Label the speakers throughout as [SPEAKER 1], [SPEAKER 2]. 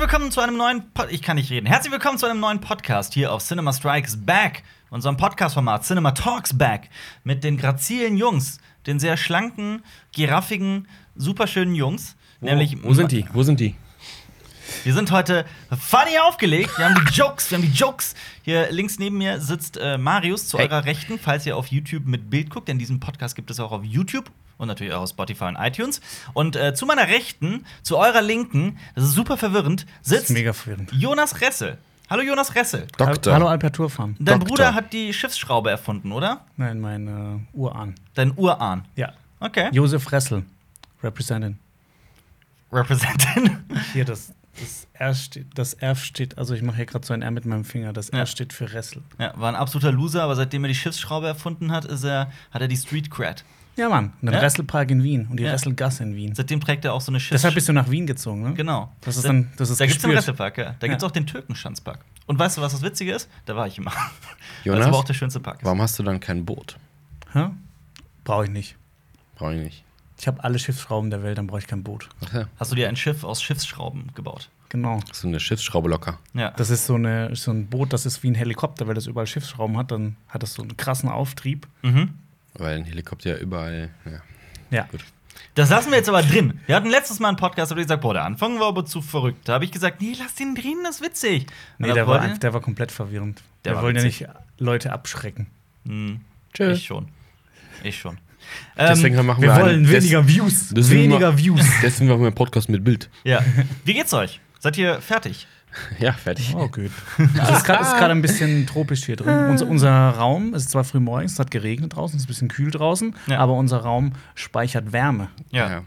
[SPEAKER 1] willkommen zu einem neuen Pod ich kann nicht reden. Herzlich willkommen zu einem neuen Podcast hier auf Cinema Strikes Back, unserem Podcast-Format Cinema Talks Back mit den grazilen Jungs, den sehr schlanken, giraffigen, superschönen Jungs.
[SPEAKER 2] Wo,
[SPEAKER 1] nämlich
[SPEAKER 2] wo sind die? Wo sind die?
[SPEAKER 1] Wir sind heute funny aufgelegt. Wir haben die Jokes, wir haben die Jokes. Hier links neben mir sitzt äh, Marius zu
[SPEAKER 2] Hey.
[SPEAKER 1] eurer Rechten, falls ihr auf YouTube mit Bild guckt, denn diesen Podcast gibt es auch auf YouTube und natürlich auch auf Spotify und iTunes. Und äh, zu meiner Rechten, zu eurer Linken, das ist super verwirrend,
[SPEAKER 3] Das
[SPEAKER 1] sitzt
[SPEAKER 3] ist mega verwirrend.
[SPEAKER 1] Jonas Ressel. Hallo Jonas Ressel.
[SPEAKER 3] Hallo, hallo Alpertur Farm.
[SPEAKER 1] Dein
[SPEAKER 2] Doktor.
[SPEAKER 1] Bruder hat die Schiffsschraube erfunden, oder?
[SPEAKER 3] Nein, mein äh, Urahn.
[SPEAKER 1] Dein Urahn.
[SPEAKER 3] Ja.
[SPEAKER 1] Okay.
[SPEAKER 3] Josef Ressel. Representant.
[SPEAKER 1] Representin.
[SPEAKER 3] Hier, das, das, R steht, das R steht, also ich mache hier gerade so ein R mit meinem Finger. Das R
[SPEAKER 1] Ja.
[SPEAKER 3] steht für Ressel.
[SPEAKER 1] Ja, war ein absoluter Loser, aber seitdem er die Schiffsschraube erfunden hat, ist er, hat er die Street Cred.
[SPEAKER 3] Ja, Mann. Und den
[SPEAKER 1] Ja?
[SPEAKER 3] Resselpark in Wien und die
[SPEAKER 1] Ja.
[SPEAKER 3] Resselgasse in Wien.
[SPEAKER 1] Seitdem trägt er auch so eine Schiffs
[SPEAKER 3] Deshalb bist du nach Wien gezogen, ne?
[SPEAKER 1] Genau.
[SPEAKER 3] Das ist
[SPEAKER 1] Da-
[SPEAKER 3] dann- das ist
[SPEAKER 1] da gibt es den
[SPEAKER 3] gespürt.
[SPEAKER 1] Resselpark, ja. Da gibt es
[SPEAKER 3] Ja.
[SPEAKER 1] auch den Türkenschanzpark. Und weißt du, was das Witzige ist? Da war ich immer.
[SPEAKER 2] Jonas?
[SPEAKER 1] Das war auch der schönste Park. ist.
[SPEAKER 2] Warum hast du dann kein Boot?
[SPEAKER 3] Hä? Brauche ich nicht.
[SPEAKER 2] Brauche ich nicht.
[SPEAKER 3] Ich habe alle Schiffsschrauben der Welt, dann brauche ich kein Boot.
[SPEAKER 2] Ach ja,
[SPEAKER 1] Hast du dir ein Schiff aus Schiffsschrauben gebaut?
[SPEAKER 3] Genau.
[SPEAKER 2] hast du eine Schiffsschraube locker?
[SPEAKER 1] Ja.
[SPEAKER 3] Das ist so, eine, so ein Boot, das ist wie ein Helikopter, weil das überall Schiffsschrauben hat, dann hat das so einen krassen Auftrieb.
[SPEAKER 1] mhm.
[SPEAKER 2] Weil ein Helikopter ja überall. Ja.
[SPEAKER 3] Ja.
[SPEAKER 2] Gut.
[SPEAKER 1] Das lassen wir jetzt aber drin. Wir hatten letztes Mal einen Podcast, da hab ich gesagt, boah, der Anfang war aber zu verrückt. Da habe ich gesagt, nee, lass den drin, das ist witzig.
[SPEAKER 3] Nee,
[SPEAKER 1] Und
[SPEAKER 3] der
[SPEAKER 1] ab
[SPEAKER 3] war,
[SPEAKER 1] heute-
[SPEAKER 3] einf- der war komplett verwirrend.
[SPEAKER 1] Der
[SPEAKER 3] Wir
[SPEAKER 1] war
[SPEAKER 3] wollen ja
[SPEAKER 1] witzig.
[SPEAKER 3] nicht Leute abschrecken.
[SPEAKER 1] Hm,
[SPEAKER 2] Tschö.
[SPEAKER 1] Ich schon. Ich schon.
[SPEAKER 2] Äh. Deswegen
[SPEAKER 1] ähm,
[SPEAKER 2] machen wir, einen- des-
[SPEAKER 3] Views.
[SPEAKER 2] deswegen ma-
[SPEAKER 3] Views.
[SPEAKER 2] Deswegen machen wir einen Podcast mit Bild.
[SPEAKER 1] ja. Wie geht's euch? Seid ihr fertig?
[SPEAKER 2] Ja, fertig.
[SPEAKER 3] Oh, gut. Also, es ist gra- ist gerade ein bisschen tropisch hier drin. Unser, unser Raum, es ist zwar früh morgens, es hat geregnet draußen, es ist ein bisschen kühl draußen,
[SPEAKER 1] Ja.
[SPEAKER 3] aber unser Raum speichert Wärme.
[SPEAKER 2] Ja.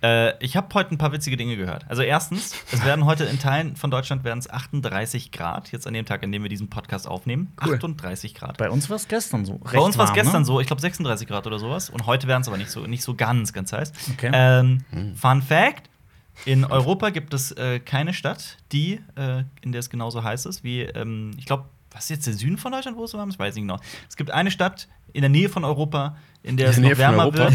[SPEAKER 1] Äh, ich habe heute ein paar witzige Dinge gehört. Also erstens, es werden heute in Teilen von Deutschland werden es 38 Grad, jetzt an dem Tag, an dem wir diesen Podcast aufnehmen.
[SPEAKER 2] Cool.
[SPEAKER 1] 38 Grad.
[SPEAKER 3] Bei uns war es gestern so. ne?
[SPEAKER 1] Bei uns war es gestern so, ich glaube 36 Grad oder sowas. Und heute wären es aber nicht so, nicht so ganz, ganz heiß.
[SPEAKER 3] Okay.
[SPEAKER 1] Ähm,
[SPEAKER 2] Hm.
[SPEAKER 1] Fun Fact: In Europa gibt es äh, keine Stadt, die, äh, in der es genauso heiß ist wie, ähm, ich glaube, was ist jetzt der Süden von Deutschland, wo es so warm ist? Weiß ich nicht genau. Es gibt eine Stadt in der Nähe von Europa, in der es
[SPEAKER 2] In der
[SPEAKER 1] noch
[SPEAKER 2] Nähe von
[SPEAKER 1] wärmer
[SPEAKER 2] Europa?
[SPEAKER 1] wird.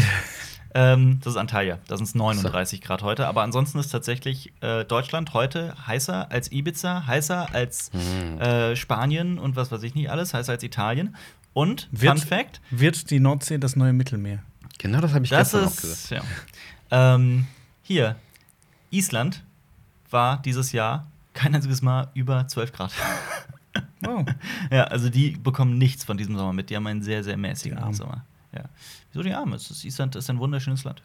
[SPEAKER 1] Ähm, das ist Antalya, da sind es 39 Grad heute. Aber ansonsten ist tatsächlich äh, Deutschland heute heißer als Ibiza, heißer als
[SPEAKER 2] Hm.
[SPEAKER 1] äh, Spanien und was weiß ich nicht alles, heißer als Italien. Und,
[SPEAKER 3] Wird-
[SPEAKER 1] Fun Fact,
[SPEAKER 3] Wird die Nordsee das neue Mittelmeer?
[SPEAKER 2] Genau das habe ich
[SPEAKER 1] das
[SPEAKER 2] gestern auch gesagt.
[SPEAKER 1] ist. Ja. Ähm, hier, Island war dieses Jahr kein einziges Mal über 12 Grad.
[SPEAKER 3] Wow.
[SPEAKER 1] ja, also die bekommen nichts von diesem Sommer mit. Die haben einen sehr, sehr mäßigen
[SPEAKER 3] Die Armen.
[SPEAKER 1] Sommer. Ja. Wieso die Arme? Es ist, Island ist ein wunderschönes Land.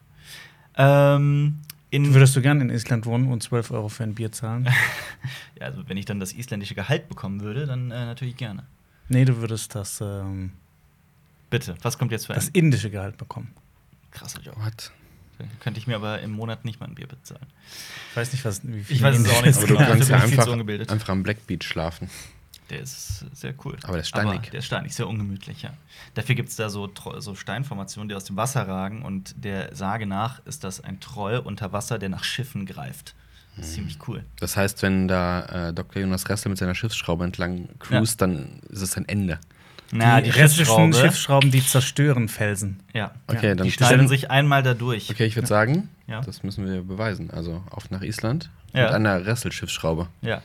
[SPEAKER 1] Ähm, in, ja,
[SPEAKER 3] Würdest du gerne in Island wohnen und 12 Euro für ein Bier zahlen?
[SPEAKER 1] also wenn ich dann das isländische Gehalt bekommen würde, dann äh, natürlich gerne.
[SPEAKER 3] nee, du würdest das, ähm,
[SPEAKER 1] Bitte, was kommt jetzt für
[SPEAKER 3] das
[SPEAKER 1] ein
[SPEAKER 3] indische Gehalt bekommen.
[SPEAKER 1] krasser Job?
[SPEAKER 2] What?
[SPEAKER 1] Dann Könnte ich mir aber im Monat nicht mal ein Bier bezahlen.
[SPEAKER 3] Ich weiß nicht, was, wie viel
[SPEAKER 1] Ich weiß es auch nicht.
[SPEAKER 2] Aber du
[SPEAKER 1] Ja, dafür
[SPEAKER 2] kannst ja
[SPEAKER 1] bin ich viel
[SPEAKER 2] einfach,
[SPEAKER 1] zu ungebildet.
[SPEAKER 2] einfach am Black Beach schlafen.
[SPEAKER 1] Der ist sehr cool.
[SPEAKER 2] Aber der ist steinig.
[SPEAKER 1] der ist steinig, sehr ungemütlich, ja. Dafür gibt es da so, Tro- so Steinformationen, die aus dem Wasser ragen. Und der Sage nach ist das ein Troll unter Wasser, der nach Schiffen greift.
[SPEAKER 2] Hm.
[SPEAKER 1] Das ist ziemlich cool.
[SPEAKER 2] Das heißt, wenn da äh, Dr. Jonas Ressel mit seiner Schiffsschraube entlang cruist, dann ist es ein Ende.
[SPEAKER 1] Na,
[SPEAKER 3] die restlichen Schiffsschrauben, die zerstören Felsen.
[SPEAKER 1] ja.
[SPEAKER 2] Okay,
[SPEAKER 3] Ja,
[SPEAKER 2] dann
[SPEAKER 1] Die schneiden
[SPEAKER 2] dann-
[SPEAKER 1] sich einmal da durch.
[SPEAKER 2] Okay, ich würde sagen,
[SPEAKER 1] Ja.
[SPEAKER 2] das müssen wir beweisen. Also auf nach Island
[SPEAKER 1] Ja.
[SPEAKER 2] mit einer Resselschiffsschraube.
[SPEAKER 1] Ja.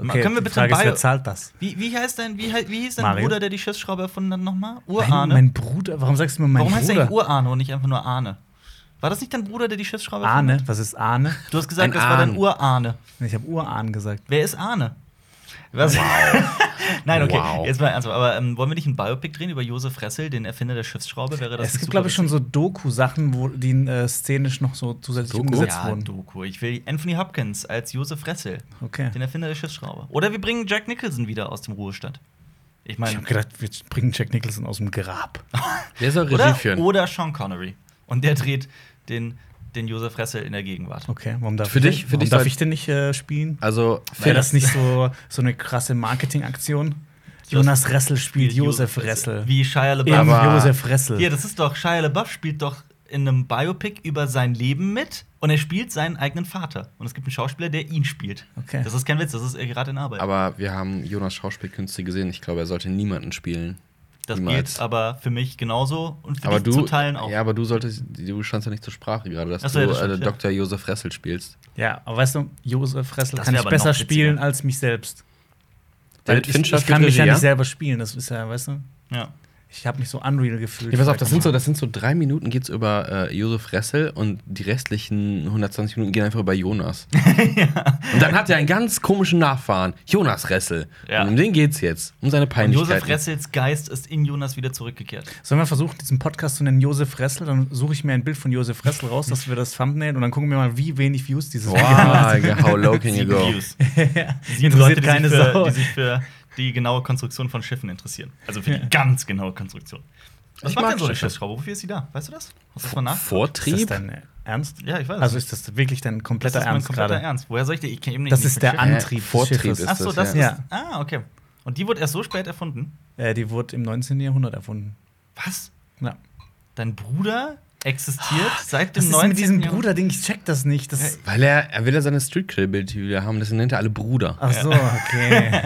[SPEAKER 1] Ma-
[SPEAKER 3] Okay,
[SPEAKER 1] Können wir
[SPEAKER 3] die
[SPEAKER 1] bitte
[SPEAKER 3] Frage ist,
[SPEAKER 1] Bio-
[SPEAKER 3] wer zahlt das?
[SPEAKER 1] wie, wie heißt dein, wie, hei- wie hieß dein
[SPEAKER 3] Mario?
[SPEAKER 1] Bruder, der die Schiffsschraube erfunden hat, nochmal?
[SPEAKER 3] Mein,
[SPEAKER 1] Urahne?
[SPEAKER 3] mein Bruder, warum sagst du mir mein
[SPEAKER 1] ne? Warum heißt
[SPEAKER 3] Bruder?
[SPEAKER 1] der eigentlich Urahne und nicht einfach nur Ahne? War das nicht dein Bruder, der die Schiffsschraube erfunden
[SPEAKER 3] Ahne,
[SPEAKER 1] hat?
[SPEAKER 3] was ist Ahne?
[SPEAKER 1] Du hast gesagt,
[SPEAKER 2] Ein
[SPEAKER 1] das war dein
[SPEAKER 2] Ahn.
[SPEAKER 1] Urahne.
[SPEAKER 3] Ich habe Urahn gesagt.
[SPEAKER 1] Wer ist Arne? Was? Nein, okay,
[SPEAKER 2] Wow.
[SPEAKER 1] jetzt mal ernsthaft. Aber ähm, wollen wir nicht ein Biopic drehen über Josef Ressel, den Erfinder der Schiffsschraube? Wäre das nicht
[SPEAKER 3] es gibt,
[SPEAKER 1] super
[SPEAKER 3] glaube ich, schon
[SPEAKER 1] witzig?
[SPEAKER 3] so Doku-Sachen, wo die äh, szenisch noch so zusätzlich
[SPEAKER 2] Doku?
[SPEAKER 3] umgesetzt
[SPEAKER 1] ja,
[SPEAKER 3] wurden.
[SPEAKER 1] Doku. Ich will Anthony Hopkins als Josef Ressel,
[SPEAKER 3] Okay.
[SPEAKER 1] den Erfinder der Schiffsschraube. Oder wir bringen Jack Nicholson wieder aus dem Ruhestand. Ich
[SPEAKER 3] Ich
[SPEAKER 1] meine,
[SPEAKER 3] habe gedacht, wir bringen Jack Nicholson aus dem Grab.
[SPEAKER 2] Wer soll Regie
[SPEAKER 1] oder,
[SPEAKER 2] führen?
[SPEAKER 1] oder Sean Connery. Und der dreht den, den Josef Ressel in der Gegenwart.
[SPEAKER 3] Okay, warum darf
[SPEAKER 2] Für
[SPEAKER 3] ich,
[SPEAKER 2] dich-
[SPEAKER 3] denn-
[SPEAKER 2] für
[SPEAKER 3] warum
[SPEAKER 2] dich
[SPEAKER 3] darf
[SPEAKER 2] soll-
[SPEAKER 3] ich denn nicht äh, spielen?
[SPEAKER 2] Also,
[SPEAKER 3] Wäre
[SPEAKER 2] Phil,
[SPEAKER 3] das nicht so, so eine krasse Marketingaktion? Jonas Ressel spielt Josef Ressel.
[SPEAKER 1] Wie Shia LaBeouf.
[SPEAKER 3] Im
[SPEAKER 2] Aber-
[SPEAKER 3] Josef Ressel.
[SPEAKER 1] Hier, das ist doch, Shia LaBeouf spielt doch in einem Biopic über sein Leben mit und er spielt seinen eigenen Vater. Und es gibt einen Schauspieler, der ihn spielt.
[SPEAKER 3] Okay.
[SPEAKER 1] Das ist kein Witz, das ist äh, gerade in Arbeit.
[SPEAKER 2] aber wir haben Jonas Schauspielkünste gesehen. Ich glaube, er sollte niemanden spielen.
[SPEAKER 1] Das
[SPEAKER 2] Niemals.
[SPEAKER 1] geht aber für mich genauso und für
[SPEAKER 2] Aber
[SPEAKER 1] dich
[SPEAKER 2] du,
[SPEAKER 1] zu teilen auch.
[SPEAKER 2] ja, aber du solltest, du standst ja nicht zur Sprache gerade, dass
[SPEAKER 1] Ach so,
[SPEAKER 2] du
[SPEAKER 1] ja, das
[SPEAKER 2] äh,
[SPEAKER 1] stimmt, ja.
[SPEAKER 2] Dr. Josef Ressel spielst.
[SPEAKER 3] Ja, aber weißt du, Josef Ressel
[SPEAKER 1] Das
[SPEAKER 3] kann
[SPEAKER 1] wär
[SPEAKER 3] ich
[SPEAKER 1] aber
[SPEAKER 3] besser
[SPEAKER 1] noch witziger.
[SPEAKER 3] spielen als mich selbst. Weil
[SPEAKER 2] David
[SPEAKER 3] ich,
[SPEAKER 2] Fincher
[SPEAKER 3] ich kann
[SPEAKER 2] spielt
[SPEAKER 3] mich ja
[SPEAKER 2] Regie,
[SPEAKER 3] nicht selber spielen, das ist ja, weißt du?
[SPEAKER 1] Ja.
[SPEAKER 3] Ich habe mich so unreal gefühlt.
[SPEAKER 2] Ja, pass auf, das sind, so,
[SPEAKER 3] das.
[SPEAKER 2] das sind so drei Minuten geht's über äh, Josef Ressel und die restlichen 120 Minuten gehen einfach über Jonas. Und dann hat er einen ganz komischen Nachfahren, Jonas Ressel.
[SPEAKER 1] Ja.
[SPEAKER 2] Und um den geht's jetzt, um seine
[SPEAKER 1] Und
[SPEAKER 2] Peinlichkeiten.
[SPEAKER 1] Josef Ressels Geist ist in Jonas wieder zurückgekehrt.
[SPEAKER 3] Sollen wir versuchen, diesen Podcast zu nennen Josef Ressel? Dann suche ich mir ein Bild von Josef Ressel raus, dass wir das Thumbnail und dann gucken wir mal, wie wenig Views dieses Video hat.
[SPEAKER 2] Wow, how low can you
[SPEAKER 1] Sieben
[SPEAKER 2] go?
[SPEAKER 1] Views. Sieben Leute,
[SPEAKER 3] Interessiert
[SPEAKER 1] die sich,
[SPEAKER 3] keine
[SPEAKER 1] für,
[SPEAKER 3] Sau.
[SPEAKER 1] die sich für die genaue Konstruktion von Schiffen interessieren. Also für die ganz genaue Konstruktion. Was
[SPEAKER 2] Ich
[SPEAKER 1] macht
[SPEAKER 2] mag
[SPEAKER 1] denn so eine
[SPEAKER 2] Schiffe.
[SPEAKER 1] Schiffsschraube? Wofür ist sie da? Weißt du das? Hast du das mal nach?
[SPEAKER 3] Ist das
[SPEAKER 2] Vortrieb?
[SPEAKER 3] dein Ernst?
[SPEAKER 1] Ja, ich weiß.
[SPEAKER 3] Also ist das wirklich dein
[SPEAKER 1] das
[SPEAKER 3] kompletter
[SPEAKER 1] ist mein
[SPEAKER 3] Ernst
[SPEAKER 1] kompletter
[SPEAKER 3] gerade?
[SPEAKER 1] Ernst. Woher soll ich dir? Ich kenne mich
[SPEAKER 3] Das
[SPEAKER 1] nicht
[SPEAKER 3] ist
[SPEAKER 1] mit
[SPEAKER 3] der
[SPEAKER 1] Schiffen.
[SPEAKER 3] Antrieb.
[SPEAKER 2] Äh, Vortrieb
[SPEAKER 3] des Schiffes.
[SPEAKER 2] ist
[SPEAKER 1] Ach so,
[SPEAKER 2] das,
[SPEAKER 1] das
[SPEAKER 3] ja.
[SPEAKER 1] ist. Ah, okay. Und die wurde erst so spät erfunden.
[SPEAKER 3] Äh, die wurde im 19. Jahrhundert erfunden.
[SPEAKER 1] Was?
[SPEAKER 3] Ja.
[SPEAKER 1] Dein Bruder existiert seit dem
[SPEAKER 3] Was Oh, ist
[SPEAKER 1] 19.
[SPEAKER 3] mit diesem
[SPEAKER 1] Jahrhundert?
[SPEAKER 3] Bruder-Ding? Ich check das nicht. Das
[SPEAKER 2] Weil er, er will ja seine Street Credibility wieder haben, deswegen nennt er alle Bruder.
[SPEAKER 3] Ach so, okay.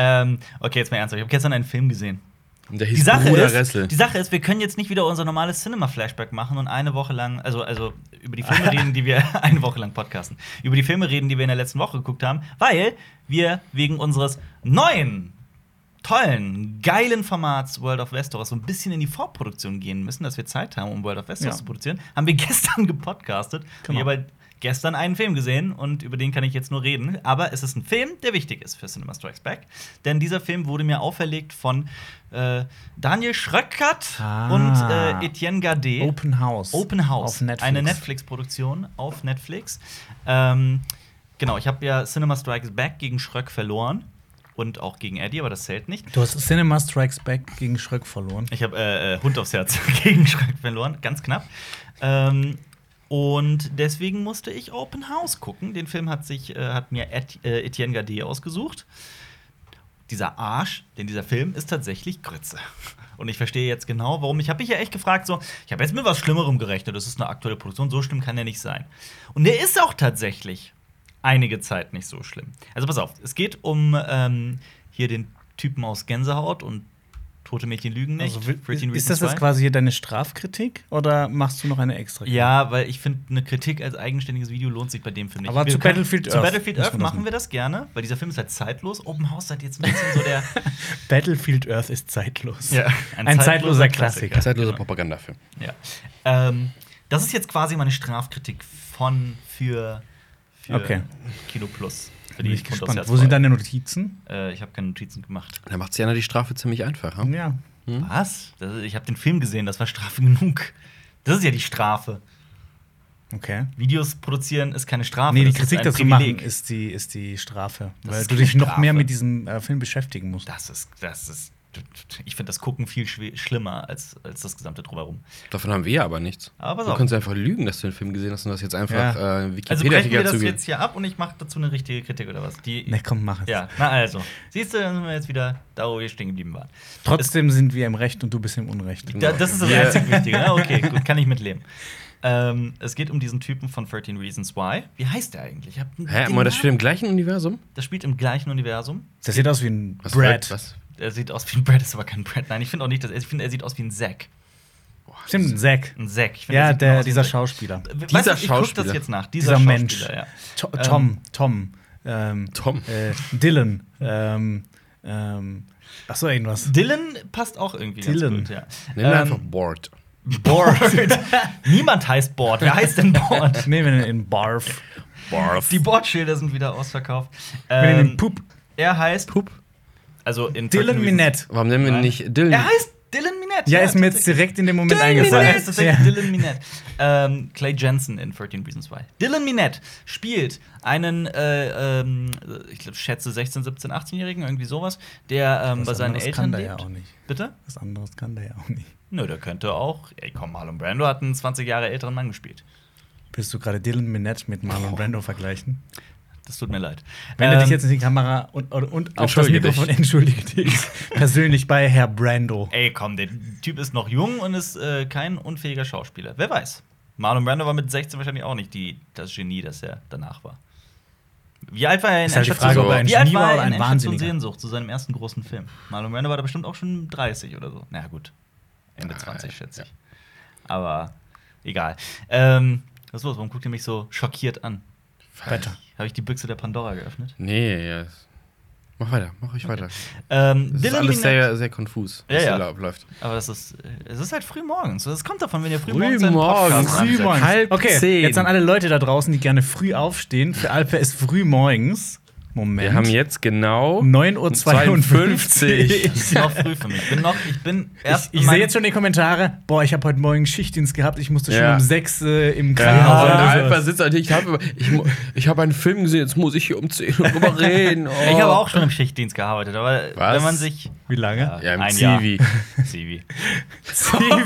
[SPEAKER 1] Ähm, okay, jetzt mal ernsthaft. Ich habe gestern einen Film gesehen.
[SPEAKER 2] Und der
[SPEAKER 1] Die Sache,
[SPEAKER 2] Bruder Ressel.
[SPEAKER 1] ist, die Sache ist, wir können jetzt nicht wieder unser normales Cinema-Flashback machen und eine Woche lang, also, also über die Filme reden, die wir eine Woche lang podcasten, über die Filme reden, die wir in der letzten Woche geguckt haben, weil wir wegen unseres neuen, tollen, geilen Formats World of Westeros so ein bisschen in die Vorproduktion gehen müssen, dass wir Zeit haben, um World of Westeros
[SPEAKER 3] Ja.
[SPEAKER 1] zu produzieren, haben wir gestern gepodcastet
[SPEAKER 3] Genau.
[SPEAKER 1] und ich habe halt gestern einen Film gesehen und über den kann ich jetzt nur reden. Aber es ist ein Film, der wichtig ist für Cinema Strikes Back. Denn dieser Film wurde mir auferlegt von äh, Daniel Schröckert
[SPEAKER 3] Ah.
[SPEAKER 1] und äh, Etienne Gade.
[SPEAKER 3] Open House.
[SPEAKER 1] Open House.
[SPEAKER 3] Auf Netflix.
[SPEAKER 1] Eine Netflix-Produktion auf Netflix. Ähm, genau, ich habe ja Cinema Strikes Back gegen Schröck verloren. Und auch gegen Eddie, aber das zählt nicht.
[SPEAKER 3] Du hast Cinema Strikes Back gegen Schröck verloren.
[SPEAKER 1] Ich habe äh, äh, Hund aufs Herz gegen Schrank verloren, ganz knapp. Ähm, und deswegen musste ich Open House gucken. Den Film hat sich äh, hat mir Et äh, Etienne Gade ausgesucht. Dieser Arsch, denn dieser Film ist tatsächlich Grütze. Und ich verstehe jetzt genau, warum. Ich habe mich ja echt gefragt, so, ich habe jetzt mit was Schlimmerem gerechnet. Das ist eine aktuelle Produktion, so schlimm kann der nicht sein. Und der ist auch tatsächlich einige Zeit nicht so schlimm. Also pass auf, es geht um ähm, hier den Typen aus Gänsehaut und Tote Mädchen lügen nicht.
[SPEAKER 3] Also, wi-
[SPEAKER 1] 13
[SPEAKER 3] ist
[SPEAKER 1] Reasons
[SPEAKER 3] das jetzt
[SPEAKER 1] Why.
[SPEAKER 3] quasi hier deine Strafkritik oder machst du noch eine extra?
[SPEAKER 1] Ja, weil ich finde, eine Kritik als eigenständiges Video lohnt sich bei dem Film nicht.
[SPEAKER 3] Aber zu
[SPEAKER 1] können-
[SPEAKER 3] Battlefield
[SPEAKER 1] zu
[SPEAKER 3] Earth
[SPEAKER 1] Battlefield
[SPEAKER 3] müssen
[SPEAKER 1] Earth
[SPEAKER 3] wir das
[SPEAKER 1] machen wir das gerne, weil dieser Film ist halt zeitlos. Open House hat jetzt ein bisschen so der.
[SPEAKER 3] Battlefield Earth ist zeitlos.
[SPEAKER 1] Ja,
[SPEAKER 3] ein,
[SPEAKER 1] ein
[SPEAKER 3] zeitloser,
[SPEAKER 1] zeitloser
[SPEAKER 3] Klassiker.
[SPEAKER 2] Zeitloser Propagandafilm.
[SPEAKER 1] ja. Ähm, das ist jetzt quasi meine Strafkritik von für, für
[SPEAKER 3] Okay.
[SPEAKER 1] Kino Plus. Für
[SPEAKER 3] Bin ich
[SPEAKER 1] Hund aufs
[SPEAKER 3] gespannt.
[SPEAKER 1] Herz
[SPEAKER 3] Wo
[SPEAKER 1] Freude.
[SPEAKER 3] sind deine Notizen?
[SPEAKER 1] Äh, ich habe keine Notizen gemacht.
[SPEAKER 2] Da macht Sienna die Strafe ziemlich einfach. Ja?
[SPEAKER 3] Ja. Hm?
[SPEAKER 1] Was? Das, ich habe den Film gesehen, das war Strafe genug. Das ist ja die Strafe.
[SPEAKER 3] Okay.
[SPEAKER 1] Videos produzieren ist keine Strafe.
[SPEAKER 3] Nee, die
[SPEAKER 1] Ah, das ist
[SPEAKER 3] Kritik
[SPEAKER 1] ein
[SPEAKER 3] dazu
[SPEAKER 1] Privileg.
[SPEAKER 3] machen ist die, ist die Strafe.
[SPEAKER 1] Das
[SPEAKER 3] weil
[SPEAKER 1] ist
[SPEAKER 3] du
[SPEAKER 1] keine
[SPEAKER 3] dich noch mehr
[SPEAKER 1] Strafe.
[SPEAKER 3] mit diesem äh, Film beschäftigen musst.
[SPEAKER 1] Das ist, das ist. Ich finde das Gucken viel schwe- schlimmer als, als das gesamte Drumherum.
[SPEAKER 2] Davon haben wir ja aber nichts.
[SPEAKER 1] Aber pass
[SPEAKER 2] du
[SPEAKER 1] auf.
[SPEAKER 2] kannst einfach lügen, dass du den Film gesehen hast und das jetzt einfach
[SPEAKER 3] Ja.
[SPEAKER 2] äh,
[SPEAKER 1] Also brechen
[SPEAKER 2] Wikipedia-Artikel
[SPEAKER 1] wir das
[SPEAKER 2] dazu
[SPEAKER 1] jetzt hier ab und ich mache dazu eine richtige Kritik oder was? Die,
[SPEAKER 3] Na komm, mach es.
[SPEAKER 1] ja, na also. Siehst du, dann sind wir jetzt wieder da, wo wir stehen geblieben waren.
[SPEAKER 3] Trotzdem sind wir im Recht und du bist im Unrecht.
[SPEAKER 1] Da, das ist das
[SPEAKER 2] Ja.
[SPEAKER 1] einzig Wichtige. ne? Okay, gut, kann ich mitleben. Ähm, es geht um diesen Typen von 13 Reasons Why. Wie heißt der eigentlich? Ich hab den
[SPEAKER 2] Hä, mal, das
[SPEAKER 1] Namen-
[SPEAKER 2] spielt im gleichen Universum?
[SPEAKER 1] das spielt im gleichen Universum.
[SPEAKER 3] Das sieht aus wie ein Brad.
[SPEAKER 2] Was?
[SPEAKER 1] Er sieht aus wie ein Brad, ist aber kein Brad. Nein, ich finde auch nicht, dass er, ich finde, er sieht aus wie ein Zack.
[SPEAKER 3] Stimmt, ein Zack.
[SPEAKER 1] Ein Zack. Ich find, er
[SPEAKER 3] Ja,
[SPEAKER 1] sieht genau
[SPEAKER 3] der,
[SPEAKER 1] aus wie ein
[SPEAKER 3] dieser
[SPEAKER 1] Zack.
[SPEAKER 3] Schauspieler.
[SPEAKER 1] Weißt du, ich guck das
[SPEAKER 2] Schauspieler.
[SPEAKER 1] jetzt nach.
[SPEAKER 3] Dieser, Mensch.
[SPEAKER 1] Schauspieler, ja.
[SPEAKER 3] To- Tom, Tom. Ähm,
[SPEAKER 2] Tom.
[SPEAKER 3] Äh, Dylan. Ähm, ähm, Achso, irgendwas.
[SPEAKER 1] Dylan passt auch irgendwie
[SPEAKER 3] Dylan.
[SPEAKER 1] ganz gut, ja.
[SPEAKER 2] Nimm ähm, einfach Bored.
[SPEAKER 1] Board. Niemand heißt Board. Wer heißt denn Board?
[SPEAKER 3] Nehmen wir den in Barf.
[SPEAKER 2] Barf.
[SPEAKER 1] Die Boardschilder sind wieder ausverkauft.
[SPEAKER 3] Wir nehmen
[SPEAKER 1] Ähm,
[SPEAKER 3] den Pup.
[SPEAKER 1] er heißt Also in
[SPEAKER 3] Dylan
[SPEAKER 1] 13
[SPEAKER 3] Minette.
[SPEAKER 2] Warum nennen wir
[SPEAKER 1] Nein.
[SPEAKER 2] nicht Dylan?
[SPEAKER 1] Er heißt Dylan Minette.
[SPEAKER 3] Ja, ist mir jetzt
[SPEAKER 1] tatsächlich.
[SPEAKER 3] direkt in dem Moment
[SPEAKER 1] Dylan Minette. Er
[SPEAKER 3] eingefallen.
[SPEAKER 1] heißt tatsächlich Dylan Minette. Ähm, Clay Jensen in 13 Reasons Why. Dylan Minette spielt einen, äh, ähm, ich glaube, schätze 16, 17, 18-Jährigen, irgendwie sowas, der ähm, bei seinen
[SPEAKER 3] anderes
[SPEAKER 1] Eltern
[SPEAKER 3] kann der
[SPEAKER 1] lebt.
[SPEAKER 3] ja auch nicht.
[SPEAKER 1] Bitte?
[SPEAKER 3] Was anderes kann der ja auch nicht.
[SPEAKER 1] Nö, der könnte auch. Ey, komm, Marlon Brando hat einen 20 Jahre älteren Mann gespielt.
[SPEAKER 3] Willst du gerade Dylan Minette mit Marlon Brando vergleichen?
[SPEAKER 1] Das tut mir leid.
[SPEAKER 3] Wenn du
[SPEAKER 1] Ähm,
[SPEAKER 3] dich jetzt in die Kamera und, und, und auf das
[SPEAKER 2] Entschuldige
[SPEAKER 3] Mikrofon entschuldige dich persönlich bei Herr Brando.
[SPEAKER 1] Ey, komm, der Typ ist noch jung und ist äh, kein unfähiger Schauspieler. Wer weiß. Marlon Brando war mit 16 wahrscheinlich auch nicht die, das Genie, das er danach war. Wie alt war er in
[SPEAKER 3] Ist halt die
[SPEAKER 1] Endstation
[SPEAKER 3] Frage, ob
[SPEAKER 1] Sehnsucht?
[SPEAKER 3] er ein
[SPEAKER 1] Wie alt
[SPEAKER 3] Genie
[SPEAKER 1] war
[SPEAKER 3] war
[SPEAKER 1] er
[SPEAKER 3] oder
[SPEAKER 1] in
[SPEAKER 3] ein
[SPEAKER 1] Endstation
[SPEAKER 3] Wahnsinniger?
[SPEAKER 1] Sehnsucht zu seinem ersten großen Film? Marlon Brando war da bestimmt auch schon 30 oder so. Na naja, gut, Ende
[SPEAKER 2] Ah,
[SPEAKER 1] 20 schätze
[SPEAKER 2] ja.
[SPEAKER 1] ich. Aber egal. Ähm, was ist los? Warum guckt ihr mich so schockiert an?
[SPEAKER 3] Weiter.
[SPEAKER 1] Habe ich die Büchse der Pandora geöffnet?
[SPEAKER 2] Nee, ja. Mach weiter, mach ich weiter.
[SPEAKER 1] Ähm,
[SPEAKER 2] Das ist
[SPEAKER 1] Dylan
[SPEAKER 2] alles
[SPEAKER 1] Minet-
[SPEAKER 2] sehr, sehr konfus,
[SPEAKER 1] Ja, ja.
[SPEAKER 2] da abläuft.
[SPEAKER 1] Aber das ist, äh, es ist halt früh morgens. Das kommt davon, wenn ihr früh,
[SPEAKER 2] Früh
[SPEAKER 1] morgens einen Podcast
[SPEAKER 2] morgens.
[SPEAKER 1] ansetzt.
[SPEAKER 2] Früh morgens. Halb
[SPEAKER 3] okay,
[SPEAKER 2] zehn.
[SPEAKER 3] jetzt an alle Leute da draußen, die gerne früh aufstehen. Für Alper ist früh morgens. Moment.
[SPEAKER 2] Wir haben jetzt genau
[SPEAKER 3] 9.52 Uhr.
[SPEAKER 1] Das ist noch früh für mich. Ich bin noch, ich bin
[SPEAKER 3] Ich,
[SPEAKER 1] erst.
[SPEAKER 3] ich
[SPEAKER 1] mein-
[SPEAKER 3] sehe jetzt schon die Kommentare. Boah, ich habe heute Morgen Schichtdienst gehabt. Ich musste schon
[SPEAKER 2] Ja.
[SPEAKER 3] um 6 äh, im
[SPEAKER 2] Ja,
[SPEAKER 3] Krankenhaus.
[SPEAKER 2] und
[SPEAKER 3] sein.
[SPEAKER 2] Alpha sitzt natürlich. Ich habe ich, mu- ich hab einen Film gesehen, jetzt muss ich hier um 10 Uhr drüber reden. Oh.
[SPEAKER 1] Ich habe auch schon im Schichtdienst gearbeitet, aber
[SPEAKER 2] Was?
[SPEAKER 1] wenn man sich.
[SPEAKER 3] Wie lange?
[SPEAKER 2] Oh. Ja, im
[SPEAKER 1] ein
[SPEAKER 2] Zivi.
[SPEAKER 1] Jahr. Zivi.
[SPEAKER 3] Zivi.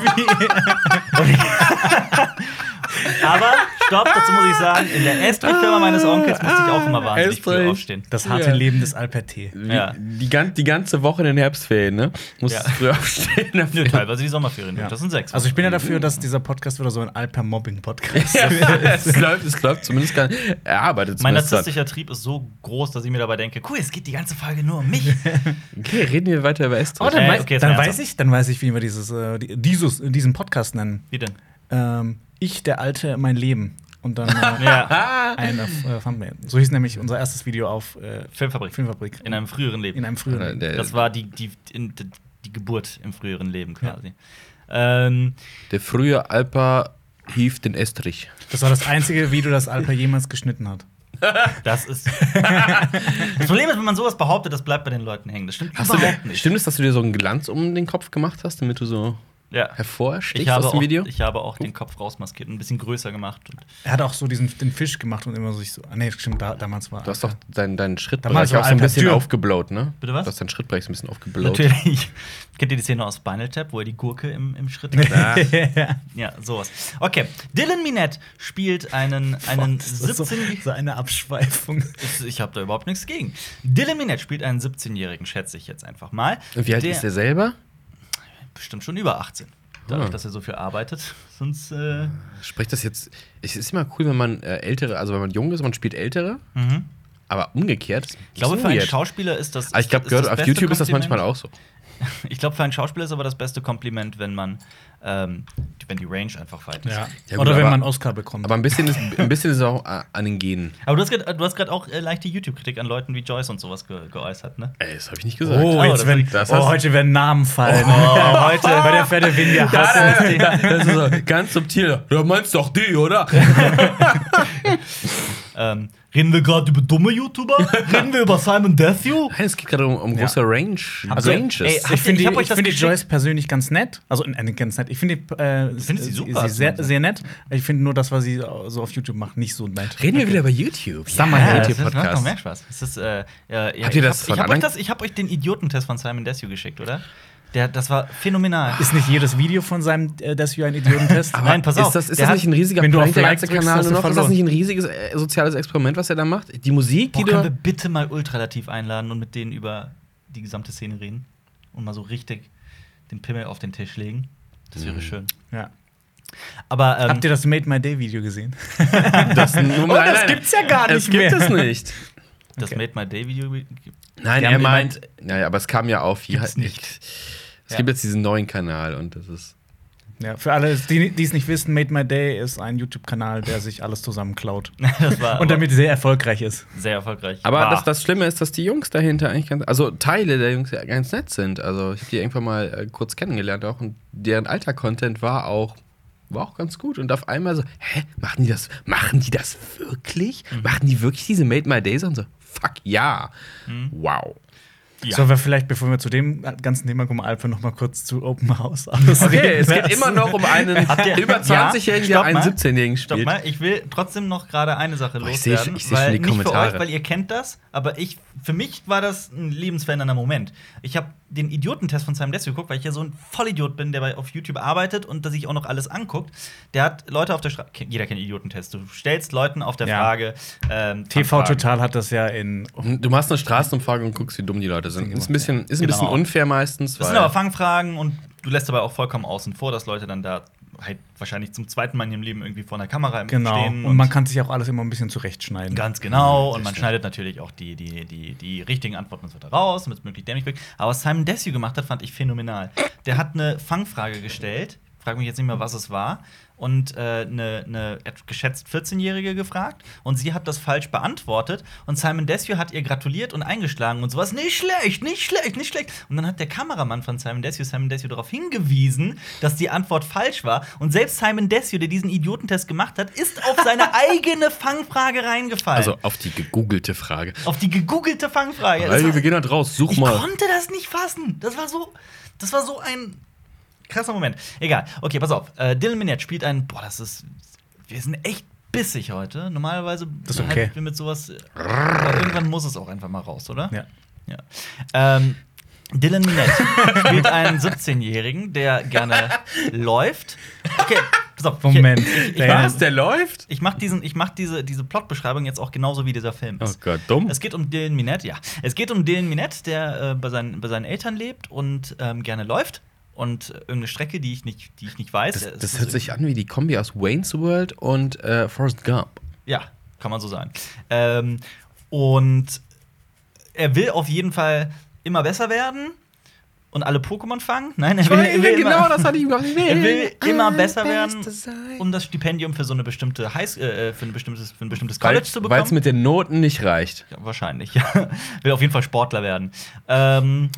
[SPEAKER 1] Aber stopp, dazu muss ich sagen, in der Estrich-Firma meines Onkels musste ich auch
[SPEAKER 3] Ah,
[SPEAKER 1] immer wahnsinnig früh
[SPEAKER 2] Estrich.
[SPEAKER 1] aufstehen.
[SPEAKER 3] Das harte
[SPEAKER 2] Ja.
[SPEAKER 3] Leben des Alper T.
[SPEAKER 2] Wie,
[SPEAKER 1] Ja.
[SPEAKER 2] die, gan die ganze Woche in den Herbstferien, ne? Musstest
[SPEAKER 1] Ja.
[SPEAKER 2] früh aufstehen.
[SPEAKER 1] Nö,
[SPEAKER 2] dafür.
[SPEAKER 1] teilweise die Sommerferien.
[SPEAKER 3] Ja.
[SPEAKER 1] Das sind sechs.
[SPEAKER 3] Also ich bin ja dafür, dass dieser Podcast wieder so ein Alper-Mobbing-Podcast
[SPEAKER 2] Ja,
[SPEAKER 3] ist.
[SPEAKER 2] es, läuft, es läuft zumindest gar nicht. Er arbeitet
[SPEAKER 1] mein
[SPEAKER 2] zumindest dran.
[SPEAKER 1] narzisstischer Trieb ist so groß, dass ich mir dabei denke, cool, es geht die ganze Folge nur um mich.
[SPEAKER 2] Okay, reden wir weiter über Äh, Estrich.
[SPEAKER 3] Oh, dann
[SPEAKER 1] Ey,
[SPEAKER 3] weiß,
[SPEAKER 1] okay, jetzt
[SPEAKER 3] dann
[SPEAKER 1] mal
[SPEAKER 3] weiß
[SPEAKER 1] ernsthaft.
[SPEAKER 3] ich, dann weiß ich, wie wir dieses, äh, die- dieses, diesen Podcast nennen.
[SPEAKER 1] Wie denn?
[SPEAKER 3] Ähm, ich, der Alte, mein Leben. Und dann äh,
[SPEAKER 1] Ja,
[SPEAKER 3] ein äh, Thumbnail. So hieß nämlich unser erstes Video auf äh,
[SPEAKER 1] Filmfabrik.
[SPEAKER 3] Filmfabrik.
[SPEAKER 1] In einem früheren Leben.
[SPEAKER 3] In einem früheren.
[SPEAKER 2] Der,
[SPEAKER 1] Das war die, die, in, die Geburt im früheren Leben quasi. Ähm,
[SPEAKER 2] der frühe Alpa hief den Estrich.
[SPEAKER 3] Das war das einzige Video, das Alper jemals geschnitten hat.
[SPEAKER 1] das ist. das Problem ist, wenn man sowas behauptet, das bleibt bei den Leuten hängen. Das stimmt
[SPEAKER 2] Hast du,
[SPEAKER 1] überhaupt nicht.
[SPEAKER 2] stimmt es, dass du dir so einen Glanz um den Kopf gemacht hast, damit du so
[SPEAKER 1] Ja.
[SPEAKER 2] hervorstichst
[SPEAKER 1] Ich habe,
[SPEAKER 2] aus dem
[SPEAKER 1] auch,
[SPEAKER 2] Video?
[SPEAKER 1] ich habe auch den Kopf rausmaskiert und ein bisschen größer gemacht. Und
[SPEAKER 3] Er hat auch so diesen den Fisch gemacht und immer sich so. Ah, nee, stimmt, da, damals war.
[SPEAKER 2] Du hast doch deinen, deinen
[SPEAKER 3] Damals
[SPEAKER 2] Schrittbereich
[SPEAKER 3] war
[SPEAKER 2] auch so ein
[SPEAKER 3] Alter
[SPEAKER 2] bisschen
[SPEAKER 3] Tür.
[SPEAKER 2] aufgeblaut, ne?
[SPEAKER 1] Bitte was?
[SPEAKER 2] Du hast deinen Schrittbereich so ein bisschen aufgeblaut.
[SPEAKER 1] natürlich. Kennt ihr die Szene aus Spinal Tap, wo er die Gurke im, im Schritt
[SPEAKER 2] Ja.
[SPEAKER 1] Ja, sowas. Okay. Dylan Minette spielt einen, einen
[SPEAKER 3] Das ist so,
[SPEAKER 1] 17
[SPEAKER 3] so eine Abschweifung.
[SPEAKER 1] Ist- Ich habe da überhaupt nichts gegen. Dylan Minette spielt einen 17-Jährigen, schätze ich jetzt einfach mal.
[SPEAKER 2] Und wie alt ist er selber?
[SPEAKER 1] Bestimmt schon über 18. Dadurch,
[SPEAKER 2] Ah.
[SPEAKER 1] dass er so viel arbeitet. Sonst. Äh,
[SPEAKER 2] Spricht das jetzt. Es ist immer cool, wenn man äh, ältere, also wenn man jung ist, man spielt ältere, aber umgekehrt. ist ein
[SPEAKER 1] Mhm. Ich glaube,
[SPEAKER 2] bisschen
[SPEAKER 1] für einen
[SPEAKER 2] weird.
[SPEAKER 1] Schauspieler ist das.
[SPEAKER 2] Aber ich glaube,
[SPEAKER 1] ist das
[SPEAKER 2] auf
[SPEAKER 1] beste
[SPEAKER 2] YouTube ist das
[SPEAKER 1] Kompliment-
[SPEAKER 2] manchmal auch so.
[SPEAKER 1] Ich glaube, für einen Schauspieler ist aber das beste Kompliment, wenn man. Ähm, wenn die Range einfach weit ist.
[SPEAKER 3] Ja.
[SPEAKER 2] Ja, gut,
[SPEAKER 3] Oder wenn
[SPEAKER 2] aber-
[SPEAKER 3] man einen Oscar bekommt.
[SPEAKER 2] Aber ein bisschen ist, ein bisschen ist es auch äh, an den Genen.
[SPEAKER 1] Aber du hast grad- du hast gerade auch äh, leichte YouTube-Kritik an Leuten wie Joyce und sowas ge geäußert, ne?
[SPEAKER 2] Ey, das habe ich nicht gesagt.
[SPEAKER 3] oh,
[SPEAKER 1] Oh,
[SPEAKER 3] jetzt
[SPEAKER 1] das Oh.
[SPEAKER 3] werden,
[SPEAKER 2] das hast-
[SPEAKER 3] oh, heute werden Namen fallen.
[SPEAKER 1] heute-
[SPEAKER 3] Bei der Pferdewin, wir hassen es.
[SPEAKER 2] das ist so ganz subtil. Du meinst doch die, oder?
[SPEAKER 1] Ähm, reden wir gerade über dumme YouTuber? reden wir über Simon Dethew?
[SPEAKER 2] Nein, es geht gerade um, um große Range.
[SPEAKER 1] Also,
[SPEAKER 2] Ranges.
[SPEAKER 1] ey,
[SPEAKER 3] Ich finde
[SPEAKER 1] Ich
[SPEAKER 3] die,
[SPEAKER 1] hab euch
[SPEAKER 3] ich
[SPEAKER 1] das
[SPEAKER 3] find die
[SPEAKER 1] geschickt.
[SPEAKER 3] Joyce persönlich ganz nett. Also, äh, nicht ganz nett. Ich finde die, äh,
[SPEAKER 1] find sie super, hast du
[SPEAKER 3] sehr,
[SPEAKER 1] gesagt.
[SPEAKER 3] sehr nett. Ich finde nur das, was sie so auf YouTube macht, nicht so nett.
[SPEAKER 2] Reden wir wieder über YouTube. Summer
[SPEAKER 1] Ja, das
[SPEAKER 2] YouTube
[SPEAKER 1] ist- macht noch
[SPEAKER 2] Podcast.
[SPEAKER 1] mehr Spaß. Das ist, äh, ja, ja,
[SPEAKER 2] Habt ihr
[SPEAKER 1] ich
[SPEAKER 2] das
[SPEAKER 1] hab-
[SPEAKER 2] von
[SPEAKER 1] ich hab euch
[SPEAKER 2] anderen-
[SPEAKER 1] das? Ich habe euch den Idiotentest von Simon Desu geschickt, oder? Der, das war phänomenal.
[SPEAKER 3] Ist nicht jedes Video von seinem äh, That's You ein Idiotentest?
[SPEAKER 1] Aber- Nein, pass auf,
[SPEAKER 2] Ist das, ist
[SPEAKER 1] der
[SPEAKER 2] das
[SPEAKER 1] hat-
[SPEAKER 2] nicht ein riesiger
[SPEAKER 3] wenn du auf
[SPEAKER 2] Prank, der
[SPEAKER 3] Like
[SPEAKER 2] ganze
[SPEAKER 3] drückst,
[SPEAKER 2] Kanal
[SPEAKER 3] hast
[SPEAKER 2] nur
[SPEAKER 3] du
[SPEAKER 2] noch? Ist das
[SPEAKER 3] verloren.
[SPEAKER 2] nicht ein riesiges äh, soziales Experiment, was er da macht? Die Musik, die
[SPEAKER 1] Boah, können wir
[SPEAKER 2] du.
[SPEAKER 1] bitte mal Ultralativ einladen und mit denen über die gesamte Szene reden? Und mal so richtig den Pimmel auf den Tisch legen? Das
[SPEAKER 2] Mhm.
[SPEAKER 1] wäre schön.
[SPEAKER 3] Ja.
[SPEAKER 1] Aber ähm,
[SPEAKER 3] Habt ihr das Made My Day Video gesehen?
[SPEAKER 2] Das, nur
[SPEAKER 3] Oh, das gibt's ja gar
[SPEAKER 2] Es
[SPEAKER 3] nicht
[SPEAKER 2] gibt
[SPEAKER 3] mehr.
[SPEAKER 2] es nicht.
[SPEAKER 1] das
[SPEAKER 3] okay.
[SPEAKER 1] Made My Day Video gibt
[SPEAKER 2] Nein,
[SPEAKER 1] Die
[SPEAKER 2] er
[SPEAKER 1] haben
[SPEAKER 2] meint. Naja, aber es kam ja auf. Hier
[SPEAKER 1] Gibt's
[SPEAKER 2] halt nicht. Es gibt
[SPEAKER 1] Ja.
[SPEAKER 2] jetzt diesen neuen Kanal und das ist.
[SPEAKER 3] Ja, für alle, die die es nicht wissen, Made My Day ist ein YouTube-Kanal, der sich alles zusammenklaut.
[SPEAKER 1] das war
[SPEAKER 3] Und damit sehr erfolgreich ist.
[SPEAKER 1] aber sehr erfolgreich.
[SPEAKER 2] Aber
[SPEAKER 1] War.
[SPEAKER 2] das, das Schlimme ist, dass die Jungs dahinter eigentlich ganz, also Teile der Jungs ja ganz nett sind. Also ich habe die irgendwann mal äh, kurz kennengelernt auch und deren alter Content war auch war auch ganz gut und auf einmal so, hä, machen die das, machen die das wirklich?
[SPEAKER 1] Mhm.
[SPEAKER 2] Machen die wirklich diese Made My Days und so, fuck ja,
[SPEAKER 1] Mhm.
[SPEAKER 2] wow.
[SPEAKER 1] Ja.
[SPEAKER 3] Sollen wir vielleicht, bevor wir zu dem äh, ganzen Thema kommen, Alper noch mal kurz zu Open House alles
[SPEAKER 2] Okay, es
[SPEAKER 3] lassen?
[SPEAKER 2] geht immer noch um einen
[SPEAKER 1] Habt ihr-
[SPEAKER 2] über 20-Jährigen,
[SPEAKER 1] Ja, stopp
[SPEAKER 2] der einen
[SPEAKER 1] mal.
[SPEAKER 2] 17-Jährigen
[SPEAKER 1] Stopp
[SPEAKER 2] spielt.
[SPEAKER 1] mal, ich will trotzdem noch gerade eine Sache
[SPEAKER 2] Boah, ich seh
[SPEAKER 1] loswerden.
[SPEAKER 2] schon- ich seh schon
[SPEAKER 1] weil
[SPEAKER 2] die
[SPEAKER 1] nicht
[SPEAKER 2] Kommentare.
[SPEAKER 1] Für euch, weil ihr kennt das, aber ich, für mich war das ein lebensverändernder Moment. Ich habe den Idiotentest von Simon Desu geguckt, weil ich ja so ein Vollidiot bin, der bei, auf YouTube arbeitet und dass ich auch noch alles anguckt. Der hat Leute auf der Straße. Jeder kennt Idiotentest. Du stellst Leuten auf der
[SPEAKER 3] Ja.
[SPEAKER 1] Frage. Ähm,
[SPEAKER 3] TV
[SPEAKER 1] Anfragen.
[SPEAKER 3] Total hat das ja in
[SPEAKER 2] Hm, Du machst eine Straßenumfrage und guckst, wie dumm die Leute sind. Ist ein bisschen, ist ein bisschen
[SPEAKER 1] Genau.
[SPEAKER 2] unfair meistens.
[SPEAKER 1] Das
[SPEAKER 2] weil-
[SPEAKER 1] sind aber Fangfragen und du lässt aber auch vollkommen außen vor, dass Leute dann da halt wahrscheinlich zum zweiten Mal in ihrem Leben irgendwie vor einer Kamera
[SPEAKER 3] Genau.
[SPEAKER 1] stehen.
[SPEAKER 3] Und man kann sich auch alles immer ein bisschen zurechtschneiden.
[SPEAKER 1] Ganz genau.
[SPEAKER 2] das
[SPEAKER 1] und man
[SPEAKER 2] stimmt.
[SPEAKER 1] schneidet natürlich auch die, die, die, die richtigen Antworten und so weiter raus, damit es möglichst dämlich wirkt. Aber was Simon Desue gemacht hat, fand ich phänomenal. Der hat eine Fangfrage gestellt. Frag mich jetzt nicht mehr, was es war. Und äh, eine, eine geschätzt 14-Jährige gefragt. Und sie hat das falsch beantwortet. Und Simon Desue hat ihr gratuliert und eingeschlagen und sowas. Nicht schlecht, nicht schlecht, nicht schlecht. Und dann hat der Kameramann von Simon Desue Simon Desue darauf hingewiesen, dass die Antwort falsch war. Und selbst Simon Desue, der diesen Idiotentest gemacht hat, ist auf seine eigene Fangfrage reingefallen.
[SPEAKER 2] Also auf die gegoogelte Frage.
[SPEAKER 1] Auf die gegoogelte Fangfrage. Das
[SPEAKER 2] Hey,
[SPEAKER 1] war,
[SPEAKER 2] wir gehen halt raus, such
[SPEAKER 1] ich
[SPEAKER 2] mal.
[SPEAKER 1] konnte das nicht fassen. Das war so, das war so ein krasser Moment. Egal. Okay, pass auf. Äh, Dylan Minette spielt einen. Boah, das ist. Wir sind echt bissig heute. Normalerweise
[SPEAKER 3] Das ist okay.
[SPEAKER 1] halten wir mit sowas. Aber irgendwann muss es auch einfach mal raus, oder?
[SPEAKER 3] Ja.
[SPEAKER 1] Ja. Ähm, Dylan Minette spielt einen 17-Jährigen, der gerne läuft. Okay, pass auf.
[SPEAKER 3] Moment.
[SPEAKER 1] Ich, ich, ich,
[SPEAKER 3] Diana.
[SPEAKER 1] mach,
[SPEAKER 2] Was, der läuft?
[SPEAKER 1] ich mach diesen, ich mach diese, diese Plotbeschreibung jetzt auch genauso wie dieser Film
[SPEAKER 2] Oh
[SPEAKER 1] ist.
[SPEAKER 2] Gott, dumm.
[SPEAKER 1] Es geht um Dylan Minette, ja. Es geht um Dylan Minette, der äh, bei, seinen, bei seinen Eltern lebt und ähm, gerne läuft. Und äh, irgendeine Strecke, die ich nicht, die ich nicht weiß.
[SPEAKER 2] Das,
[SPEAKER 1] Es
[SPEAKER 2] das
[SPEAKER 1] ist
[SPEAKER 2] hört sich an wie die Kombi aus Wayne's World und äh, Forrest Gump.
[SPEAKER 1] Ja, kann man so sagen. Ähm, und er will auf jeden Fall immer besser werden und alle Pokémon fangen. Nein, er will, er will immer,
[SPEAKER 2] Genau hatte ich noch
[SPEAKER 1] er will immer besser werden, um das Stipendium für so eine bestimmte High äh, für ein bestimmtes für ein bestimmtes College zu bekommen.
[SPEAKER 2] Weil es mit den Noten nicht reicht.
[SPEAKER 1] Ja, wahrscheinlich, ja. Will auf jeden Fall Sportler werden. Ähm,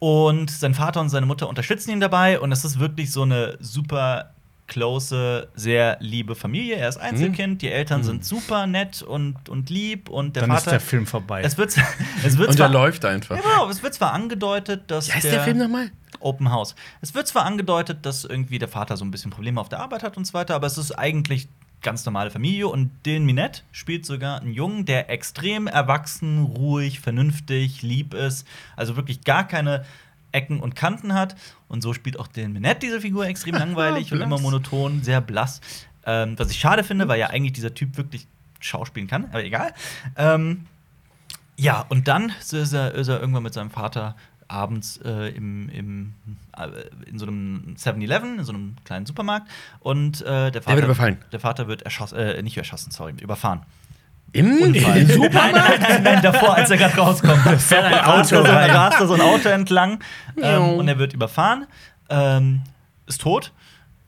[SPEAKER 1] und sein Vater und seine Mutter unterstützen ihn dabei und es ist wirklich so eine super close, sehr liebe Familie. Er ist
[SPEAKER 2] Mhm.
[SPEAKER 1] Einzelkind, die Eltern sind super nett und, und lieb und der
[SPEAKER 3] Dann ist
[SPEAKER 1] Vater.
[SPEAKER 3] der Film vorbei.
[SPEAKER 1] es wird, es wird
[SPEAKER 2] Und er
[SPEAKER 1] zwar,
[SPEAKER 2] läuft einfach.
[SPEAKER 1] Ja, genau, es wird zwar angedeutet, dass
[SPEAKER 2] Wie heißt der Film nochmal?
[SPEAKER 1] Open House. Es wird zwar angedeutet, dass irgendwie der Vater so ein bisschen Probleme auf der Arbeit hat und so weiter, aber es ist eigentlich ganz normale Familie und Dylan Minette spielt sogar einen Jungen, der extrem erwachsen, ruhig, vernünftig, lieb ist, also wirklich gar keine Ecken und Kanten hat und so spielt auch Dylan Minette diese Figur extrem langweilig und
[SPEAKER 2] Blass.
[SPEAKER 1] immer monoton, sehr blass, ähm, was ich schade finde, weil ja eigentlich dieser Typ wirklich schauspielen kann, aber egal. Ähm, ja, und dann ist er, ist er irgendwann mit seinem Vater abends äh, im, im, äh, in so einem 7-Eleven, in so einem kleinen Supermarkt. Und äh, der, Vater,
[SPEAKER 2] wird überfallen.
[SPEAKER 1] der Vater wird erschossen, äh, nicht erschossen, sorry, überfahren.
[SPEAKER 2] Im
[SPEAKER 1] Unfall.
[SPEAKER 2] Super.
[SPEAKER 1] Nein, nein, nein, davor, als er gerade rauskommt. Fährt ein Auto so,
[SPEAKER 3] rein.
[SPEAKER 1] rast da so ein Auto entlang ähm,
[SPEAKER 2] Miau.
[SPEAKER 1] und er wird überfahren, ähm, ist tot.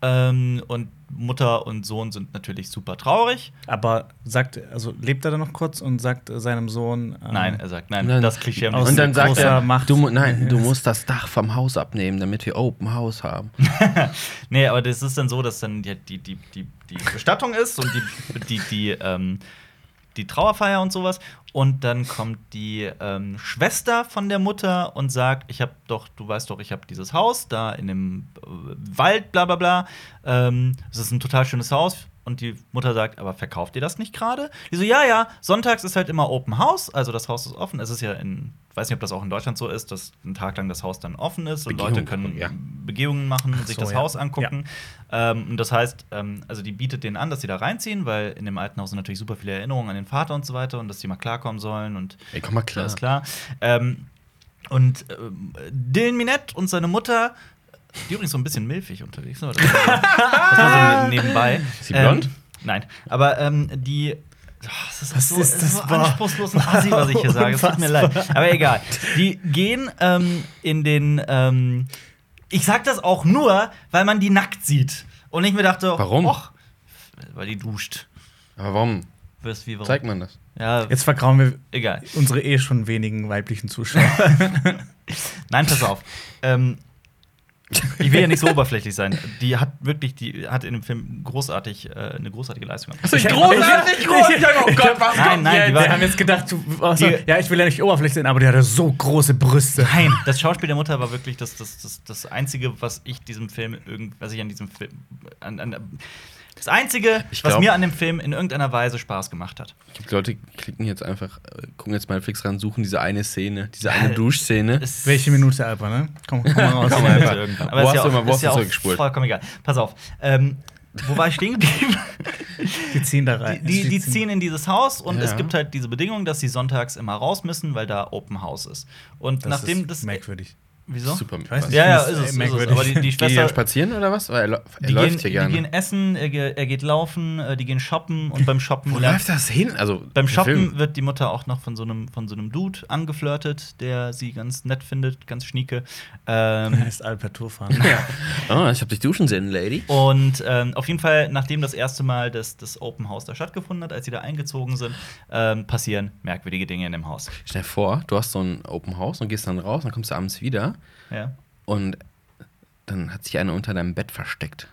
[SPEAKER 1] Ähm, und Mutter und Sohn sind natürlich super traurig.
[SPEAKER 3] Aber sagt, also lebt er da noch kurz und sagt äh, seinem Sohn. äh,
[SPEAKER 1] Nein, er sagt, nein,
[SPEAKER 2] Nein.
[SPEAKER 1] das Klischee am
[SPEAKER 3] Aus
[SPEAKER 2] Und dann sagt
[SPEAKER 3] großer
[SPEAKER 2] er,
[SPEAKER 3] Macht.
[SPEAKER 2] du, mu- nein, du musst das Dach vom Haus abnehmen, damit wir Open House haben.
[SPEAKER 1] Nee, aber das ist dann so, dass dann die, die, die, die, die Bestattung ist und die, die, die, ähm, die Trauerfeier und sowas. Und dann kommt die ähm, Schwester von der Mutter und sagt, ich habe doch, du weißt doch, ich habe dieses Haus da in dem äh, Wald, bla bla bla. Ähm, Es ist ein total schönes Haus. Und die Mutter sagt, aber verkauft ihr das nicht gerade? Die so, ja, ja, sonntags ist halt immer Open House, also das Haus ist offen. Es ist ja in, weiß nicht, ob das auch in Deutschland so ist, dass einen Tag lang das Haus dann offen ist und Leute
[SPEAKER 2] Begehung,
[SPEAKER 1] können
[SPEAKER 2] ja.
[SPEAKER 1] Begehungen machen,
[SPEAKER 3] Ach
[SPEAKER 1] sich
[SPEAKER 3] so,
[SPEAKER 1] das
[SPEAKER 3] ja.
[SPEAKER 1] Haus angucken. Ähm, und das heißt, ähm, also die bietet denen an, dass sie da reinziehen, weil in dem alten Haus sind natürlich super viele Erinnerungen an den Vater und so weiter und dass die mal klarkommen sollen und
[SPEAKER 2] Ey, komm mal
[SPEAKER 1] klar.
[SPEAKER 2] klar.
[SPEAKER 1] alles klar. Ähm, und ähm, Dylan Minette und seine Mutter, die übrigens so ein bisschen milfig unterwegs sind, aber das das war so nebenbei.
[SPEAKER 2] Ist sie blond?
[SPEAKER 1] Ähm, nein, aber ähm, die. Oh, das ist
[SPEAKER 3] Was
[SPEAKER 1] so,
[SPEAKER 3] ist
[SPEAKER 1] es
[SPEAKER 3] das
[SPEAKER 1] so
[SPEAKER 3] wahr?
[SPEAKER 1] anspruchslos und assi, was ich hier sage. Es tut mir leid. Aber egal. Die gehen ähm, in den. Ähm, ich sag das auch nur, weil man die nackt sieht. Und ich mir dachte,
[SPEAKER 2] Warum?
[SPEAKER 1] Och, weil die duscht.
[SPEAKER 2] Aber warum
[SPEAKER 1] Wirst wie warum?
[SPEAKER 2] zeigt man das?
[SPEAKER 1] Ja,
[SPEAKER 3] Jetzt vergrauen wir
[SPEAKER 1] egal.
[SPEAKER 3] unsere eh schon wenigen weiblichen Zuschauer.
[SPEAKER 1] Nein, pass auf. ähm, ich will ja nicht so oberflächlich sein. Die hat wirklich, die hat in dem Film großartig äh, eine großartige Leistung gemacht.
[SPEAKER 2] Ich-
[SPEAKER 3] großartig,
[SPEAKER 2] ich-
[SPEAKER 3] großartig.
[SPEAKER 2] ich- Oh Gott, was
[SPEAKER 1] Nein,
[SPEAKER 2] kommt
[SPEAKER 1] nein, die
[SPEAKER 2] jetzt?
[SPEAKER 1] war-
[SPEAKER 3] Wir haben jetzt gedacht, du, also,
[SPEAKER 1] Die-
[SPEAKER 3] ja, ich will ja nicht oberflächlich sein, aber der hat ja so große Brüste.
[SPEAKER 1] Nein, das Schauspiel der Mutter war wirklich das, das, das, das Einzige, was ich diesem Film, irgend, was ich an diesem Film, an, an, das Einzige,
[SPEAKER 2] Ich
[SPEAKER 1] was
[SPEAKER 2] glaub-
[SPEAKER 1] mir an dem Film in irgendeiner Weise Spaß gemacht hat.
[SPEAKER 2] Ich glaub, Leute klicken jetzt einfach, äh, gucken jetzt mal Netflix ran, suchen diese eine Szene, diese eine Duschszene.
[SPEAKER 1] Es-
[SPEAKER 3] Welche Minute, Alper, ne? Komm, komm mal raus.
[SPEAKER 1] Komm mal bitte irgendwann. Aber
[SPEAKER 2] Wo
[SPEAKER 1] ist ja
[SPEAKER 2] hast du
[SPEAKER 1] auch,
[SPEAKER 2] mal- wo
[SPEAKER 1] ist
[SPEAKER 2] hast
[SPEAKER 1] ja
[SPEAKER 2] du
[SPEAKER 1] auch
[SPEAKER 2] zurückgespult?
[SPEAKER 1] vollkommen egal. Pass auf. Ähm, wo war ich stehen geblieben?
[SPEAKER 3] Die ziehen da rein.
[SPEAKER 1] Die, die, die ziehen in dieses Haus und
[SPEAKER 2] Ja.
[SPEAKER 1] es gibt halt diese Bedingung, dass sie sonntags immer raus müssen, weil da Open House ist. Und
[SPEAKER 3] Das
[SPEAKER 1] nachdem
[SPEAKER 3] ist
[SPEAKER 1] das
[SPEAKER 3] merkwürdig.
[SPEAKER 1] Wieso?
[SPEAKER 2] Super.
[SPEAKER 3] Ich weiß nicht.
[SPEAKER 1] Ja, ja,
[SPEAKER 3] Ich
[SPEAKER 1] ist
[SPEAKER 3] find's,
[SPEAKER 1] es.
[SPEAKER 3] äh,
[SPEAKER 1] Ist es.
[SPEAKER 3] merkwürdig.
[SPEAKER 1] Aber die, die
[SPEAKER 2] Geht ihr dann
[SPEAKER 1] Schwester.
[SPEAKER 2] spazieren oder was? Weil er, er
[SPEAKER 1] Die gehen,
[SPEAKER 2] läuft
[SPEAKER 1] die
[SPEAKER 2] hier gerne.
[SPEAKER 1] gehen essen, er, ge- er geht laufen, äh, die gehen shoppen und beim Shoppen
[SPEAKER 2] Wo
[SPEAKER 1] lernt-
[SPEAKER 2] läuft das hin? Also
[SPEAKER 1] Beim
[SPEAKER 2] der
[SPEAKER 1] Shoppen
[SPEAKER 2] Film.
[SPEAKER 1] wird die Mutter auch noch von so einem, von so einem Dude angeflirtet, der sie ganz nett findet, ganz schnieke. Ähm,
[SPEAKER 3] heißt Alpertur fahren.
[SPEAKER 2] Ah, ich habe dich duschen sehen, Lady.
[SPEAKER 1] und ähm, auf jeden Fall, nachdem das erste Mal das, das Open House da stattgefunden hat, als sie da eingezogen sind, ähm, passieren merkwürdige Dinge in dem Haus.
[SPEAKER 2] Stell dir vor, du hast so ein Open House und gehst dann raus, dann kommst du abends wieder
[SPEAKER 1] Ja.
[SPEAKER 2] und dann hat sich einer unter deinem Bett versteckt.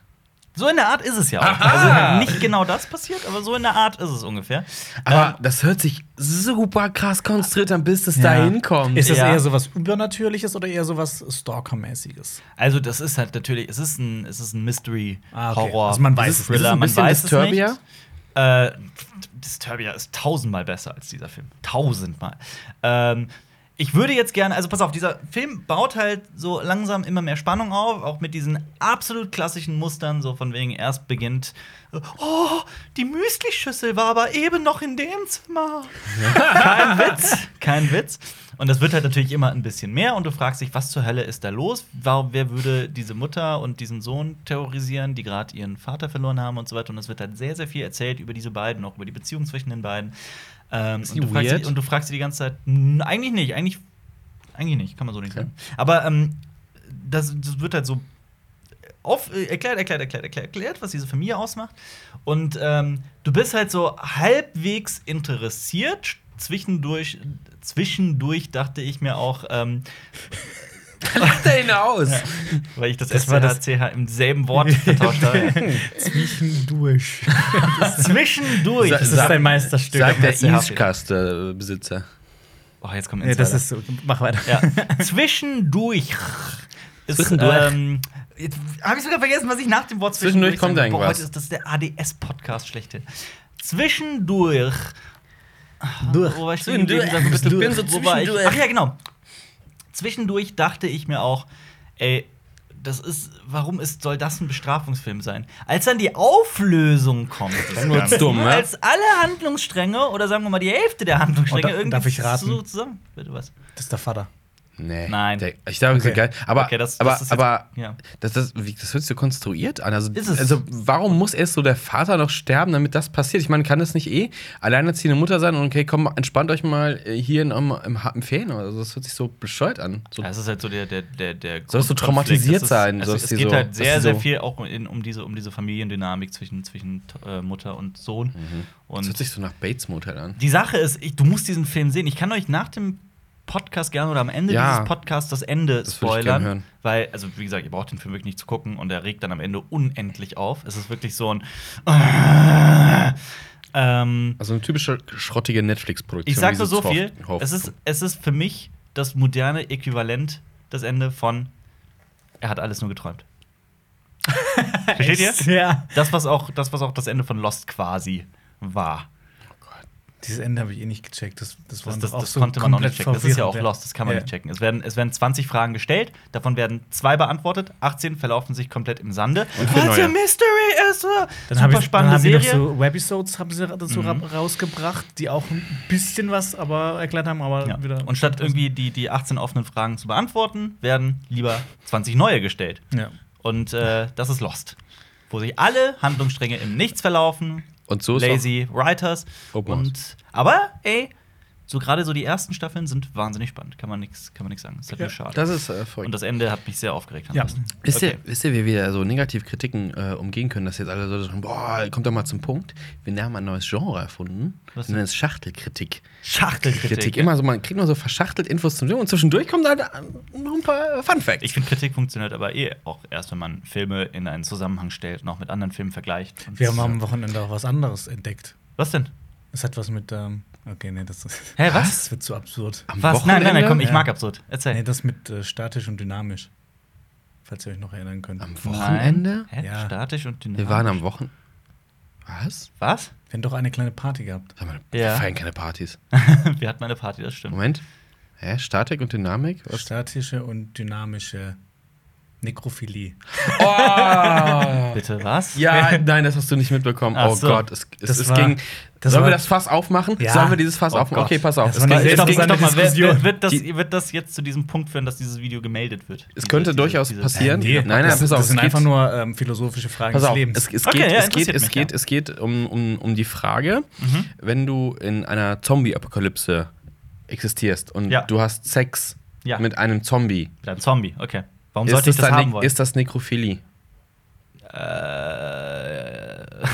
[SPEAKER 1] So in der Art ist es ja auch.
[SPEAKER 2] Aha!
[SPEAKER 1] Also nicht genau das passiert, aber so in der Art ist es ungefähr.
[SPEAKER 2] Aber das hört sich super krass konstruiert an, bis das da
[SPEAKER 3] Ja.
[SPEAKER 2] hinkommt.
[SPEAKER 3] Ist das
[SPEAKER 1] Ja.
[SPEAKER 3] eher so was Übernatürliches oder eher so was Stalker-mäßiges?
[SPEAKER 1] Also, das ist halt natürlich, es ist ein, es ist ein Mystery,
[SPEAKER 3] Ah, okay.
[SPEAKER 1] Horror,
[SPEAKER 3] Also man weiß es
[SPEAKER 1] Thriller,
[SPEAKER 2] nicht. Ist es ein
[SPEAKER 1] man
[SPEAKER 2] bisschen
[SPEAKER 1] weiß
[SPEAKER 2] Disturbia?
[SPEAKER 1] es nicht. Äh, Disturbia ist tausendmal besser als dieser Film. Tausendmal. Ähm, ich würde jetzt gerne, also pass auf, dieser Film baut halt so langsam immer mehr Spannung auf, auch mit diesen absolut klassischen Mustern, so von wegen erst beginnt, oh, die Müslischüssel war aber eben noch in dem Zimmer. Kein Witz, kein Witz. Und das wird halt natürlich immer ein bisschen mehr und du fragst dich, was zur Hölle ist da los? Warum, wer würde diese Mutter und diesen Sohn terrorisieren, die gerade ihren Vater verloren haben und so weiter? Und es wird halt sehr, sehr viel erzählt über diese beiden, auch über die Beziehung zwischen den beiden. Ähm,
[SPEAKER 2] Ist die
[SPEAKER 1] und, du fragst,
[SPEAKER 2] weird?
[SPEAKER 1] dich- und du fragst dich die ganze Zeit, "N- eigentlich nicht, eigentlich, eigentlich nicht, kann man so nicht
[SPEAKER 2] Okay.
[SPEAKER 1] sagen. Aber ähm, das, das wird halt so auf, äh, erklärt, erklärt, erklärt, erklärt, erklärt, was diese Familie ausmacht. Und ähm, du bist halt so halbwegs interessiert. Zwischendurch, zwischendurch dachte ich mir auch, ähm,
[SPEAKER 2] Lacht er ihn aus?
[SPEAKER 1] weil ich das,
[SPEAKER 3] Das war das-
[SPEAKER 1] SWHCH im selben Wort vertauscht habe.
[SPEAKER 3] Zwischendurch.
[SPEAKER 1] zwischendurch.
[SPEAKER 2] Sa-
[SPEAKER 3] Das ist
[SPEAKER 2] Sag-
[SPEAKER 3] dein Meisterstück.
[SPEAKER 2] Sagt der
[SPEAKER 1] SCH steht.
[SPEAKER 2] Eastcast-Besitzer.
[SPEAKER 1] Oh, jetzt kommt
[SPEAKER 3] Ja, das
[SPEAKER 1] Insider.
[SPEAKER 3] ist, mach weiter.
[SPEAKER 1] Ja. Zwischendurch. Ist,
[SPEAKER 2] Zwischendurch.
[SPEAKER 1] Ähm, jetzt habe ich sogar vergessen, was ich nach dem Wort
[SPEAKER 2] Zwischendurch kommt
[SPEAKER 1] sagen-
[SPEAKER 2] irgendwas.
[SPEAKER 1] Boah, heute ist das der ADS-Podcast schlechthin. Zwischendurch.
[SPEAKER 3] Durch.
[SPEAKER 1] Wo war ich
[SPEAKER 2] Zwischendurch.
[SPEAKER 1] stehen geblieben? Sag mal bitte,
[SPEAKER 2] Ich bin so
[SPEAKER 1] wo war ich?
[SPEAKER 2] zwischendurch.
[SPEAKER 1] Ach ja, genau. Zwischendurch dachte ich mir auch, ey, das ist, warum ist, soll das ein Bestrafungsfilm sein? Als dann die Auflösung kommt, des
[SPEAKER 2] Dann wird's
[SPEAKER 1] Ganzen,
[SPEAKER 2] dumm, ne?
[SPEAKER 1] als alle Handlungsstränge oder sagen wir mal die Hälfte der Handlungsstränge
[SPEAKER 3] Und da-
[SPEAKER 2] Oh,
[SPEAKER 1] irgendwie
[SPEAKER 3] darf ich raten?
[SPEAKER 1] so zusammen. Bitte was?
[SPEAKER 3] Das ist der Vater.
[SPEAKER 2] Nee.
[SPEAKER 1] Nein.
[SPEAKER 2] Der, ich glaube, das ist
[SPEAKER 3] Okay.
[SPEAKER 2] geil. Aber,
[SPEAKER 1] Okay, das- das
[SPEAKER 2] aber,
[SPEAKER 1] ist jetzt-
[SPEAKER 2] aber
[SPEAKER 1] ja.
[SPEAKER 2] das, das, wie, das hört sich so konstruiert an. Also,
[SPEAKER 1] Ist es.
[SPEAKER 2] also, warum muss erst so der Vater noch sterben, damit das passiert? Ich meine, kann das nicht eh alleinerziehende Mutter sein und okay, komm, entspannt euch mal äh, hier in, im, im harten Ferien? Also, das hört sich so bescheuert an. So,
[SPEAKER 1] Ja, es ist halt so der, der, der, der
[SPEAKER 2] Sollst du
[SPEAKER 1] Grundkonflikt.
[SPEAKER 2] traumatisiert
[SPEAKER 1] Es ist,
[SPEAKER 2] sein?
[SPEAKER 1] Also,
[SPEAKER 2] Sollst
[SPEAKER 1] es
[SPEAKER 2] die
[SPEAKER 1] geht
[SPEAKER 2] so-
[SPEAKER 1] halt
[SPEAKER 2] dass
[SPEAKER 1] sehr,
[SPEAKER 2] die
[SPEAKER 1] sehr
[SPEAKER 2] so-
[SPEAKER 1] viel auch in, um, diese, um diese Familiendynamik zwischen, zwischen äh, Mutter und Sohn.
[SPEAKER 2] Mhm. das
[SPEAKER 1] Und
[SPEAKER 2] hört sich so nach Bates Motel an.
[SPEAKER 1] die Sache ist, ich, du musst diesen Film sehen. Ich kann euch nach dem Podcast gerne oder am Ende
[SPEAKER 2] Ja.
[SPEAKER 1] dieses Podcasts das Ende
[SPEAKER 2] Das würd ich
[SPEAKER 1] spoilern.
[SPEAKER 2] gern hören.
[SPEAKER 1] Weil, also wie gesagt, ihr braucht den Film wirklich nicht zu gucken und er regt dann am Ende unendlich auf. Es ist wirklich so ein. ähm,
[SPEAKER 2] Also eine typische schrottige Netflix-Produktion.
[SPEAKER 1] ich sag
[SPEAKER 2] wie
[SPEAKER 1] nur
[SPEAKER 2] sie
[SPEAKER 1] so
[SPEAKER 2] zu oft-
[SPEAKER 1] viel.
[SPEAKER 2] oft-
[SPEAKER 1] Es ist, es ist für mich das moderne Äquivalent, das Ende von Er hat alles nur geträumt. Versteht ihr?
[SPEAKER 3] Ja.
[SPEAKER 1] Das, was auch das, was auch das Ende von Lost quasi war.
[SPEAKER 3] Dieses Ende habe ich eh nicht gecheckt. Das, das,
[SPEAKER 1] Das,
[SPEAKER 3] waren
[SPEAKER 1] das,
[SPEAKER 3] doch auch
[SPEAKER 1] das
[SPEAKER 3] so
[SPEAKER 1] konnte man noch nicht
[SPEAKER 3] komplett
[SPEAKER 1] checken. Das ist ja auch
[SPEAKER 3] verwirrend,
[SPEAKER 1] Lost, das kann man
[SPEAKER 3] Ja.
[SPEAKER 1] nicht checken. Es werden, es werden 20 Fragen gestellt, davon werden zwei beantwortet, 18 verlaufen sich komplett im Sande.
[SPEAKER 2] Und vier
[SPEAKER 1] Weil's ja
[SPEAKER 2] neue.
[SPEAKER 1] Mystery ist! äh,
[SPEAKER 3] Dann habe
[SPEAKER 1] Super
[SPEAKER 3] ich dann
[SPEAKER 1] spannende
[SPEAKER 3] haben die noch
[SPEAKER 1] Serie. Mhm.
[SPEAKER 3] so Webisodes haben sie dazu ra- rausgebracht, die auch ein bisschen was aber erklärt haben, aber
[SPEAKER 1] Ja.
[SPEAKER 3] wieder.
[SPEAKER 1] Und statt irgendwie die, die 18 offenen Fragen zu beantworten, werden lieber 20 neue gestellt.
[SPEAKER 3] Ja.
[SPEAKER 1] Und äh, das ist Lost. Wo sich alle Handlungsstränge im Nichts verlaufen.
[SPEAKER 2] Und so ist
[SPEAKER 1] Lazy Writers.
[SPEAKER 2] Open House.
[SPEAKER 1] und, aber, ey, so gerade so die ersten Staffeln sind wahnsinnig spannend. Kann man nichts sagen. Ist halt
[SPEAKER 3] Ja,
[SPEAKER 1] nur schade.
[SPEAKER 2] Das ist äh, verrückt.
[SPEAKER 1] und das Ende hat mich sehr aufgeregt.
[SPEAKER 3] Ja.
[SPEAKER 1] ansonsten.
[SPEAKER 2] Wisst,
[SPEAKER 1] Okay.
[SPEAKER 2] ihr, wisst ihr, wie wir so Negativkritiken äh, umgehen können, dass jetzt alle so sagen, boah, kommt doch mal zum Punkt. Wir haben ein neues Genre erfunden.
[SPEAKER 1] Was
[SPEAKER 2] Was nennen es Schachtelkritik.
[SPEAKER 1] Schachtelkritik.
[SPEAKER 2] Kritik. Immer so, man kriegt nur so verschachtelt Infos zum Film und zwischendurch kommen da äh, noch ein paar Fun Facts.
[SPEAKER 1] Ich finde, Kritik funktioniert aber eh auch erst, wenn man Filme in einen Zusammenhang stellt, noch mit anderen Filmen vergleicht. Und
[SPEAKER 3] Wir haben am Wochenende auch was anderes entdeckt.
[SPEAKER 1] was denn?
[SPEAKER 3] Es hat was mit. Ähm, okay, nee, das ist.
[SPEAKER 1] Hä, was?
[SPEAKER 3] Das wird zu absurd.
[SPEAKER 2] Am
[SPEAKER 1] Was? Nein, nein, nein, komm, ich
[SPEAKER 3] Ja.
[SPEAKER 1] mag absurd. Erzähl.
[SPEAKER 3] Nee, das mit äh, statisch und dynamisch. Falls ihr euch noch erinnern könnt.
[SPEAKER 2] Am Wochenende?
[SPEAKER 1] Nein. Hä?
[SPEAKER 3] Ja.
[SPEAKER 1] Statisch und dynamisch.
[SPEAKER 2] Wir waren am Wochenende. Was?
[SPEAKER 1] Was?
[SPEAKER 3] Wir haben doch eine kleine Party gehabt.
[SPEAKER 2] Sag mal,
[SPEAKER 1] Ja.
[SPEAKER 2] Wir feiern keine Partys.
[SPEAKER 1] Wir hatten eine Party, das stimmt.
[SPEAKER 2] Moment. Hä? Statik und Dynamik? Was?
[SPEAKER 3] Statische und dynamische Nekrophilie.
[SPEAKER 2] Oh!
[SPEAKER 1] Bitte was?
[SPEAKER 2] ja, nein, das hast du nicht mitbekommen.
[SPEAKER 1] Ach
[SPEAKER 2] Oh
[SPEAKER 1] so.
[SPEAKER 2] Gott, es, es,
[SPEAKER 3] Das
[SPEAKER 2] es
[SPEAKER 3] war-
[SPEAKER 2] ging.
[SPEAKER 3] das
[SPEAKER 2] Sollen wir
[SPEAKER 3] war-
[SPEAKER 2] das Fass aufmachen?
[SPEAKER 3] Ja.
[SPEAKER 2] Sollen wir dieses Fass
[SPEAKER 1] Oh
[SPEAKER 2] aufmachen?
[SPEAKER 1] Gott.
[SPEAKER 2] Okay, pass auf.
[SPEAKER 3] Das
[SPEAKER 2] Es,
[SPEAKER 3] war
[SPEAKER 2] war,
[SPEAKER 3] eine
[SPEAKER 1] Jetzt
[SPEAKER 2] es,
[SPEAKER 1] doch,
[SPEAKER 3] seltsame
[SPEAKER 2] ging,
[SPEAKER 1] sag doch mal, wer,
[SPEAKER 3] Diskussion.
[SPEAKER 1] wer, wird, das,
[SPEAKER 2] Die-
[SPEAKER 1] wird das jetzt zu diesem Punkt führen, dass dieses Video gemeldet wird?
[SPEAKER 2] es könnte durchaus passieren.
[SPEAKER 3] Äh, nee,
[SPEAKER 2] nein, nein,
[SPEAKER 3] das,
[SPEAKER 2] pass auf.
[SPEAKER 3] Das sind
[SPEAKER 2] es geht-
[SPEAKER 3] einfach nur ähm, philosophische Fragen
[SPEAKER 2] Pass
[SPEAKER 3] des
[SPEAKER 2] auf,
[SPEAKER 3] Lebens.
[SPEAKER 2] es, es
[SPEAKER 1] Okay,
[SPEAKER 2] geht,
[SPEAKER 1] ja,
[SPEAKER 2] es, geht,
[SPEAKER 1] interessiert
[SPEAKER 2] es,
[SPEAKER 1] mich,
[SPEAKER 2] geht,
[SPEAKER 1] ja.
[SPEAKER 2] es geht um, um, um die Frage,
[SPEAKER 1] Mhm.
[SPEAKER 2] wenn du in einer Zombie-Apokalypse existierst und
[SPEAKER 1] Ja.
[SPEAKER 2] du hast Sex
[SPEAKER 1] Ja.
[SPEAKER 2] mit einem Zombie,
[SPEAKER 1] Mit einem Zombie, okay. Warum
[SPEAKER 2] ist
[SPEAKER 1] sollte
[SPEAKER 2] das,
[SPEAKER 1] ich das
[SPEAKER 2] dann
[SPEAKER 1] haben
[SPEAKER 2] Ne-
[SPEAKER 1] wollen?
[SPEAKER 2] ist das Nekrophilie?
[SPEAKER 1] äh,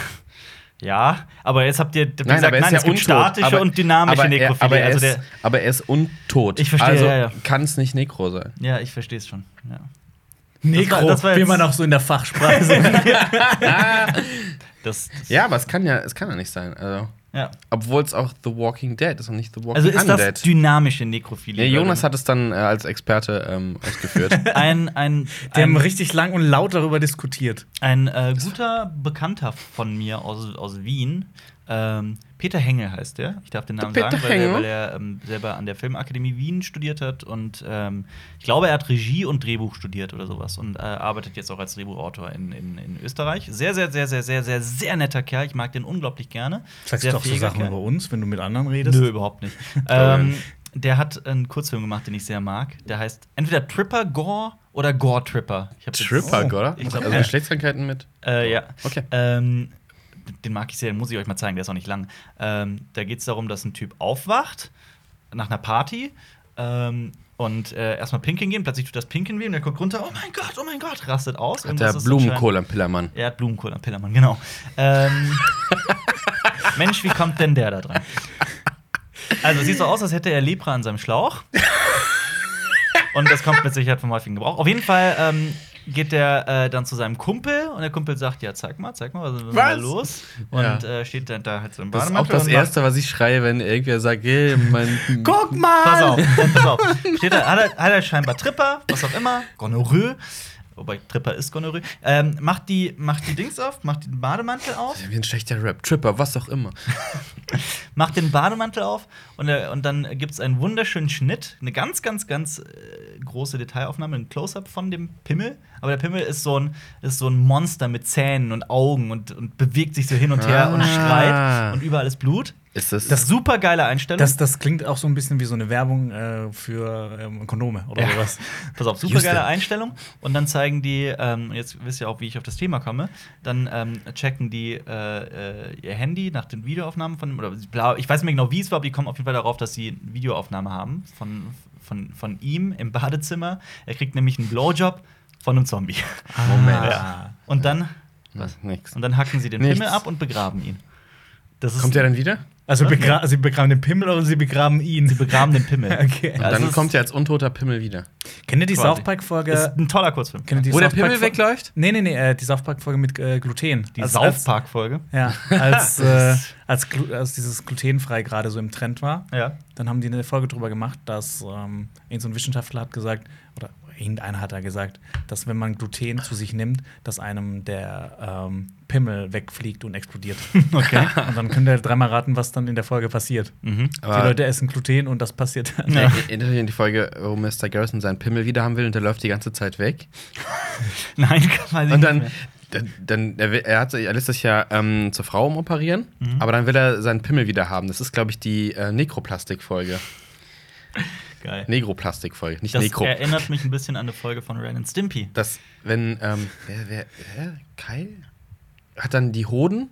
[SPEAKER 1] ja, aber jetzt habt ihr habt ihr
[SPEAKER 2] Nein,
[SPEAKER 1] gesagt,
[SPEAKER 2] aber er ist
[SPEAKER 1] nein,
[SPEAKER 2] ja
[SPEAKER 1] es gibt
[SPEAKER 2] untot.
[SPEAKER 1] statische
[SPEAKER 2] aber,
[SPEAKER 1] und dynamische
[SPEAKER 2] aber
[SPEAKER 1] Nekrophilie.
[SPEAKER 2] Er, aber, er
[SPEAKER 1] also
[SPEAKER 2] ist,
[SPEAKER 1] der,
[SPEAKER 2] aber er ist untot.
[SPEAKER 1] Ich verstehe,
[SPEAKER 2] also
[SPEAKER 1] ja, ja.
[SPEAKER 2] kann es nicht Nekro sein.
[SPEAKER 1] ja, ich verstehe es schon. Ja.
[SPEAKER 3] Nekro,
[SPEAKER 1] das war- das war
[SPEAKER 3] wie
[SPEAKER 1] jetzt-
[SPEAKER 3] man auch so in der Fachsprache sagt.
[SPEAKER 1] Das, das,
[SPEAKER 2] Ja, aber es kann ja, es kann ja nicht sein. Also,
[SPEAKER 1] ja.
[SPEAKER 2] Obwohl es auch The Walking Dead ist und nicht The Walking
[SPEAKER 1] Also ist
[SPEAKER 2] Undead.
[SPEAKER 1] das dynamische Nekrophilie?
[SPEAKER 2] ja, Jonas hat es dann äh, als Experte ähm, ausgeführt.
[SPEAKER 1] ein, ein,
[SPEAKER 3] Die haben
[SPEAKER 1] ein,
[SPEAKER 3] richtig lang und laut darüber diskutiert.
[SPEAKER 1] ein äh, guter Bekannter von mir aus, aus Wien, ähm, Peter Hengel heißt der. Ich darf den Namen
[SPEAKER 2] Peter
[SPEAKER 1] sagen, weil er,
[SPEAKER 2] Hengel?
[SPEAKER 1] weil er ähm, selber an der Filmakademie Wien studiert hat und ähm, ich glaube, er hat Regie und Drehbuch studiert oder sowas und äh, arbeitet jetzt auch als Drehbuchautor in, in, in Österreich. Sehr, sehr, sehr, sehr, sehr, sehr, sehr netter Kerl. Ich mag den unglaublich gerne.
[SPEAKER 3] Sagst
[SPEAKER 1] sehr
[SPEAKER 3] du auch so
[SPEAKER 1] fähiger
[SPEAKER 3] Sachen
[SPEAKER 1] Kerl.
[SPEAKER 3] über uns, wenn du mit anderen redest?
[SPEAKER 1] Nö, überhaupt nicht. ähm, der hat einen Kurzfilm gemacht, den ich sehr mag. Der heißt entweder Tripper Gore oder Gore Tripper. Ich hab jetzt-
[SPEAKER 2] Tripper,
[SPEAKER 3] Oh,
[SPEAKER 2] oder?
[SPEAKER 1] ich glaub,
[SPEAKER 2] also
[SPEAKER 1] ja.
[SPEAKER 2] Geschlechtskrankheiten mit.
[SPEAKER 1] Äh, ja.
[SPEAKER 2] Okay.
[SPEAKER 1] Ähm, den mag ich sehr, den muss ich euch mal zeigen, der ist auch nicht lang. Ähm, da geht es darum, dass ein Typ aufwacht nach einer Party ähm, und äh, erstmal pinkeln gehen, plötzlich tut das Pinkeln weh und er guckt runter, oh mein Gott, oh mein Gott, rastet aus.
[SPEAKER 2] Hat
[SPEAKER 1] Irgendwas
[SPEAKER 2] der
[SPEAKER 1] ist
[SPEAKER 2] Blumenkohl am Pillermann.
[SPEAKER 1] anscheinend- Er hat Blumenkohl am Pillermann, genau. Ähm, Mensch, wie kommt denn der da dran? Also, es sieht so aus, als hätte er Lepra an seinem Schlauch. Und das kommt mit Sicherheit vom häufigen Gebrauch. Auf jeden Fall ähm, geht der äh, dann zu seinem Kumpel und der Kumpel sagt: Ja, zeig mal, zeig mal, was ist denn da
[SPEAKER 2] Was?
[SPEAKER 1] los? Und
[SPEAKER 2] Ja.
[SPEAKER 1] äh, steht dann da halt so im
[SPEAKER 2] Das ist
[SPEAKER 1] Bademantel.
[SPEAKER 2] auch das
[SPEAKER 1] und macht-
[SPEAKER 2] Erste, was ich schreie, wenn irgendwer sagt, ey, mein.
[SPEAKER 3] Guck mal!
[SPEAKER 1] Pass auf, dann pass auf. Steht da, hat, er, hat er scheinbar Tripper, was auch immer, Gonorrhoe. Wobei Tripper ist Gonorrhoe. Ähm, macht, die, macht die Dings auf, macht den Bademantel auf.
[SPEAKER 2] Wie ein schlechter Rap, Tripper, was auch immer.
[SPEAKER 1] macht den Bademantel auf und, äh, und dann gibt es einen wunderschönen Schnitt, eine ganz, ganz, ganz äh, große Detailaufnahme, ein Close-up von dem Pimmel. Aber der Pimmel ist so ein, ist so ein Monster mit Zähnen und Augen und, und bewegt sich so hin und her und
[SPEAKER 2] Ah.
[SPEAKER 1] schreit und überall ist Blut.
[SPEAKER 2] Ist das,
[SPEAKER 1] Das super geile Einstellung.
[SPEAKER 3] Das, das klingt auch so ein bisschen wie so eine Werbung äh, für ähm, Kondome oder
[SPEAKER 1] Ja.
[SPEAKER 3] sowas.
[SPEAKER 1] Pass auf, super
[SPEAKER 2] Houston.
[SPEAKER 1] geile Einstellung. Und dann zeigen die, ähm, jetzt wisst ihr auch, wie ich auf das Thema komme, dann ähm, checken die äh, äh, ihr Handy nach den Videoaufnahmen von dem, oder bla, ich weiß nicht mehr genau, wie es war, aber die kommen auf jeden Fall darauf, dass sie eine Videoaufnahme haben von, von, von ihm im Badezimmer. Er kriegt nämlich einen Blowjob von einem Zombie.
[SPEAKER 2] Ah. Moment.
[SPEAKER 3] Ah.
[SPEAKER 1] Ja. Und dann,
[SPEAKER 2] was? Nix.
[SPEAKER 1] und dann hacken sie den
[SPEAKER 2] Nichts.
[SPEAKER 1] Pimmel ab und begraben ihn. Das ist,
[SPEAKER 2] Kommt der dann wieder?
[SPEAKER 3] Also begra sie begraben den Pimmel oder sie begraben ihn.
[SPEAKER 1] Sie begraben den Pimmel.
[SPEAKER 3] Okay.
[SPEAKER 2] Und
[SPEAKER 1] Also
[SPEAKER 2] dann
[SPEAKER 1] es-
[SPEAKER 2] kommt er als untoter Pimmel wieder.
[SPEAKER 3] Kennt ihr die
[SPEAKER 1] Quasi.
[SPEAKER 3] South
[SPEAKER 1] Ist
[SPEAKER 3] Park-Folge?
[SPEAKER 1] ein toller Kurzfilm.
[SPEAKER 3] Kennt ihr die
[SPEAKER 2] Wo der
[SPEAKER 3] South Park-
[SPEAKER 2] Pimmel wegläuft?
[SPEAKER 3] Nee, nee, nee, äh, die South Park-Folge mit äh, Gluten.
[SPEAKER 1] Die
[SPEAKER 3] Als-
[SPEAKER 1] South Park-Folge.
[SPEAKER 3] Ja, als, äh,
[SPEAKER 1] ist-
[SPEAKER 3] als, Glu als dieses glutenfrei gerade so im Trend war,
[SPEAKER 1] Ja.
[SPEAKER 3] dann haben die eine Folge drüber gemacht, dass ähm, irgend so ein Wissenschaftler hat gesagt, oder irgendeiner hat da gesagt, dass wenn man Gluten zu sich nimmt, dass einem der ähm, Pimmel wegfliegt und explodiert.
[SPEAKER 1] Okay.
[SPEAKER 3] und dann könnt ihr dreimal raten, was dann in der Folge passiert.
[SPEAKER 1] mhm.
[SPEAKER 3] die
[SPEAKER 2] Aber-
[SPEAKER 3] Leute essen Gluten und das passiert dann.
[SPEAKER 1] Ja.
[SPEAKER 2] Erinnert ihr euch an die Folge, wo Mr. Garrison seinen Pimmel wieder haben will und der läuft die ganze Zeit weg?
[SPEAKER 1] Nein, kann man nicht.
[SPEAKER 2] Und dann,
[SPEAKER 1] mehr.
[SPEAKER 2] dann, dann er, will- er, hat, sich- er lässt sich ja ähm, zur Frau umoperieren,
[SPEAKER 3] Mhm.
[SPEAKER 2] aber dann will er seinen Pimmel wieder haben. Das ist, glaube ich, die äh, Nekroplastik-Folge.
[SPEAKER 1] Geil.
[SPEAKER 2] Negroplastik-Folge, nicht
[SPEAKER 1] Das
[SPEAKER 2] Nekro.
[SPEAKER 1] erinnert mich ein bisschen an eine Folge von Ren and Stimpy.
[SPEAKER 2] Das, wenn, ähm, wer, wer, wer, Kai? Hat dann die Hoden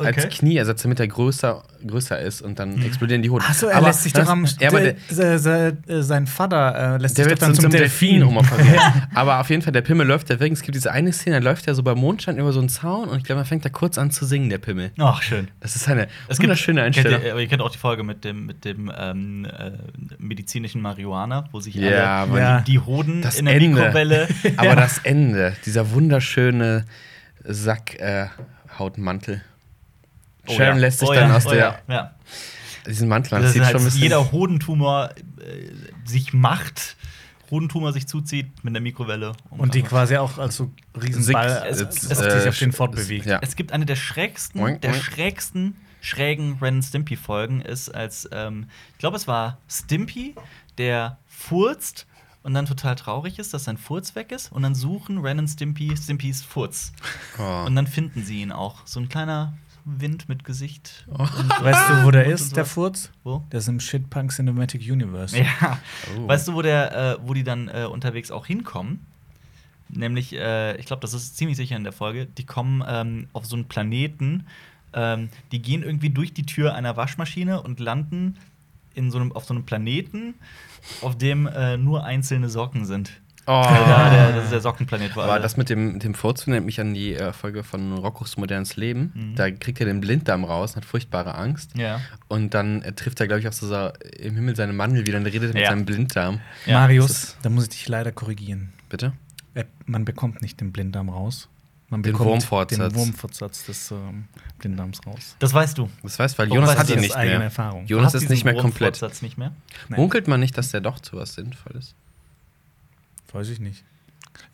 [SPEAKER 1] Okay.
[SPEAKER 2] als Knieersatz, damit er größer, größer ist und dann explodieren die Hoden.
[SPEAKER 3] Achso, Mhm. er
[SPEAKER 2] Aber
[SPEAKER 3] lässt sich doch
[SPEAKER 2] das-
[SPEAKER 3] am.
[SPEAKER 2] Ja, aber der,
[SPEAKER 3] se- se- äh, sein Vater äh, lässt
[SPEAKER 2] der
[SPEAKER 3] sich doch
[SPEAKER 2] wird dann zum, Delfin, umoperiert. aber auf jeden Fall, der Pimmel läuft der weg. Es gibt diese eine Szene, da läuft er so beim Mondschein über so einen Zaun und ich glaube, er fängt da kurz an zu singen, der Pimmel.
[SPEAKER 1] Ach, schön.
[SPEAKER 2] Das ist eine wunderschöne Einstellung.
[SPEAKER 1] Kennt ihr, aber ihr kennt auch die Folge mit dem, mit dem ähm, äh, medizinischen Marihuana, wo sich
[SPEAKER 2] Ja,
[SPEAKER 1] alle
[SPEAKER 2] Mann.
[SPEAKER 3] Ja.
[SPEAKER 1] die Hoden
[SPEAKER 2] Das
[SPEAKER 1] in der
[SPEAKER 2] Ende.
[SPEAKER 1] Mikrowelle.
[SPEAKER 2] Aber das Ende, dieser wunderschöne Sackhautmantel.
[SPEAKER 1] Oh,
[SPEAKER 2] Sharon
[SPEAKER 1] ja.
[SPEAKER 2] lässt sich
[SPEAKER 1] Oh,
[SPEAKER 2] dann
[SPEAKER 1] ja.
[SPEAKER 2] aus
[SPEAKER 1] oh,
[SPEAKER 2] der,
[SPEAKER 1] Ja. Ja.
[SPEAKER 2] diesen Mantel an.
[SPEAKER 1] Das ist
[SPEAKER 2] sieht
[SPEAKER 1] halt,
[SPEAKER 2] schon ein bisschen-
[SPEAKER 1] jeder Hodentumor äh, sich macht, Hodentumor sich zuzieht mit der Mikrowelle.
[SPEAKER 3] Und die quasi auch als so Riesenball
[SPEAKER 2] Sick-
[SPEAKER 3] als,
[SPEAKER 2] es-
[SPEAKER 3] als, als
[SPEAKER 2] äh,
[SPEAKER 3] sich auf den Fort bewegt.
[SPEAKER 2] Ja.
[SPEAKER 1] Es gibt eine der schrägsten,
[SPEAKER 2] Oink,
[SPEAKER 1] der
[SPEAKER 2] oink.
[SPEAKER 1] schrägsten, schrägen Ren and Stimpy Folgen ist als ähm, ich glaube es war Stimpy, der furzt und dann total traurig ist, dass sein Furz weg ist. Und dann suchen Ren und Stimpy Stimpys Furz.
[SPEAKER 2] Oh.
[SPEAKER 1] Und dann finden sie ihn auch. So ein kleiner Wind mit Gesicht.
[SPEAKER 2] Oh.
[SPEAKER 3] Weißt du, wo der
[SPEAKER 1] Und
[SPEAKER 3] ist,
[SPEAKER 1] so.
[SPEAKER 3] der Furz?
[SPEAKER 1] Wo?
[SPEAKER 3] Der ist im Shitpunk Cinematic Universe.
[SPEAKER 1] Ja.
[SPEAKER 2] Oh.
[SPEAKER 1] Weißt du, wo, der, äh, wo die dann äh, unterwegs auch hinkommen? Nämlich, äh, ich glaube, das ist ziemlich sicher in der Folge, die kommen ähm, auf so einen Planeten, ähm, die gehen irgendwie durch die Tür einer Waschmaschine und landen in so einem, auf so einem Planeten, auf dem äh, nur einzelne Socken sind. Weil da der, das ist der Sockenplanet war.
[SPEAKER 2] Ah. Aber Oh. das mit dem, dem Furz erinnert mich an die äh, Folge von Roccos modernes Leben.
[SPEAKER 1] Mhm.
[SPEAKER 2] Da kriegt er den Blinddarm raus, hat furchtbare Angst.
[SPEAKER 1] ja.
[SPEAKER 2] Und dann äh, trifft er, glaube ich, auf so sa- im Himmel seine Mandel wieder und redet mit
[SPEAKER 1] Ja.
[SPEAKER 2] seinem Blinddarm.
[SPEAKER 1] Ja,
[SPEAKER 3] Marius, da muss ich dich leider korrigieren.
[SPEAKER 2] Bitte?
[SPEAKER 3] Äh, Man bekommt nicht den Blinddarm raus. Man
[SPEAKER 2] Den
[SPEAKER 3] bekommt
[SPEAKER 2] Wurmfortsatz.
[SPEAKER 3] den Wurmfortsatz des ähm, Blinddarms raus.
[SPEAKER 1] Das weißt du.
[SPEAKER 2] Das weiß, weil
[SPEAKER 1] Warum
[SPEAKER 2] Jonas
[SPEAKER 1] weißt
[SPEAKER 2] hat
[SPEAKER 1] du Oh,
[SPEAKER 2] ihn
[SPEAKER 1] das?
[SPEAKER 2] nicht
[SPEAKER 3] eigene
[SPEAKER 2] mehr.
[SPEAKER 3] Erfahrung.
[SPEAKER 2] Jonas
[SPEAKER 1] Hast
[SPEAKER 2] ist
[SPEAKER 1] diesen
[SPEAKER 2] nicht mehr komplett.
[SPEAKER 1] Wurmfortsatz nicht mehr.
[SPEAKER 3] Nein.
[SPEAKER 2] Munkelt man nicht, dass der doch zu was Sinnvolles?
[SPEAKER 3] Weiß ich nicht.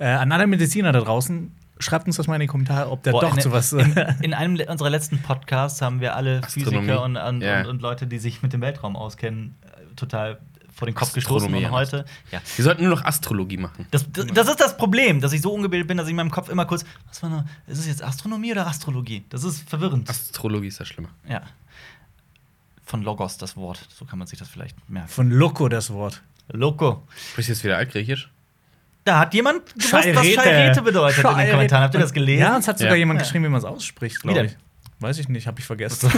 [SPEAKER 3] Äh, an alle Mediziner da draußen, schreibt uns das mal in die Kommentare, ob der
[SPEAKER 1] Boah,
[SPEAKER 3] doch
[SPEAKER 1] in-
[SPEAKER 3] zu was. äh,
[SPEAKER 1] In einem le- unserer letzten Podcasts haben wir alle
[SPEAKER 2] Astronomie.
[SPEAKER 1] Physiker und, an,
[SPEAKER 2] Ja.
[SPEAKER 1] und, und Leute, die sich mit dem Weltraum auskennen, äh, total vor den Kopf gestoßen.
[SPEAKER 2] Astronomie,
[SPEAKER 1] Und heute, ja.
[SPEAKER 2] Wir sollten nur noch Astrologie machen.
[SPEAKER 1] Das, das, das ist das Problem, dass ich so ungebildet bin, dass ich in meinem Kopf immer kurz, was war noch, ist es jetzt Astronomie oder Astrologie? Das ist verwirrend.
[SPEAKER 2] Astrologie ist ja schlimmer.
[SPEAKER 1] ja. Von Logos das Wort, so kann man sich das vielleicht merken.
[SPEAKER 3] Von Loco das Wort.
[SPEAKER 1] Loco.
[SPEAKER 2] Sprichst du jetzt wieder Altgriechisch?
[SPEAKER 1] Da hat jemand gewusst, was Scheirete bedeutet in den
[SPEAKER 3] Scheirete.
[SPEAKER 1] Kommentaren. Habt ihr das gelesen?
[SPEAKER 3] Ja, uns hat sogar
[SPEAKER 2] Ja.
[SPEAKER 3] jemand
[SPEAKER 1] Ja.
[SPEAKER 3] geschrieben, wie man es ausspricht,
[SPEAKER 1] Wie
[SPEAKER 3] glaube
[SPEAKER 1] denn?
[SPEAKER 3] ich. Weiß ich nicht, habe ich vergessen.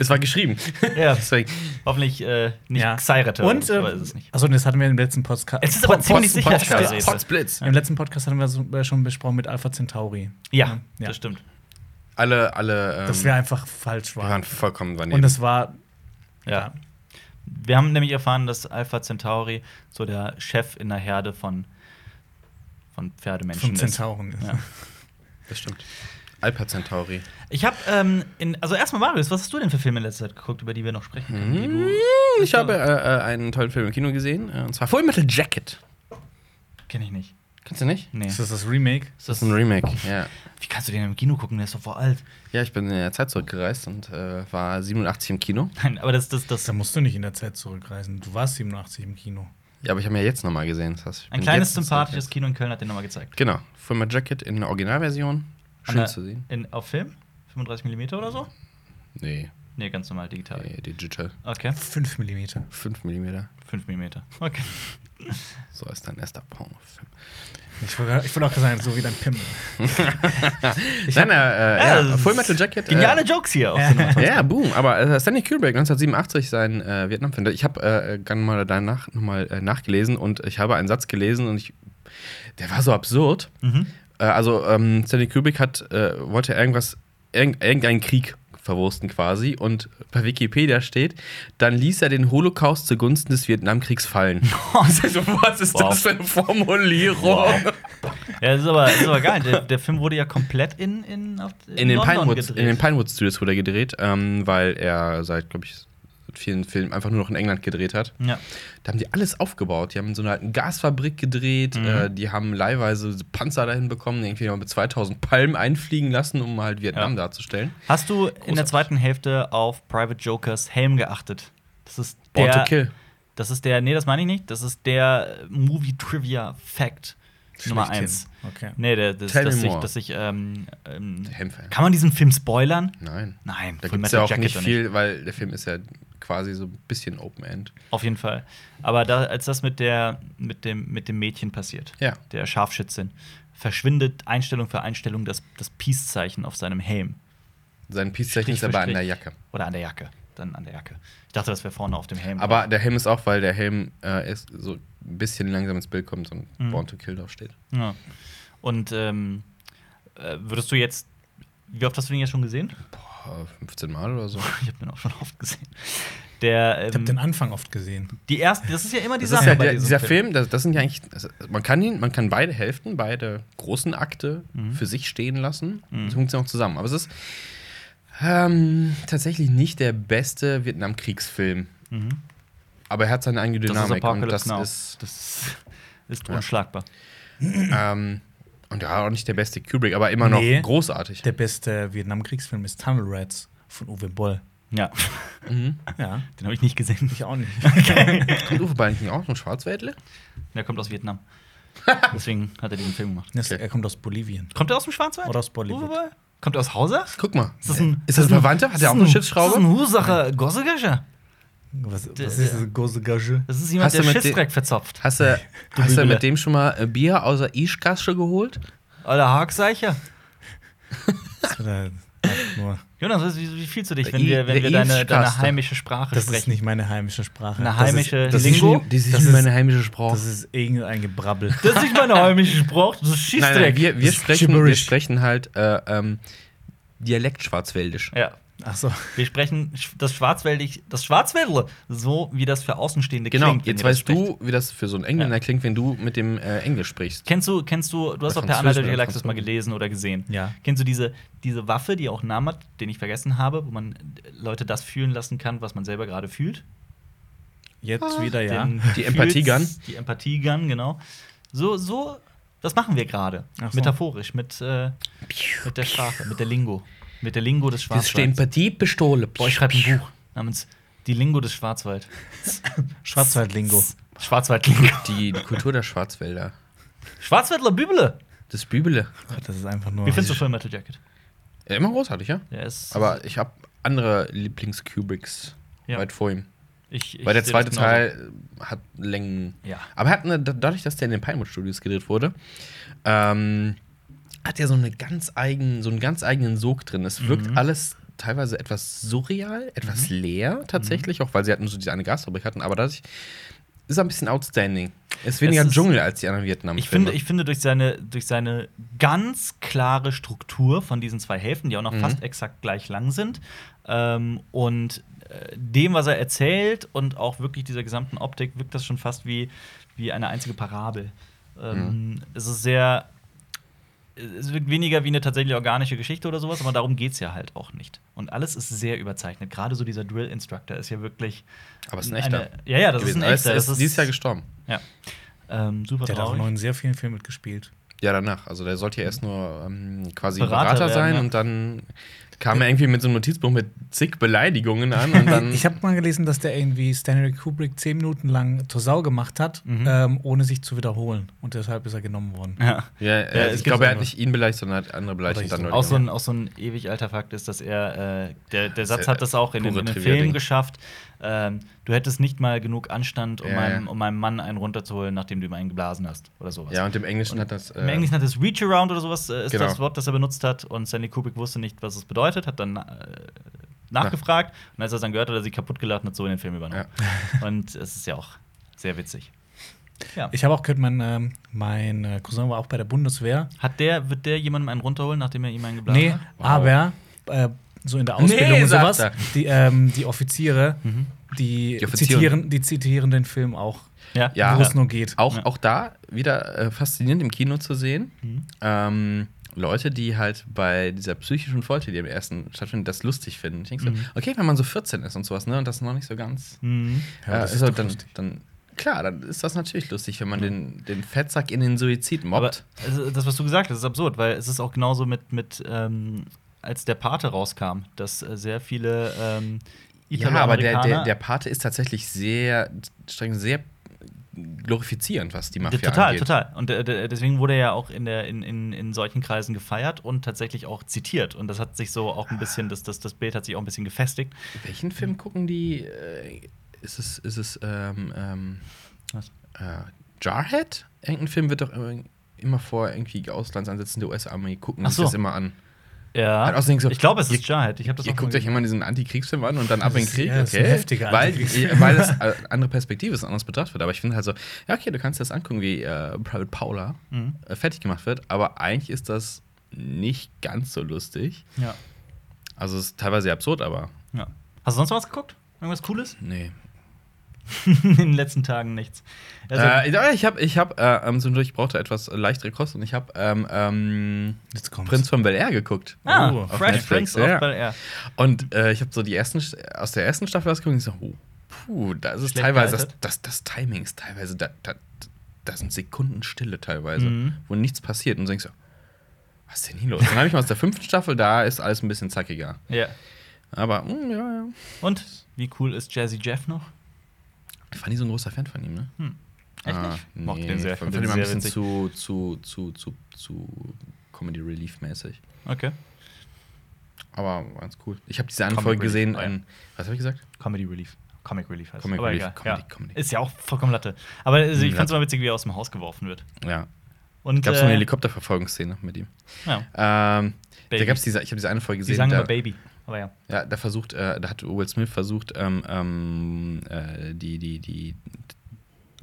[SPEAKER 2] Es war geschrieben.
[SPEAKER 1] Ja.
[SPEAKER 2] Deswegen.
[SPEAKER 1] Hoffentlich äh, nicht
[SPEAKER 3] Ja.
[SPEAKER 1] Xairete.
[SPEAKER 3] Und,
[SPEAKER 1] so ist
[SPEAKER 3] äh,
[SPEAKER 1] es nicht.
[SPEAKER 3] achso, das hatten wir im letzten Podcast.
[SPEAKER 1] Es ist aber ziemlich sicher
[SPEAKER 2] Post-
[SPEAKER 1] Scheirete.
[SPEAKER 2] Potzblitz.
[SPEAKER 3] Im letzten Podcast hatten wir so, äh, schon besprochen mit Alpha Centauri.
[SPEAKER 1] Ja,
[SPEAKER 2] Mhm.
[SPEAKER 3] Ja.
[SPEAKER 1] das stimmt.
[SPEAKER 2] Alle, alle. Ähm,
[SPEAKER 3] Dass wir einfach falsch
[SPEAKER 2] wir
[SPEAKER 3] waren.
[SPEAKER 2] waren vollkommen
[SPEAKER 3] Und
[SPEAKER 2] daneben.
[SPEAKER 3] das war.
[SPEAKER 1] Ja. Wir haben nämlich erfahren, dass Alpha Centauri so der Chef in der Herde von, von Pferdemenschen
[SPEAKER 3] Von
[SPEAKER 1] ist.
[SPEAKER 3] Zentauren.
[SPEAKER 1] Ja.
[SPEAKER 2] Das stimmt. Alpha Centauri.
[SPEAKER 1] Ich habe, ähm, in- also erstmal Marius, was hast du denn für Filme in letzter Zeit geguckt, über die wir noch sprechen können? die du-
[SPEAKER 2] Ich habe äh, äh, einen tollen Film im Kino gesehen, äh, und zwar Full Metal Jacket.
[SPEAKER 1] Kenn ich nicht.
[SPEAKER 2] Kennst du nicht?
[SPEAKER 1] Nee.
[SPEAKER 3] Ist das das Remake?
[SPEAKER 1] Ist
[SPEAKER 2] Das
[SPEAKER 1] das-
[SPEAKER 2] ist ein Remake, ja.
[SPEAKER 1] wie kannst du den im Kino gucken? Der ist doch vor alt.
[SPEAKER 2] Ja, ich bin in der Zeit zurückgereist und äh, war 87 im Kino.
[SPEAKER 1] Nein, aber das, das, das
[SPEAKER 3] Da musst du nicht in der Zeit zurückreisen. Du warst 87 im Kino.
[SPEAKER 2] Ja, aber ich habe ihn ja jetzt nochmal gesehen. Das heißt, ich
[SPEAKER 1] ein
[SPEAKER 2] bin
[SPEAKER 1] kleines
[SPEAKER 2] jetzt-
[SPEAKER 1] sympathisches Kino in Köln hat den nochmal gezeigt.
[SPEAKER 2] Genau, Full Metal Jacket in der Originalversion. Schön
[SPEAKER 1] An der-
[SPEAKER 2] zu sehen.
[SPEAKER 1] In, auf Film? 35 mm oder so?
[SPEAKER 2] Nee,
[SPEAKER 1] Nee, ganz normal digital.
[SPEAKER 2] nee digital.
[SPEAKER 1] Okay.
[SPEAKER 3] 5 mm.
[SPEAKER 2] 5 mm.
[SPEAKER 1] 5 mm. Okay.
[SPEAKER 2] So ist dein erster Pornofilm.
[SPEAKER 3] Ich wollte ich wollte auch sagen, so wie dein Pimmel.
[SPEAKER 2] Nein, äh,
[SPEAKER 1] Ja,
[SPEAKER 2] äh, ja,
[SPEAKER 1] das
[SPEAKER 2] Full
[SPEAKER 1] ist
[SPEAKER 2] Metal Jacket.
[SPEAKER 1] Geniale
[SPEAKER 2] äh,
[SPEAKER 1] Jokes hier. Auf Cinema.
[SPEAKER 2] Ja, boom. Aber äh, Stanley Kubrick 1987 sein äh, Vietnamfilm. Ich habe äh, dann mal danach nochmal äh, nachgelesen und ich habe einen Satz gelesen und ich, der war so absurd.
[SPEAKER 1] Mhm.
[SPEAKER 2] Äh, also ähm, Stanley Kubrick hat äh, wollte irgendwas irgend, irgendeinen Krieg verwursten quasi und bei Wikipedia steht, dann ließ er den Holocaust zugunsten des Vietnamkriegs fallen. Also, was ist
[SPEAKER 1] Wow.
[SPEAKER 2] das für eine Formulierung?
[SPEAKER 1] Wow. Ja, das ist aber, das ist aber geil. Der, der Film wurde ja komplett in, in, auf,
[SPEAKER 2] in den,
[SPEAKER 1] London
[SPEAKER 2] Pinewood,
[SPEAKER 1] gedreht.
[SPEAKER 2] in den Pinewood Studios wurde er gedreht, ähm, weil er seit, glaube ich, seit vielen Filmen einfach nur noch in England gedreht hat.
[SPEAKER 1] ja.
[SPEAKER 2] Da haben die alles aufgebaut. Die haben in so einer alten Gasfabrik gedreht,
[SPEAKER 1] Mhm.
[SPEAKER 2] äh, die haben leihweise Panzer dahin bekommen, irgendwie mal mit 2000 Palmen einfliegen lassen, um halt Vietnam
[SPEAKER 1] Ja.
[SPEAKER 2] darzustellen.
[SPEAKER 1] Hast du in der
[SPEAKER 2] Großartig.
[SPEAKER 1] zweiten Hälfte auf Private Jokers Helm geachtet? Das ist der.
[SPEAKER 2] Born to Kill.
[SPEAKER 1] Das ist der, nee, das meine ich nicht. Das ist der äh, Movie Trivia Fact Nummer
[SPEAKER 3] Schlechthin.
[SPEAKER 1] eins. Ähm,
[SPEAKER 3] Okay.
[SPEAKER 1] Nee, der, das,
[SPEAKER 2] Tell
[SPEAKER 1] dass
[SPEAKER 2] me
[SPEAKER 1] ich,
[SPEAKER 2] more.
[SPEAKER 1] dass ich, ähm, ähm,
[SPEAKER 2] Helmfan.
[SPEAKER 1] kann man diesen Film spoilern?
[SPEAKER 2] Nein.
[SPEAKER 1] Nein,
[SPEAKER 2] Da
[SPEAKER 1] Full
[SPEAKER 2] gibt es
[SPEAKER 1] Metal
[SPEAKER 2] ja auch
[SPEAKER 1] Jacket
[SPEAKER 2] nicht
[SPEAKER 1] doch
[SPEAKER 2] viel, weil der Film ist ja quasi so ein bisschen Open-End.
[SPEAKER 1] Auf jeden Fall. Aber da, als das mit der, mit dem, mit dem Mädchen passiert,
[SPEAKER 2] Ja.
[SPEAKER 1] der Scharfschützin, verschwindet Einstellung für Einstellung das, das Peace-Zeichen auf seinem Helm.
[SPEAKER 2] Sein Peace-Zeichen
[SPEAKER 1] Strich
[SPEAKER 2] ist
[SPEAKER 1] für
[SPEAKER 2] aber an
[SPEAKER 1] Strich.
[SPEAKER 2] der Jacke.
[SPEAKER 1] Oder an der Jacke. Dann an der Jacke. Ich dachte, das wäre vorne auf dem Helm.
[SPEAKER 2] Aber der Helm ist auch, weil der Helm äh, ist so ein bisschen langsam ins Bild kommt und
[SPEAKER 1] Mhm.
[SPEAKER 2] Born to Kill draufsteht.
[SPEAKER 1] Ja. Und ähm, äh, würdest du jetzt. Wie oft hast du den jetzt schon gesehen?
[SPEAKER 2] Boah, 15 Mal oder so.
[SPEAKER 1] Ich habe den auch schon oft gesehen. Der,
[SPEAKER 3] Ich habe den
[SPEAKER 1] ähm,
[SPEAKER 3] Anfang oft gesehen.
[SPEAKER 1] die erste, das ist ja immer die
[SPEAKER 2] Das
[SPEAKER 1] Sache
[SPEAKER 2] ist ja
[SPEAKER 1] bei
[SPEAKER 2] der,
[SPEAKER 1] diesem
[SPEAKER 2] dieser Film, das, das sind ja eigentlich, das, man kann ihn, man kann beide Hälften, beide großen Akte
[SPEAKER 1] Mhm.
[SPEAKER 2] für sich stehen lassen. Sie funktionieren auch zusammen. Aber es ist ähm, tatsächlich nicht der beste Vietnamkriegsfilm. Aber er hat seine eigene
[SPEAKER 1] Mhm. Das ist
[SPEAKER 2] Dynamik und das
[SPEAKER 1] Apocalypse Now.
[SPEAKER 2] ist
[SPEAKER 1] das ist unschlagbar.
[SPEAKER 2] ähm, und ja auch nicht der beste Kubrick, aber immer noch
[SPEAKER 3] Nee.
[SPEAKER 2] großartig.
[SPEAKER 3] Der beste Vietnamkriegsfilm ist Tunnel Rats von Uwe Boll.
[SPEAKER 1] Ja,
[SPEAKER 2] Mhm.
[SPEAKER 3] Ja,
[SPEAKER 1] den habe ich nicht gesehen.
[SPEAKER 3] ich auch nicht.
[SPEAKER 2] Kommt Uwe Ballington auch vom Schwarzwäldle?
[SPEAKER 1] Der kommt aus Vietnam. Deswegen hat er diesen Film gemacht.
[SPEAKER 3] Das-
[SPEAKER 2] Okay.
[SPEAKER 3] Er kommt aus Bolivien.
[SPEAKER 1] Kommt er aus dem Schwarzwald?
[SPEAKER 3] Oder aus Bollywood.
[SPEAKER 1] Uwe Boll? Kommt er aus Hausach?
[SPEAKER 2] Guck mal. Äh,
[SPEAKER 1] Ist das ein-
[SPEAKER 2] ist das ein Verwandter? Hat er auch eine
[SPEAKER 1] Das ist
[SPEAKER 2] Schiffsschraube?
[SPEAKER 1] ein Husacher Gossegascher.
[SPEAKER 3] Was,
[SPEAKER 1] Der-
[SPEAKER 3] was ist
[SPEAKER 1] der-
[SPEAKER 3] diese große Gage?
[SPEAKER 1] Das ist jemand,
[SPEAKER 2] Hast du
[SPEAKER 1] der
[SPEAKER 2] mit
[SPEAKER 1] Schiffswreck verzopft.
[SPEAKER 2] Hast du,
[SPEAKER 1] Du
[SPEAKER 2] hast du
[SPEAKER 1] Bibele.
[SPEAKER 2] mit dem schon mal äh, Bier aus der Ischkasche geholt?
[SPEAKER 1] Alter Hagseicher.
[SPEAKER 3] Das, oder- Ach, nur-
[SPEAKER 1] Jonas, was- wie, wie fühlst du dich,
[SPEAKER 2] I-
[SPEAKER 1] wenn wir, wenn
[SPEAKER 2] der
[SPEAKER 1] wir deine, deine
[SPEAKER 2] Ilfstraße.
[SPEAKER 1] heimische Sprache
[SPEAKER 3] das ist
[SPEAKER 1] sprechen?
[SPEAKER 3] nicht meine heimische Sprache.
[SPEAKER 1] Eine
[SPEAKER 3] Das ist-
[SPEAKER 1] heimische
[SPEAKER 3] das ist,
[SPEAKER 1] Lingo?
[SPEAKER 2] Das ist
[SPEAKER 3] Das
[SPEAKER 2] nicht
[SPEAKER 3] ist-
[SPEAKER 2] meine heimische Sprache.
[SPEAKER 3] das ist irgendein Gebrabbel.
[SPEAKER 1] das ist nicht meine heimische Sprache, das ist
[SPEAKER 2] nein, nein, wir, wir,
[SPEAKER 3] Das ist
[SPEAKER 2] sprechen, wir
[SPEAKER 3] gibberish.
[SPEAKER 2] sprechen halt äh, ähm, Dialekt schwarzwäldisch.
[SPEAKER 1] Ja,
[SPEAKER 3] Achso.
[SPEAKER 1] wir sprechen sch- das Schwarzwäldig, das Schwarzwäldle, so wie das für Außenstehende
[SPEAKER 2] Genau,
[SPEAKER 1] klingt. wenn
[SPEAKER 2] jetzt
[SPEAKER 1] ihr das
[SPEAKER 2] weißt
[SPEAKER 1] sprecht.
[SPEAKER 2] du, wie das für so einen Engländer
[SPEAKER 1] Ja.
[SPEAKER 2] klingt, wenn du mit dem äh, Englisch sprichst.
[SPEAKER 1] Kennst du, kennst du, du hast doch
[SPEAKER 2] Oder
[SPEAKER 1] per
[SPEAKER 2] Französisch
[SPEAKER 1] Anhalter
[SPEAKER 2] oder
[SPEAKER 1] Galaxis mal
[SPEAKER 2] Französisch.
[SPEAKER 1] gelesen oder gesehen.
[SPEAKER 3] Ja.
[SPEAKER 1] Kennst du diese, diese Waffe, die auch einen Namen hat, den ich vergessen habe, wo man Leute das fühlen lassen kann, was man selber gerade fühlt?
[SPEAKER 3] Jetzt
[SPEAKER 2] Ah.
[SPEAKER 3] wieder, ja.
[SPEAKER 1] Den
[SPEAKER 2] Die
[SPEAKER 1] Gefühls-
[SPEAKER 2] Empathie-Gun.
[SPEAKER 1] Die Empathie-Gun, genau. So, so, das machen wir gerade.
[SPEAKER 3] Ach so.
[SPEAKER 1] Metaphorisch, mit, äh, mit der Sprache, mit der Lingo. Mit der Lingo des
[SPEAKER 2] Das stehen
[SPEAKER 1] Schwarzwalds.
[SPEAKER 2] Partiepistole.
[SPEAKER 1] Boah, ich schreibe ein Buch namens Die Lingo des Schwarzwald.
[SPEAKER 3] Schwarzwaldlingo.
[SPEAKER 1] Schwarzwald-Lingo.
[SPEAKER 2] Die, die Kultur der Schwarzwälder.
[SPEAKER 1] Schwarzwaldler Büble.
[SPEAKER 2] Das Bübele.
[SPEAKER 3] Oh Gott, das ist einfach nur.
[SPEAKER 1] Wie findest du Full Metal Jacket?
[SPEAKER 2] Ja, immer großartig, ja?
[SPEAKER 1] Der ist.
[SPEAKER 2] Aber ich habe andere Lieblings-Kubricks
[SPEAKER 1] Ja.
[SPEAKER 2] weit vor ihm.
[SPEAKER 1] ich, ich
[SPEAKER 2] Weil der
[SPEAKER 1] seh
[SPEAKER 2] zweite
[SPEAKER 1] das genauso.
[SPEAKER 2] Teil äh, hat Längen.
[SPEAKER 1] Ja.
[SPEAKER 2] Aber er hat eine, da- dadurch, dass der in den Pinewood Studios gedreht wurde, ähm, hat er so, eine ganz eigenen, so einen ganz eigenen Sog drin. Es wirkt
[SPEAKER 1] Mhm.
[SPEAKER 2] alles teilweise etwas surreal, etwas leer tatsächlich,
[SPEAKER 1] Mhm.
[SPEAKER 2] auch weil sie hatten so diese eine Gasfabrik hatten, aber dadurch ist er ein bisschen outstanding. Ist weniger
[SPEAKER 1] Es ist-
[SPEAKER 2] Dschungel als die anderen vietnam
[SPEAKER 1] Ich finde, ich finde durch, seine, durch seine ganz klare Struktur von diesen zwei Hälften, die auch noch
[SPEAKER 2] Mhm.
[SPEAKER 1] fast exakt gleich lang sind, ähm, und äh, dem, was er erzählt und auch wirklich dieser gesamten Optik, wirkt das schon fast wie, wie eine einzige Parabel. Ähm,
[SPEAKER 2] Mhm.
[SPEAKER 1] Es ist sehr. Es wirkt weniger wie eine tatsächlich organische Geschichte oder sowas, aber darum geht es ja halt auch nicht. Und alles ist sehr überzeichnet. Gerade so dieser Drill-Instructor ist ja wirklich.
[SPEAKER 2] aber es ist ein echter.
[SPEAKER 1] eine- ja, ja, das
[SPEAKER 2] gewesen.
[SPEAKER 1] ist
[SPEAKER 2] Aber
[SPEAKER 1] ein
[SPEAKER 2] er
[SPEAKER 1] echter.
[SPEAKER 2] Er ist,
[SPEAKER 1] das ist-
[SPEAKER 2] dieses Jahr gestorben.
[SPEAKER 1] ja. Ähm, super
[SPEAKER 3] Der hat auch
[SPEAKER 1] traurig.
[SPEAKER 3] noch in sehr vielen Filmen mitgespielt.
[SPEAKER 2] Ja, danach. Also der sollte ja erst nur ähm, quasi
[SPEAKER 1] Mhm. Berater
[SPEAKER 2] Berater,
[SPEAKER 1] werden,
[SPEAKER 2] sein
[SPEAKER 1] ja.
[SPEAKER 2] und dann kam er irgendwie mit so einem Notizbuch mit zig Beleidigungen an und dann.
[SPEAKER 3] Ich habe mal gelesen, dass der irgendwie Stanley Kubrick zehn Minuten lang zur Sau gemacht hat,
[SPEAKER 1] Mhm.
[SPEAKER 3] ähm, ohne sich zu wiederholen. Und deshalb ist er genommen worden.
[SPEAKER 1] Ja.
[SPEAKER 2] ja,
[SPEAKER 1] Ja,
[SPEAKER 2] äh,
[SPEAKER 1] es
[SPEAKER 2] ich
[SPEAKER 1] gibt
[SPEAKER 2] glaube, er
[SPEAKER 1] andere.
[SPEAKER 2] hat nicht ihn beleidigt, sondern hat andere beleidigt.
[SPEAKER 3] Oder
[SPEAKER 2] und dann
[SPEAKER 3] so.
[SPEAKER 1] Auch
[SPEAKER 2] Leute
[SPEAKER 1] so, ein, auch so ein ewig alter Fakt ist, dass er, äh, der, der Satz hat das auch in, den- in
[SPEAKER 2] Pure
[SPEAKER 1] den Film
[SPEAKER 2] Trivia-Ding.
[SPEAKER 1] geschafft, ähm, du hättest nicht mal genug Anstand, um,
[SPEAKER 2] Ja,
[SPEAKER 1] meinem,
[SPEAKER 2] ja.
[SPEAKER 1] um meinem Mann einen runterzuholen, nachdem du ihm einen geblasen hast oder sowas.
[SPEAKER 2] Ja, und im Englischen hat das. äh,
[SPEAKER 1] Im Englischen hat es Reach Around oder sowas, äh, ist
[SPEAKER 2] Genau.
[SPEAKER 1] das Wort, das er benutzt hat. Und Stanley Kubrick wusste nicht, was es bedeutet, hat dann äh, nachgefragt. Und als er es dann gehört hat, hat er sie kaputt gelacht und hat so in den Film übernommen. Und es ist ja auch sehr witzig. Ja.
[SPEAKER 3] Ich habe auch gehört, mein, ähm, mein äh, Cousin war auch bei der Bundeswehr.
[SPEAKER 1] hat der, wird der jemandem einen runterholen, nachdem er ihm einen geblasen
[SPEAKER 3] Nee,
[SPEAKER 1] hat?
[SPEAKER 2] Wow.
[SPEAKER 3] aber äh, so in der Ausbildung
[SPEAKER 2] Nee,
[SPEAKER 3] und
[SPEAKER 2] sagt
[SPEAKER 3] sowas,
[SPEAKER 2] er. Mhm.
[SPEAKER 3] die, ähm, die Offiziere, die,
[SPEAKER 2] Die Offizieren.
[SPEAKER 3] zitieren, die zitieren den Film auch,
[SPEAKER 1] Ja.
[SPEAKER 2] Ja.
[SPEAKER 3] wo es nur geht.
[SPEAKER 2] Auch,
[SPEAKER 1] Ja. Mhm.
[SPEAKER 2] auch da wieder äh, faszinierend im Kino zu sehen. Ähm, Leute, die halt bei dieser psychischen Folter, die im ersten stattfindet, das lustig finden. Ich denke so, okay, wenn man so 14 ist und sowas, ne, und das noch nicht so ganz.
[SPEAKER 1] Mhm.
[SPEAKER 3] Ja,
[SPEAKER 2] Ja,
[SPEAKER 3] das ist
[SPEAKER 2] also
[SPEAKER 3] doch
[SPEAKER 2] dann,
[SPEAKER 3] lustig.
[SPEAKER 2] dann, klar, dann ist das natürlich lustig, wenn man den, den Fettsack in den Suizid
[SPEAKER 1] Aber
[SPEAKER 2] mobbt.
[SPEAKER 1] also, das, was du gesagt hast, ist absurd, weil es ist auch genauso mit, mit ähm, als der Pate rauskam, dass äh, sehr viele ähm,
[SPEAKER 2] ja, aber der, der,
[SPEAKER 1] Italo-Amerikaner-
[SPEAKER 2] der Pate ist tatsächlich sehr, streng, sehr glorifizierend, was die Mafia
[SPEAKER 1] total,
[SPEAKER 2] angeht.
[SPEAKER 1] total. Und äh, de- deswegen wurde er ja auch in, der, in, in, in solchen Kreisen gefeiert und tatsächlich auch zitiert. Und das hat sich so auch ein bisschen, das, das, das Bild hat sich auch ein bisschen gefestigt.
[SPEAKER 2] Welchen
[SPEAKER 3] Hm.
[SPEAKER 2] Film gucken die? Äh, ist es, ist es ähm, ähm,
[SPEAKER 1] Was?
[SPEAKER 2] äh, Jarhead? Irgendein Film wird doch immer, immer vor irgendwie Auslandsansätzen der US-Armee gucken
[SPEAKER 1] Ach
[SPEAKER 2] sich
[SPEAKER 1] so.
[SPEAKER 2] das immer an.
[SPEAKER 1] Ja.
[SPEAKER 2] Hat außerdem so-
[SPEAKER 1] ich glaube, es ist
[SPEAKER 2] Ihr-
[SPEAKER 1] Jarhead. Ich habe das
[SPEAKER 2] Ihr
[SPEAKER 1] auch
[SPEAKER 2] guckt
[SPEAKER 1] mal
[SPEAKER 2] euch immer diesen Antikriegsfilm an und dann ab in den
[SPEAKER 3] ist-
[SPEAKER 2] Krieg.
[SPEAKER 3] ja, das ist
[SPEAKER 2] okay.
[SPEAKER 3] ein heftiger
[SPEAKER 2] weil,
[SPEAKER 3] Antikriegsfilm.
[SPEAKER 2] weil das äh, andere Perspektive ist, anders betrachtet wird. Aber ich finde halt so, ja, okay, du kannst dir das angucken, wie äh, Private Paula
[SPEAKER 1] Mhm.
[SPEAKER 2] äh, fertig gemacht wird, aber eigentlich ist das nicht ganz so lustig.
[SPEAKER 1] gesehen. Ja.
[SPEAKER 2] Also es ist teilweise absurd, aber
[SPEAKER 1] ja. Hast du sonst noch was geguckt? Irgendwas Cooles?
[SPEAKER 2] nee.
[SPEAKER 1] in den letzten Tagen nichts. Also,
[SPEAKER 2] äh, ja, ich habe, ich hab, äh, ähm, zwischendurch ich brauchte etwas leichtere Kost und ich habe ähm, ähm,
[SPEAKER 3] Jetzt kommt's.
[SPEAKER 2] Prinz von Bel Air geguckt.
[SPEAKER 1] ah,
[SPEAKER 3] oh, auf
[SPEAKER 1] Fresh
[SPEAKER 2] uh, Netflix,
[SPEAKER 1] Prince
[SPEAKER 2] ja.
[SPEAKER 1] of Bel Air.
[SPEAKER 2] Und äh, ich habe so die ersten St- aus der ersten Staffel ausgeguckt und ich so, oh, puh, das ist
[SPEAKER 1] Schlecht
[SPEAKER 2] teilweise das,
[SPEAKER 1] gealtert.
[SPEAKER 2] das, das Timing ist teilweise da, da, da sind Sekunden Stille teilweise,
[SPEAKER 1] Mhm.
[SPEAKER 2] wo nichts passiert und so denkst so, was ist denn hier los? Dann habe ich mal aus der fünften Staffel, da ist alles ein bisschen zackiger.
[SPEAKER 1] Ja.
[SPEAKER 2] Aber, mm, ja, ja.
[SPEAKER 1] Und wie cool ist Jazzy Jeff noch?
[SPEAKER 2] Ich war nie so ein großer Fan von ihm, ne?
[SPEAKER 1] Hm. Echt nicht?
[SPEAKER 2] Nee,
[SPEAKER 1] Mochte den sehr.
[SPEAKER 2] Ich fand
[SPEAKER 1] Fand den
[SPEAKER 2] ihn mal ein
[SPEAKER 1] sehr
[SPEAKER 2] bisschen
[SPEAKER 1] witzig.
[SPEAKER 2] zu, zu, zu, zu, zu Comedy Relief mäßig.
[SPEAKER 1] Okay.
[SPEAKER 2] Aber ganz cool. Ich habe diese andere
[SPEAKER 1] Comic
[SPEAKER 2] Folge
[SPEAKER 1] Relief,
[SPEAKER 2] gesehen.
[SPEAKER 1] ah ja.
[SPEAKER 2] ähm, was habe ich gesagt?
[SPEAKER 1] Comedy Relief. Comic Relief heißt
[SPEAKER 2] Comic
[SPEAKER 1] aber
[SPEAKER 2] Relief,
[SPEAKER 1] egal.
[SPEAKER 2] Comedy,
[SPEAKER 1] ja.
[SPEAKER 2] Comedy.
[SPEAKER 1] Ist ja auch vollkommen Latte. Aber also, ich
[SPEAKER 2] Mhm,
[SPEAKER 1] fand es immer witzig, wie er aus dem Haus geworfen wird.
[SPEAKER 2] Ja.
[SPEAKER 1] Und
[SPEAKER 2] Gab es so eine
[SPEAKER 1] äh,
[SPEAKER 2] Helikopterverfolgungsszene mit ihm.
[SPEAKER 1] ja,
[SPEAKER 2] Ähm,
[SPEAKER 1] Baby.
[SPEAKER 2] da gab's diese, ich habe diese eine Folge
[SPEAKER 1] die
[SPEAKER 2] gesehen.
[SPEAKER 1] sagen
[SPEAKER 2] da,
[SPEAKER 1] immer Baby. Aber ja.
[SPEAKER 2] ja, da versucht, äh, da hat Will Smith versucht, ähm, ähm, äh, die, die, die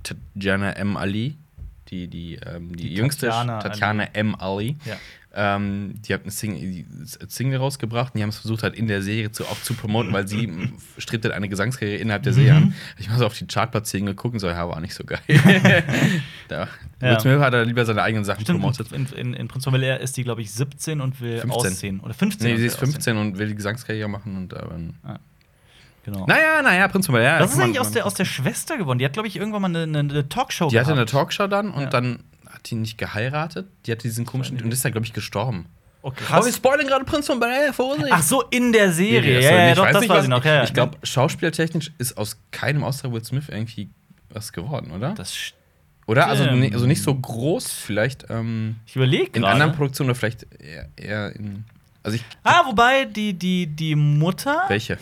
[SPEAKER 2] Tatjana M. Ali, die, die, ähm, die,
[SPEAKER 1] Die
[SPEAKER 2] jüngste
[SPEAKER 1] Tatjana
[SPEAKER 2] Tatjana, M. Ali,
[SPEAKER 1] Ja.
[SPEAKER 2] ähm, die hat eine Single, die Single rausgebracht und die haben es versucht, halt in der Serie zu, auch zu promoten, weil sie m, strebt halt eine Gesangskarriere innerhalb der Serie
[SPEAKER 1] Mhm.
[SPEAKER 2] an. Ich habe so auf die Chartplatzierungen geguckt und so, ja, war nicht so geil. da.
[SPEAKER 1] Ja.
[SPEAKER 2] Will Smith hat er lieber seine eigenen Sachen promotet.
[SPEAKER 1] Stimmt, in, in, in Prinz von Bel-Air ist die, glaube ich, 17 und will
[SPEAKER 2] 15.
[SPEAKER 1] aussehen. Oder 15.
[SPEAKER 2] Nee,
[SPEAKER 1] und
[SPEAKER 2] sie
[SPEAKER 1] will
[SPEAKER 2] ist 15 und will die Gesangskarriere machen und ähm,
[SPEAKER 1] Aussehen. Genau.
[SPEAKER 2] Naja, naja, Prinz von Bel Air.
[SPEAKER 1] Was ist
[SPEAKER 2] kann man-
[SPEAKER 1] eigentlich aus
[SPEAKER 2] man-
[SPEAKER 1] der, aus der Schwester geworden? Die hat, glaube ich, irgendwann mal eine, eine, eine Talkshow
[SPEAKER 2] Die hatte eine
[SPEAKER 1] gehabt.
[SPEAKER 2] Talkshow dann und
[SPEAKER 1] Ja.
[SPEAKER 2] dann hat die nicht geheiratet. Die hatte diesen komischen. Und ist dann, glaube ich, gestorben.
[SPEAKER 1] Oh,
[SPEAKER 2] Oh, wir
[SPEAKER 1] krass.
[SPEAKER 2] spoilern gerade Prinz von Bel Air, Vorsicht!
[SPEAKER 1] Ach so, in der Serie. Ja,
[SPEAKER 2] Sorry,
[SPEAKER 1] ja,
[SPEAKER 2] ich
[SPEAKER 1] doch,
[SPEAKER 2] weiß
[SPEAKER 1] das
[SPEAKER 2] nicht,
[SPEAKER 1] war
[SPEAKER 2] was-
[SPEAKER 1] sie noch. Ja, ja.
[SPEAKER 2] Ich glaube, schauspielertechnisch ist aus keinem außer Will Smith irgendwie was geworden, oder?
[SPEAKER 1] Das st-
[SPEAKER 2] Oder? Also,
[SPEAKER 1] stimmt.
[SPEAKER 2] ni- also nicht so groß, vielleicht ähm,
[SPEAKER 1] ich überlege
[SPEAKER 2] in anderen
[SPEAKER 1] gerade.
[SPEAKER 2] Produktionen oder vielleicht eher, eher in. Also, ich.
[SPEAKER 1] Ah, wobei die, die, die Mutter,
[SPEAKER 2] Welche?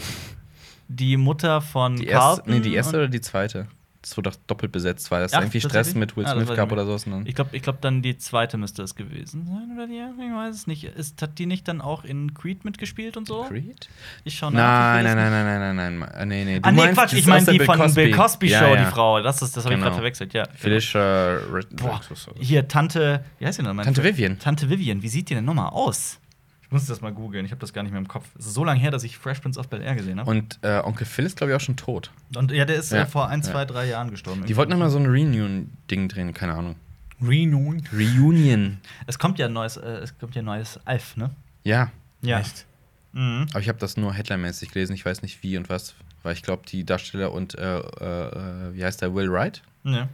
[SPEAKER 1] die Mutter von
[SPEAKER 2] Die erste,
[SPEAKER 1] Carlton.
[SPEAKER 2] nee, die erste
[SPEAKER 1] und-
[SPEAKER 2] oder die zweite? Das wurde doch doppelt besetzt, weil das
[SPEAKER 1] Ach,
[SPEAKER 2] irgendwie Stress
[SPEAKER 1] tatsächlich?
[SPEAKER 2] mit Will
[SPEAKER 1] Ah, das
[SPEAKER 2] Smith
[SPEAKER 1] weiß ich
[SPEAKER 2] gab
[SPEAKER 1] nicht.
[SPEAKER 2] oder sowas. ne? Und dann
[SPEAKER 1] Ich glaube, ich glaub, dann die zweite müsste es gewesen sein. Oder die andere, ich weiß es nicht. Ist, hat die nicht dann auch in Creed mitgespielt und so?
[SPEAKER 2] Creed?
[SPEAKER 1] Ich schau nach.
[SPEAKER 2] Nein,
[SPEAKER 1] ich will das
[SPEAKER 2] nein, nein, nein, nein, nein, nein. Ah, nee, nee. Du
[SPEAKER 1] Ah, nee,
[SPEAKER 2] meinst,
[SPEAKER 1] Quatsch,
[SPEAKER 2] das
[SPEAKER 1] ich
[SPEAKER 2] ist aus
[SPEAKER 1] meine
[SPEAKER 2] der
[SPEAKER 1] die von Bill Cosby Show,
[SPEAKER 2] Ja, ja.
[SPEAKER 1] die Frau. Das ist, das habe ich
[SPEAKER 2] Genau.
[SPEAKER 1] gerade verwechselt, ja.
[SPEAKER 2] Felicia Red
[SPEAKER 1] Boah, hier, Tante, wie heißt die denn?
[SPEAKER 2] Tante Vivian.
[SPEAKER 1] Tante Vivian, wie sieht die denn nochmal aus? Ich muss das mal googeln, ich habe das gar nicht mehr im Kopf. Es ist so lange her, dass ich Fresh Prince of Bel Air gesehen habe.
[SPEAKER 2] Und äh, Onkel Phil ist, glaube ich, auch schon tot.
[SPEAKER 1] Und, ja, der ist
[SPEAKER 2] Ja.
[SPEAKER 1] äh, vor ein,
[SPEAKER 2] Ja.
[SPEAKER 1] zwei, drei Jahren gestorben.
[SPEAKER 2] Die wollten nochmal so ein Reunion-Ding drehen, keine Ahnung.
[SPEAKER 3] Renewing.
[SPEAKER 2] Reunion.
[SPEAKER 1] Es kommt ja ein neues, äh, es kommt ja ein neues Alf, ne?
[SPEAKER 2] Ja,
[SPEAKER 1] Ja.
[SPEAKER 3] Echt?
[SPEAKER 1] Mhm.
[SPEAKER 2] aber ich habe das nur headline-mäßig gelesen, ich weiß nicht wie und was. Weil ich glaube, die Darsteller und, äh, äh, äh, wie heißt der, Will Wright?
[SPEAKER 1] Ja.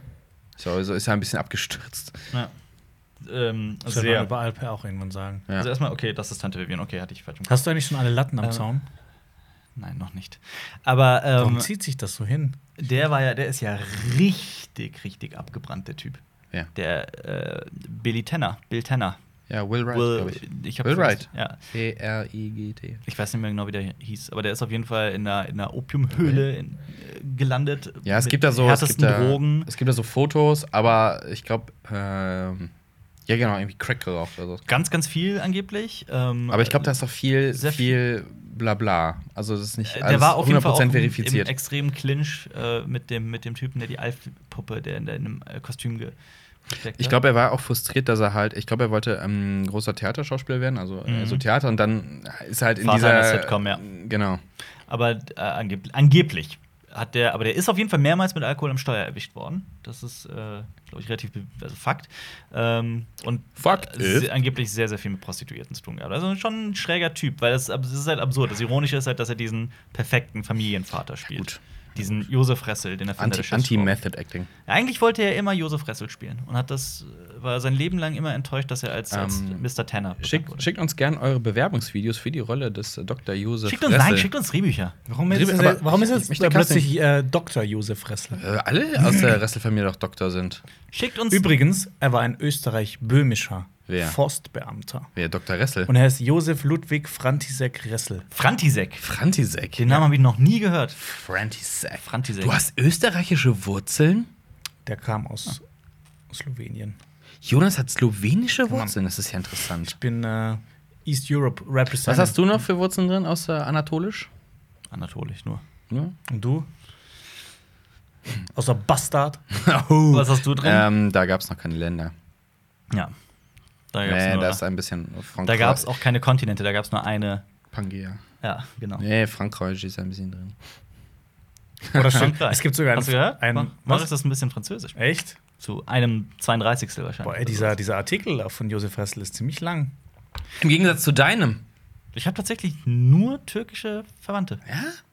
[SPEAKER 2] Ist ja, also ist ja ein bisschen abgestürzt.
[SPEAKER 1] ja. Ähm,
[SPEAKER 3] Das wird man
[SPEAKER 1] sehr.
[SPEAKER 3] über Alper auch irgendwann sagen.
[SPEAKER 2] Ja.
[SPEAKER 1] Also erstmal, okay, das ist Tante Vivian, okay, hatte ich falsch im Kopf.
[SPEAKER 3] Hast du eigentlich schon alle Latten am
[SPEAKER 1] Ähm,
[SPEAKER 3] Zaun?
[SPEAKER 1] Nein, noch nicht. Aber
[SPEAKER 3] Warum
[SPEAKER 1] ähm,
[SPEAKER 3] zieht sich das so hin?
[SPEAKER 1] Der war ja, der ist ja richtig, richtig abgebrannt, der Typ.
[SPEAKER 2] Ja.
[SPEAKER 1] Der äh, Billy Tanner, Bill Tanner.
[SPEAKER 2] ja, Will Wright,
[SPEAKER 1] Will,
[SPEAKER 2] glaube ich.
[SPEAKER 1] ich hab's
[SPEAKER 2] Will
[SPEAKER 1] vergessen.
[SPEAKER 2] Wright.
[SPEAKER 1] Ja.
[SPEAKER 2] B-R-I-G-T.
[SPEAKER 1] Ich weiß nicht mehr genau, wie der hieß, aber der ist auf jeden Fall in einer, in einer Opiumhöhle in, äh, gelandet.
[SPEAKER 2] Ja, es
[SPEAKER 1] mit
[SPEAKER 2] gibt da so es
[SPEAKER 1] härtesten
[SPEAKER 2] gibt da,
[SPEAKER 1] Drogen.
[SPEAKER 2] Es gibt da so Fotos, aber ich glaube, ähm, ja genau, irgendwie Crack geraucht oder so.
[SPEAKER 1] Ganz, ganz viel angeblich. Ähm,
[SPEAKER 2] Aber ich glaube, da ist doch viel,
[SPEAKER 1] Sehr
[SPEAKER 2] viel Blabla. Also das ist nicht
[SPEAKER 1] äh,
[SPEAKER 2] alles
[SPEAKER 1] der war auf jeden Fall auch im, im
[SPEAKER 2] verifiziert.
[SPEAKER 1] extremen Clinch äh, mit, dem, mit dem Typen, der die Alf-Puppe, der in einem äh, Kostüm ge- gesteckt
[SPEAKER 2] ich glaube, er war auch frustriert, dass er halt, ich glaube, er wollte ähm, großer Theaterschauspieler werden, also
[SPEAKER 1] Mhm.
[SPEAKER 2] äh, so Theater und dann ist er halt in
[SPEAKER 1] Vater
[SPEAKER 2] dieser
[SPEAKER 1] einer Sitcom, ja.
[SPEAKER 2] Genau.
[SPEAKER 1] Aber äh, angeb angeblich hat der, aber der ist auf jeden Fall mehrmals mit Alkohol am Steuer erwischt worden. Das ist, äh, glaube ich, relativ be- also Fakt. Ähm, und
[SPEAKER 2] Fakt
[SPEAKER 1] äh,
[SPEAKER 2] ist-
[SPEAKER 1] se- angeblich sehr, sehr viel mit Prostituierten zu tun gehabt. Also schon ein schräger Typ, weil das, ab- das ist halt absurd. Das Ironische ist halt, dass er diesen perfekten Familienvater spielt.
[SPEAKER 2] gut.
[SPEAKER 1] Diesen Josef Ressel, den er
[SPEAKER 2] Anti- Anti-Method Acting.
[SPEAKER 1] Eigentlich wollte er immer Josef Ressel spielen und hat das äh, war sein Leben lang immer enttäuscht, dass er als, als
[SPEAKER 2] Ähm,
[SPEAKER 1] Mr. Tanner bekannt wurde.
[SPEAKER 2] Schickt, schickt uns gern eure Bewerbungsvideos für die Rolle des äh, Dr. Josef
[SPEAKER 1] schickt uns nein,
[SPEAKER 2] Ressel.
[SPEAKER 1] schickt uns Drehbücher.
[SPEAKER 3] Warum
[SPEAKER 2] Dreh-
[SPEAKER 3] ist,
[SPEAKER 2] aber
[SPEAKER 3] warum ist
[SPEAKER 2] ich-
[SPEAKER 3] jetzt
[SPEAKER 2] ich möchte
[SPEAKER 3] plötzlich äh, Dr. Josef Ressler?
[SPEAKER 2] äh, alle aus der Ressel-Familie doch Doktor sind.
[SPEAKER 1] Schickt uns
[SPEAKER 3] Übrigens, er war ein österreich-böhmischer
[SPEAKER 2] Wer?
[SPEAKER 3] Forstbeamter.
[SPEAKER 2] Wer, Dr. Ressel?
[SPEAKER 3] Und er ist Josef Ludwig Frantisek Ressel.
[SPEAKER 1] Frantisek.
[SPEAKER 2] Frantisek.
[SPEAKER 1] Den Namen habe ich noch nie gehört.
[SPEAKER 2] Frantisek.
[SPEAKER 1] Genau. Frantisek.
[SPEAKER 2] Du hast österreichische Wurzeln?
[SPEAKER 3] Der kam aus
[SPEAKER 2] Ah.
[SPEAKER 3] Slowenien.
[SPEAKER 2] Jonas hat slowenische
[SPEAKER 3] Mann.
[SPEAKER 2] Wurzeln. Das ist ja interessant.
[SPEAKER 3] Ich bin äh, East Europe Representative.
[SPEAKER 2] Was hast du noch für Wurzeln drin, außer anatolisch?
[SPEAKER 1] Anatolisch nur.
[SPEAKER 2] Ne?
[SPEAKER 3] Und du? Außer Bastard.
[SPEAKER 1] Was hast du drin?
[SPEAKER 2] Ähm, da gab es noch keine Länder.
[SPEAKER 1] Ja. Da gab es
[SPEAKER 2] Nee,
[SPEAKER 1] nur,
[SPEAKER 2] da ist ein bisschen Frankreich.
[SPEAKER 1] da gab's auch keine Kontinente, da gab es nur eine.
[SPEAKER 2] Pangea.
[SPEAKER 1] Ja, genau.
[SPEAKER 2] Nee, Frankreich ist ein bisschen drin.
[SPEAKER 3] Oder
[SPEAKER 1] Frankreich.
[SPEAKER 3] Es gibt sogar einen.
[SPEAKER 1] Hast du gehört?
[SPEAKER 3] einen
[SPEAKER 1] Man- Man
[SPEAKER 3] was?
[SPEAKER 1] ist das ein bisschen französisch.
[SPEAKER 3] Echt?
[SPEAKER 1] Zu einem 32. wahrscheinlich.
[SPEAKER 3] Boah, ey, dieser, dieser Artikel von Josef Ressel ist ziemlich lang.
[SPEAKER 2] Im Gegensatz zu deinem.
[SPEAKER 1] ich habe tatsächlich nur türkische Verwandte.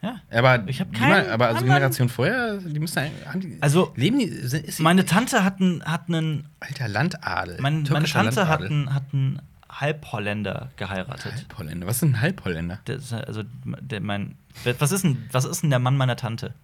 [SPEAKER 2] Ja?
[SPEAKER 1] Ja.
[SPEAKER 2] Aber,
[SPEAKER 1] Ich hab
[SPEAKER 2] die
[SPEAKER 1] keinen
[SPEAKER 2] mal- aber also
[SPEAKER 1] anderen-
[SPEAKER 2] Generation vorher, die müssen ein- haben die,
[SPEAKER 1] Also,
[SPEAKER 2] leben die sind, ist
[SPEAKER 1] Meine Tante hat einen. Hat einen
[SPEAKER 2] alter Landadel.
[SPEAKER 1] mein, meine
[SPEAKER 2] türkischer
[SPEAKER 1] Tante hat
[SPEAKER 2] Landadel.
[SPEAKER 1] einen, hat einen Halbholländer geheiratet.
[SPEAKER 2] Halbholländer. Was sind Halbholländer?
[SPEAKER 1] Der ist, also der, mein, was ist denn, was ist denn der Mann meiner Tante?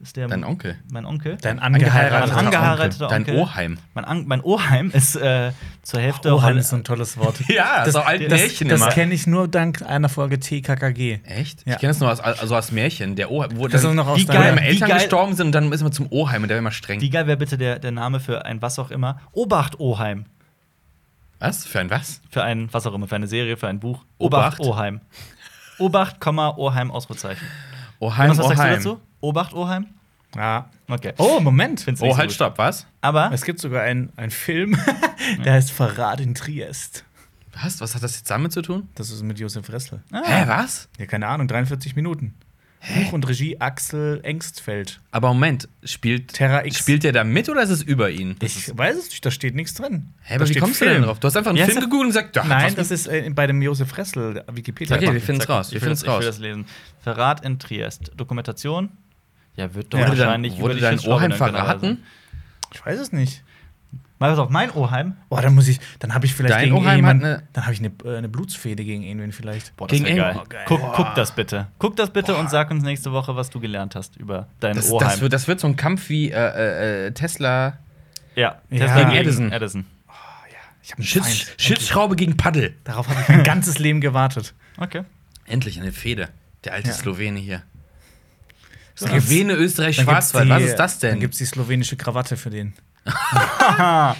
[SPEAKER 1] Ist der
[SPEAKER 2] Dein Onkel.
[SPEAKER 1] mein Onkel?
[SPEAKER 3] Dein
[SPEAKER 1] Mein
[SPEAKER 3] angeheirateter
[SPEAKER 1] angeheirateter
[SPEAKER 2] Dein
[SPEAKER 1] Onkel.
[SPEAKER 2] Oheim.
[SPEAKER 1] Mein, An mein Oheim ist äh, zur Hälfte
[SPEAKER 3] Oheim
[SPEAKER 1] Holl-
[SPEAKER 3] ist Oh, so ein tolles Wort.
[SPEAKER 2] Ja,
[SPEAKER 3] das,
[SPEAKER 2] so alt
[SPEAKER 3] das,
[SPEAKER 2] Märchen
[SPEAKER 3] das
[SPEAKER 2] immer.
[SPEAKER 3] kenne ich nur dank einer Folge TKKG.
[SPEAKER 2] Echt?
[SPEAKER 3] Ja.
[SPEAKER 2] Ich kenne das nur als, also als Märchen. Der Oheim, wo
[SPEAKER 3] Das
[SPEAKER 2] dann,
[SPEAKER 3] ist noch aus
[SPEAKER 1] wie
[SPEAKER 2] wo dann
[SPEAKER 1] geil-
[SPEAKER 2] meine Eltern
[SPEAKER 1] wie geil-
[SPEAKER 2] gestorben sind und dann ist man zum Oheim und der war immer streng.
[SPEAKER 1] Wie geil wäre bitte der, der Name für ein was auch immer? Obacht Oheim.
[SPEAKER 2] Was? Für ein was?
[SPEAKER 1] Für ein, was auch immer, für eine Serie, für ein Buch.
[SPEAKER 2] Obacht.
[SPEAKER 1] Obacht Oheim. Obacht, Komma, Oheim, Ausrufezeichen.
[SPEAKER 2] Oheim,
[SPEAKER 1] was sagst du
[SPEAKER 2] Oheim.
[SPEAKER 1] dazu? Obacht Oheim?
[SPEAKER 3] Ja.
[SPEAKER 1] Okay.
[SPEAKER 3] Oh, Moment.
[SPEAKER 1] Find's nicht
[SPEAKER 2] Oh,
[SPEAKER 1] so
[SPEAKER 2] halt,
[SPEAKER 1] gut.
[SPEAKER 2] stopp, was?
[SPEAKER 1] Aber
[SPEAKER 3] Es gibt sogar einen, einen Film, der heißt Verrat in Triest.
[SPEAKER 2] Was? Was hat das jetzt damit zu tun?
[SPEAKER 3] Das ist mit Josef Ressel.
[SPEAKER 1] ah,
[SPEAKER 2] Hä, was?
[SPEAKER 3] Ja, keine Ahnung, 43 Minuten. Buch und Regie Axel Engstfeld.
[SPEAKER 2] Aber Moment, spielt,
[SPEAKER 3] Terra X.
[SPEAKER 2] spielt der da mit oder ist es über ihn?
[SPEAKER 3] ich weiß es nicht, da steht nichts drin.
[SPEAKER 2] Hä,
[SPEAKER 3] Da
[SPEAKER 2] aber wie
[SPEAKER 3] steht
[SPEAKER 2] kommst du denn drauf? Du hast einfach einen
[SPEAKER 1] Ja,
[SPEAKER 2] Film
[SPEAKER 1] ist-
[SPEAKER 2] gegoogelt und gesagt, ja, hat
[SPEAKER 3] Nein,
[SPEAKER 2] was
[SPEAKER 3] das ist äh, bei dem Josef Ressel äh, Wikipedia.
[SPEAKER 2] Okay, wir
[SPEAKER 3] Okay.
[SPEAKER 2] finden's
[SPEAKER 1] Zack,
[SPEAKER 2] raus. Wir
[SPEAKER 1] ich will
[SPEAKER 2] finden's
[SPEAKER 1] das- Ich will
[SPEAKER 2] raus.
[SPEAKER 1] das lesen. Verrat in Triest. Dokumentation. Ja, wird doch
[SPEAKER 3] Ja.
[SPEAKER 2] Wurde,
[SPEAKER 1] wahrscheinlich
[SPEAKER 2] dein, wurde
[SPEAKER 1] die
[SPEAKER 2] dein
[SPEAKER 1] Schiffsschraube
[SPEAKER 2] Oheim
[SPEAKER 1] dann genau
[SPEAKER 2] verraten?
[SPEAKER 3] also
[SPEAKER 1] sein.
[SPEAKER 3] Ich weiß es nicht.
[SPEAKER 1] Mal pass auf, mein Oheim.
[SPEAKER 3] Boah, dann muss ich, dann habe ich vielleicht
[SPEAKER 2] Dein
[SPEAKER 3] gegen
[SPEAKER 2] Oheim hat
[SPEAKER 3] jemanden,
[SPEAKER 2] eine-
[SPEAKER 3] dann habe ich eine, äh, eine Blutsfehde gegen irgendwen vielleicht.
[SPEAKER 1] Boah,
[SPEAKER 2] Gegen
[SPEAKER 1] wär
[SPEAKER 2] Eng-
[SPEAKER 1] geil.
[SPEAKER 2] Oh,
[SPEAKER 3] geil.
[SPEAKER 1] Guck,
[SPEAKER 3] Boah.
[SPEAKER 1] guck das bitte. Guck das bitte und sag uns nächste Woche, was du gelernt hast über deinen
[SPEAKER 2] Das,
[SPEAKER 1] Oheim.
[SPEAKER 2] das, wird, das wird so ein Kampf wie äh, äh, Tesla.
[SPEAKER 1] ja,
[SPEAKER 3] Ja.
[SPEAKER 1] Tesla
[SPEAKER 3] Gegen
[SPEAKER 1] gegen
[SPEAKER 2] Edison.
[SPEAKER 1] Edison.
[SPEAKER 3] Ich habe einen
[SPEAKER 2] Schiffs,
[SPEAKER 3] Feind.
[SPEAKER 2] Schiffsschraube gegen Paddel.
[SPEAKER 3] Darauf habe ich mein ganzes Leben gewartet.
[SPEAKER 1] Okay.
[SPEAKER 2] Endlich eine Fehde. Der alte
[SPEAKER 3] Ja.
[SPEAKER 2] Slowene hier.
[SPEAKER 3] Dann gibt's-
[SPEAKER 2] Slowene, Österreich,
[SPEAKER 3] dann gibt's
[SPEAKER 2] Schwarzwald.
[SPEAKER 3] die-
[SPEAKER 2] Was ist das
[SPEAKER 3] Dann
[SPEAKER 2] denn?
[SPEAKER 3] gibt es die slowenische Krawatte für den.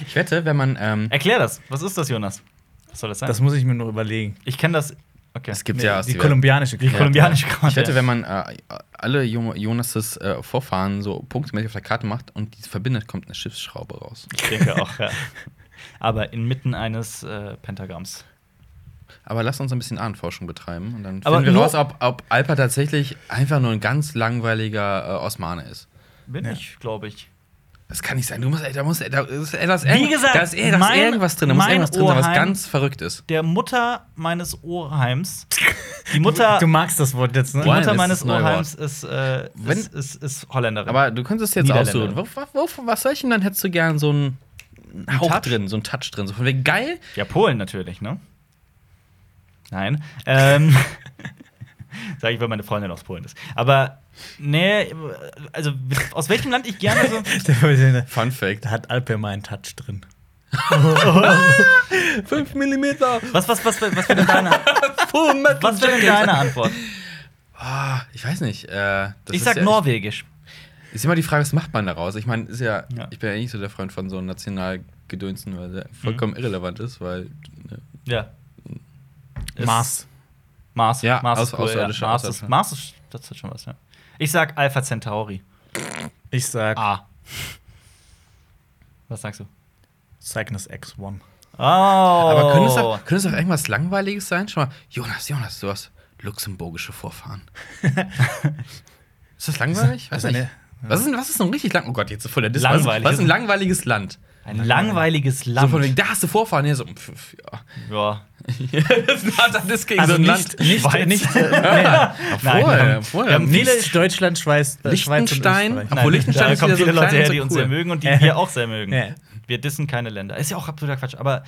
[SPEAKER 2] Ich wette, wenn man. Ähm,
[SPEAKER 1] Erklär das. Was ist das, Jonas? Was soll das sein?
[SPEAKER 3] Das muss ich mir nur überlegen.
[SPEAKER 1] ich kenne das. Okay.
[SPEAKER 2] es gibt
[SPEAKER 3] Nee,
[SPEAKER 2] ja aus
[SPEAKER 3] die
[SPEAKER 2] der Welt.
[SPEAKER 3] kolumbianische
[SPEAKER 1] Die
[SPEAKER 3] Krawatte.
[SPEAKER 1] kolumbianische Karte.
[SPEAKER 2] Ich wette, wenn man äh, alle Jo- Jonas' äh, Vorfahren so punktmäßig auf der Karte macht und die verbindet, kommt eine Schiffsschraube raus.
[SPEAKER 1] Ich denke auch, ja. Aber inmitten eines äh, Pentagramms.
[SPEAKER 2] Aber lass uns ein bisschen Ahnenforschung betreiben und dann
[SPEAKER 1] Aber
[SPEAKER 2] finden wir
[SPEAKER 1] nur-
[SPEAKER 2] raus, ob, ob Alpa tatsächlich einfach nur ein ganz langweiliger äh, Osmane ist.
[SPEAKER 1] Bin
[SPEAKER 3] Ja.
[SPEAKER 1] ich, glaube ich.
[SPEAKER 2] Das kann nicht sein. Du musst, ey, da muss, ey, da ist, ey, da ist,
[SPEAKER 1] Wie
[SPEAKER 2] irgend-
[SPEAKER 1] gesagt,
[SPEAKER 2] da ist, ey, da ist
[SPEAKER 1] mein-
[SPEAKER 2] irgendwas drin, da muss
[SPEAKER 1] mein
[SPEAKER 2] irgendwas drin sein, was
[SPEAKER 1] Oheim-
[SPEAKER 2] ganz verrückt ist.
[SPEAKER 1] Der Mutter meines Oheims. Die Mutter,
[SPEAKER 3] Du magst das Wort jetzt, ne?
[SPEAKER 1] die
[SPEAKER 2] Oheim
[SPEAKER 1] Mutter
[SPEAKER 2] ist
[SPEAKER 1] meines
[SPEAKER 2] das neue
[SPEAKER 1] Oheims ist, äh,
[SPEAKER 2] Wenn-
[SPEAKER 1] ist, ist, ist Holländerin.
[SPEAKER 2] Aber du könntest jetzt aussuchen.
[SPEAKER 1] Niederländer.
[SPEAKER 2] Wo, wo, wo, was soll ich denn dann? Hättest du gern so einen Hauch
[SPEAKER 1] Touch?
[SPEAKER 2] drin, so einen Touch drin. So von wegen geil.
[SPEAKER 1] ja, Polen natürlich, ne? Nein. Ähm, Sag ich, weil meine Freundin aus Polen ist. Aber, nee, also aus welchem Land ich gerne so.
[SPEAKER 2] Fun Fact.
[SPEAKER 3] da hat Alpe mal einen Touch drin.
[SPEAKER 2] 5 mm.
[SPEAKER 1] Was, was, was, was wäre denn deine, was wär denn deine Antwort?
[SPEAKER 2] ich weiß nicht. Äh, das
[SPEAKER 1] ich
[SPEAKER 2] ist
[SPEAKER 1] sag
[SPEAKER 2] ja,
[SPEAKER 1] norwegisch.
[SPEAKER 2] Ist immer die Frage, was macht man daraus? Ich meine, ist ja,
[SPEAKER 1] Ja.
[SPEAKER 2] ich bin ja eh nicht so der Freund von so Nationalgedönsen, weil der vollkommen irrelevant ist, weil. Ne,
[SPEAKER 1] Ja.
[SPEAKER 3] Mars.
[SPEAKER 1] Mars,
[SPEAKER 2] Ja,
[SPEAKER 1] Mars
[SPEAKER 2] aus-
[SPEAKER 1] ist cool,
[SPEAKER 2] außerirdische-
[SPEAKER 1] ja. Mars, ist,
[SPEAKER 2] außerirdische.
[SPEAKER 1] Mars ist, das ist schon was, ja. Ich sag Alpha Centauri.
[SPEAKER 3] Ich sag
[SPEAKER 2] Ah.
[SPEAKER 1] A. Was sagst du?
[SPEAKER 3] Cygnus X1.
[SPEAKER 1] Oh.
[SPEAKER 2] Aber könnte es, auch, könnte es auch irgendwas Langweiliges sein? Schau mal, Jonas, Jonas, du hast luxemburgische Vorfahren. ist das langweilig? Weiß
[SPEAKER 3] ist eine-
[SPEAKER 2] nicht. Was ist, denn- was ist ein richtig lang? Oh Gott, jetzt ist voll der Dis.
[SPEAKER 1] Langweilig.
[SPEAKER 2] Was ist ein langweiliges Land?
[SPEAKER 1] ein langweiliges
[SPEAKER 2] So
[SPEAKER 1] Land.
[SPEAKER 2] von wegen, da hast du Vorfahren. Ja, so, pf, pf, ja.
[SPEAKER 1] ja.
[SPEAKER 2] das ist ein harter Diss gegen so ein Land.
[SPEAKER 1] Schweiz.
[SPEAKER 3] also nicht, nicht, äh,
[SPEAKER 1] Also Nein, wir haben- wir haben
[SPEAKER 2] nicht.
[SPEAKER 1] viele-
[SPEAKER 3] nicht Deutschland, Schweiz, äh, Schweiz und
[SPEAKER 2] Liechtenstein.
[SPEAKER 3] Österreich.
[SPEAKER 2] Obwohl Liechtenstein
[SPEAKER 1] da
[SPEAKER 2] ist
[SPEAKER 1] kommen
[SPEAKER 2] wieder so
[SPEAKER 1] viele
[SPEAKER 2] klein
[SPEAKER 1] Leute
[SPEAKER 2] und
[SPEAKER 1] her,
[SPEAKER 2] so
[SPEAKER 1] die uns
[SPEAKER 2] cool.
[SPEAKER 1] sehr mögen und die
[SPEAKER 3] Ja.
[SPEAKER 1] wir auch sehr mögen.
[SPEAKER 3] Ja.
[SPEAKER 1] Wir dissen keine Länder. Ist ja auch absoluter Quatsch. Aber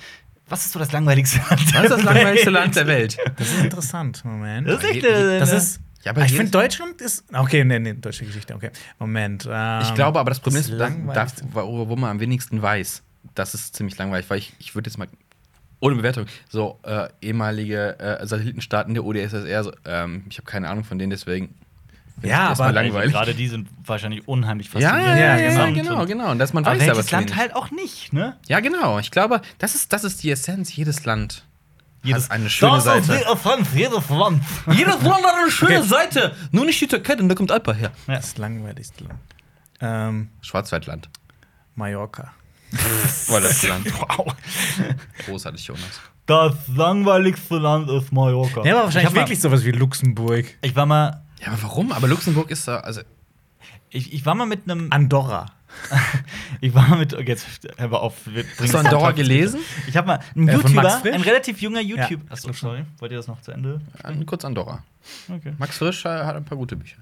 [SPEAKER 1] was ist so das langweiligste Land?
[SPEAKER 2] Was ist das langweiligste Land der Welt?
[SPEAKER 3] Das ist interessant. Moment.
[SPEAKER 1] Das ist, echt, äh,
[SPEAKER 3] Das ist.
[SPEAKER 2] Ja, aber
[SPEAKER 3] ich
[SPEAKER 2] hier
[SPEAKER 3] finde,
[SPEAKER 2] ist-
[SPEAKER 3] Deutschland ist. Okay, nee, nee, deutsche Geschichte, okay. Moment. ähm,
[SPEAKER 2] Ich glaube, aber das Problem ist, da, da,
[SPEAKER 3] langweiligste-
[SPEAKER 2] wo wo man am wenigsten weiß, das ist ziemlich langweilig, weil ich, ich würde jetzt mal, ohne Bewertung, so äh, ehemalige äh, Satellitenstaaten der UdSSR, so, ähm, ich habe keine Ahnung von denen, deswegen.
[SPEAKER 3] ja,
[SPEAKER 2] erstmal
[SPEAKER 3] aber.
[SPEAKER 2] lang- langweilig.
[SPEAKER 1] Gerade die sind wahrscheinlich unheimlich
[SPEAKER 2] Ja,
[SPEAKER 1] faszinierend.
[SPEAKER 2] ja, ja,
[SPEAKER 3] ja,
[SPEAKER 2] ja,
[SPEAKER 1] insgesamt.
[SPEAKER 2] genau, genau. Und dass man
[SPEAKER 1] Aber
[SPEAKER 2] weiß ja
[SPEAKER 1] welches
[SPEAKER 2] was
[SPEAKER 1] Land
[SPEAKER 2] wenig.
[SPEAKER 1] halt auch nicht, ne?
[SPEAKER 2] Ja, genau. Ich glaube, das ist, das ist die Essenz jedes Land.
[SPEAKER 1] Jedes-
[SPEAKER 2] eine schöne
[SPEAKER 1] Das ist
[SPEAKER 2] Seite.
[SPEAKER 1] die Essenz, jedes Land.
[SPEAKER 2] Jedes Land hat eine schöne Seite. Nur nicht die Türkei, denn da kommt Alpa her.
[SPEAKER 3] Das langweiligste Land. Ähm,
[SPEAKER 2] Schwarzwaldland.
[SPEAKER 3] Mallorca.
[SPEAKER 2] War das Land.
[SPEAKER 1] Wow.
[SPEAKER 2] Großartig, Jonas.
[SPEAKER 1] Das langweiligste Land ist Mallorca.
[SPEAKER 3] Ja, aber wahrscheinlich
[SPEAKER 1] ich hab
[SPEAKER 3] wirklich sowas wie Luxemburg.
[SPEAKER 1] Mal, ich war mal,
[SPEAKER 2] Ja, aber warum? Aber Luxemburg ist da, also
[SPEAKER 1] ich, ich war mal mit einem,
[SPEAKER 3] Andorra.
[SPEAKER 1] ich war mal mit, okay, jetzt hör mal auf. wir bringen
[SPEAKER 2] Hast du
[SPEAKER 1] das
[SPEAKER 2] Andorra
[SPEAKER 1] auf.
[SPEAKER 2] gelesen?
[SPEAKER 1] Ich habe mal einen
[SPEAKER 3] Äh, von Max
[SPEAKER 1] YouTuber,
[SPEAKER 3] Frisch?
[SPEAKER 1] ein relativ junger YouTuber.
[SPEAKER 3] Ja.
[SPEAKER 1] Achso, sorry, wollt ihr das noch zu Ende?
[SPEAKER 2] An, kurz Andorra.
[SPEAKER 1] Okay.
[SPEAKER 2] Max Frisch äh, hat ein paar gute Bücher.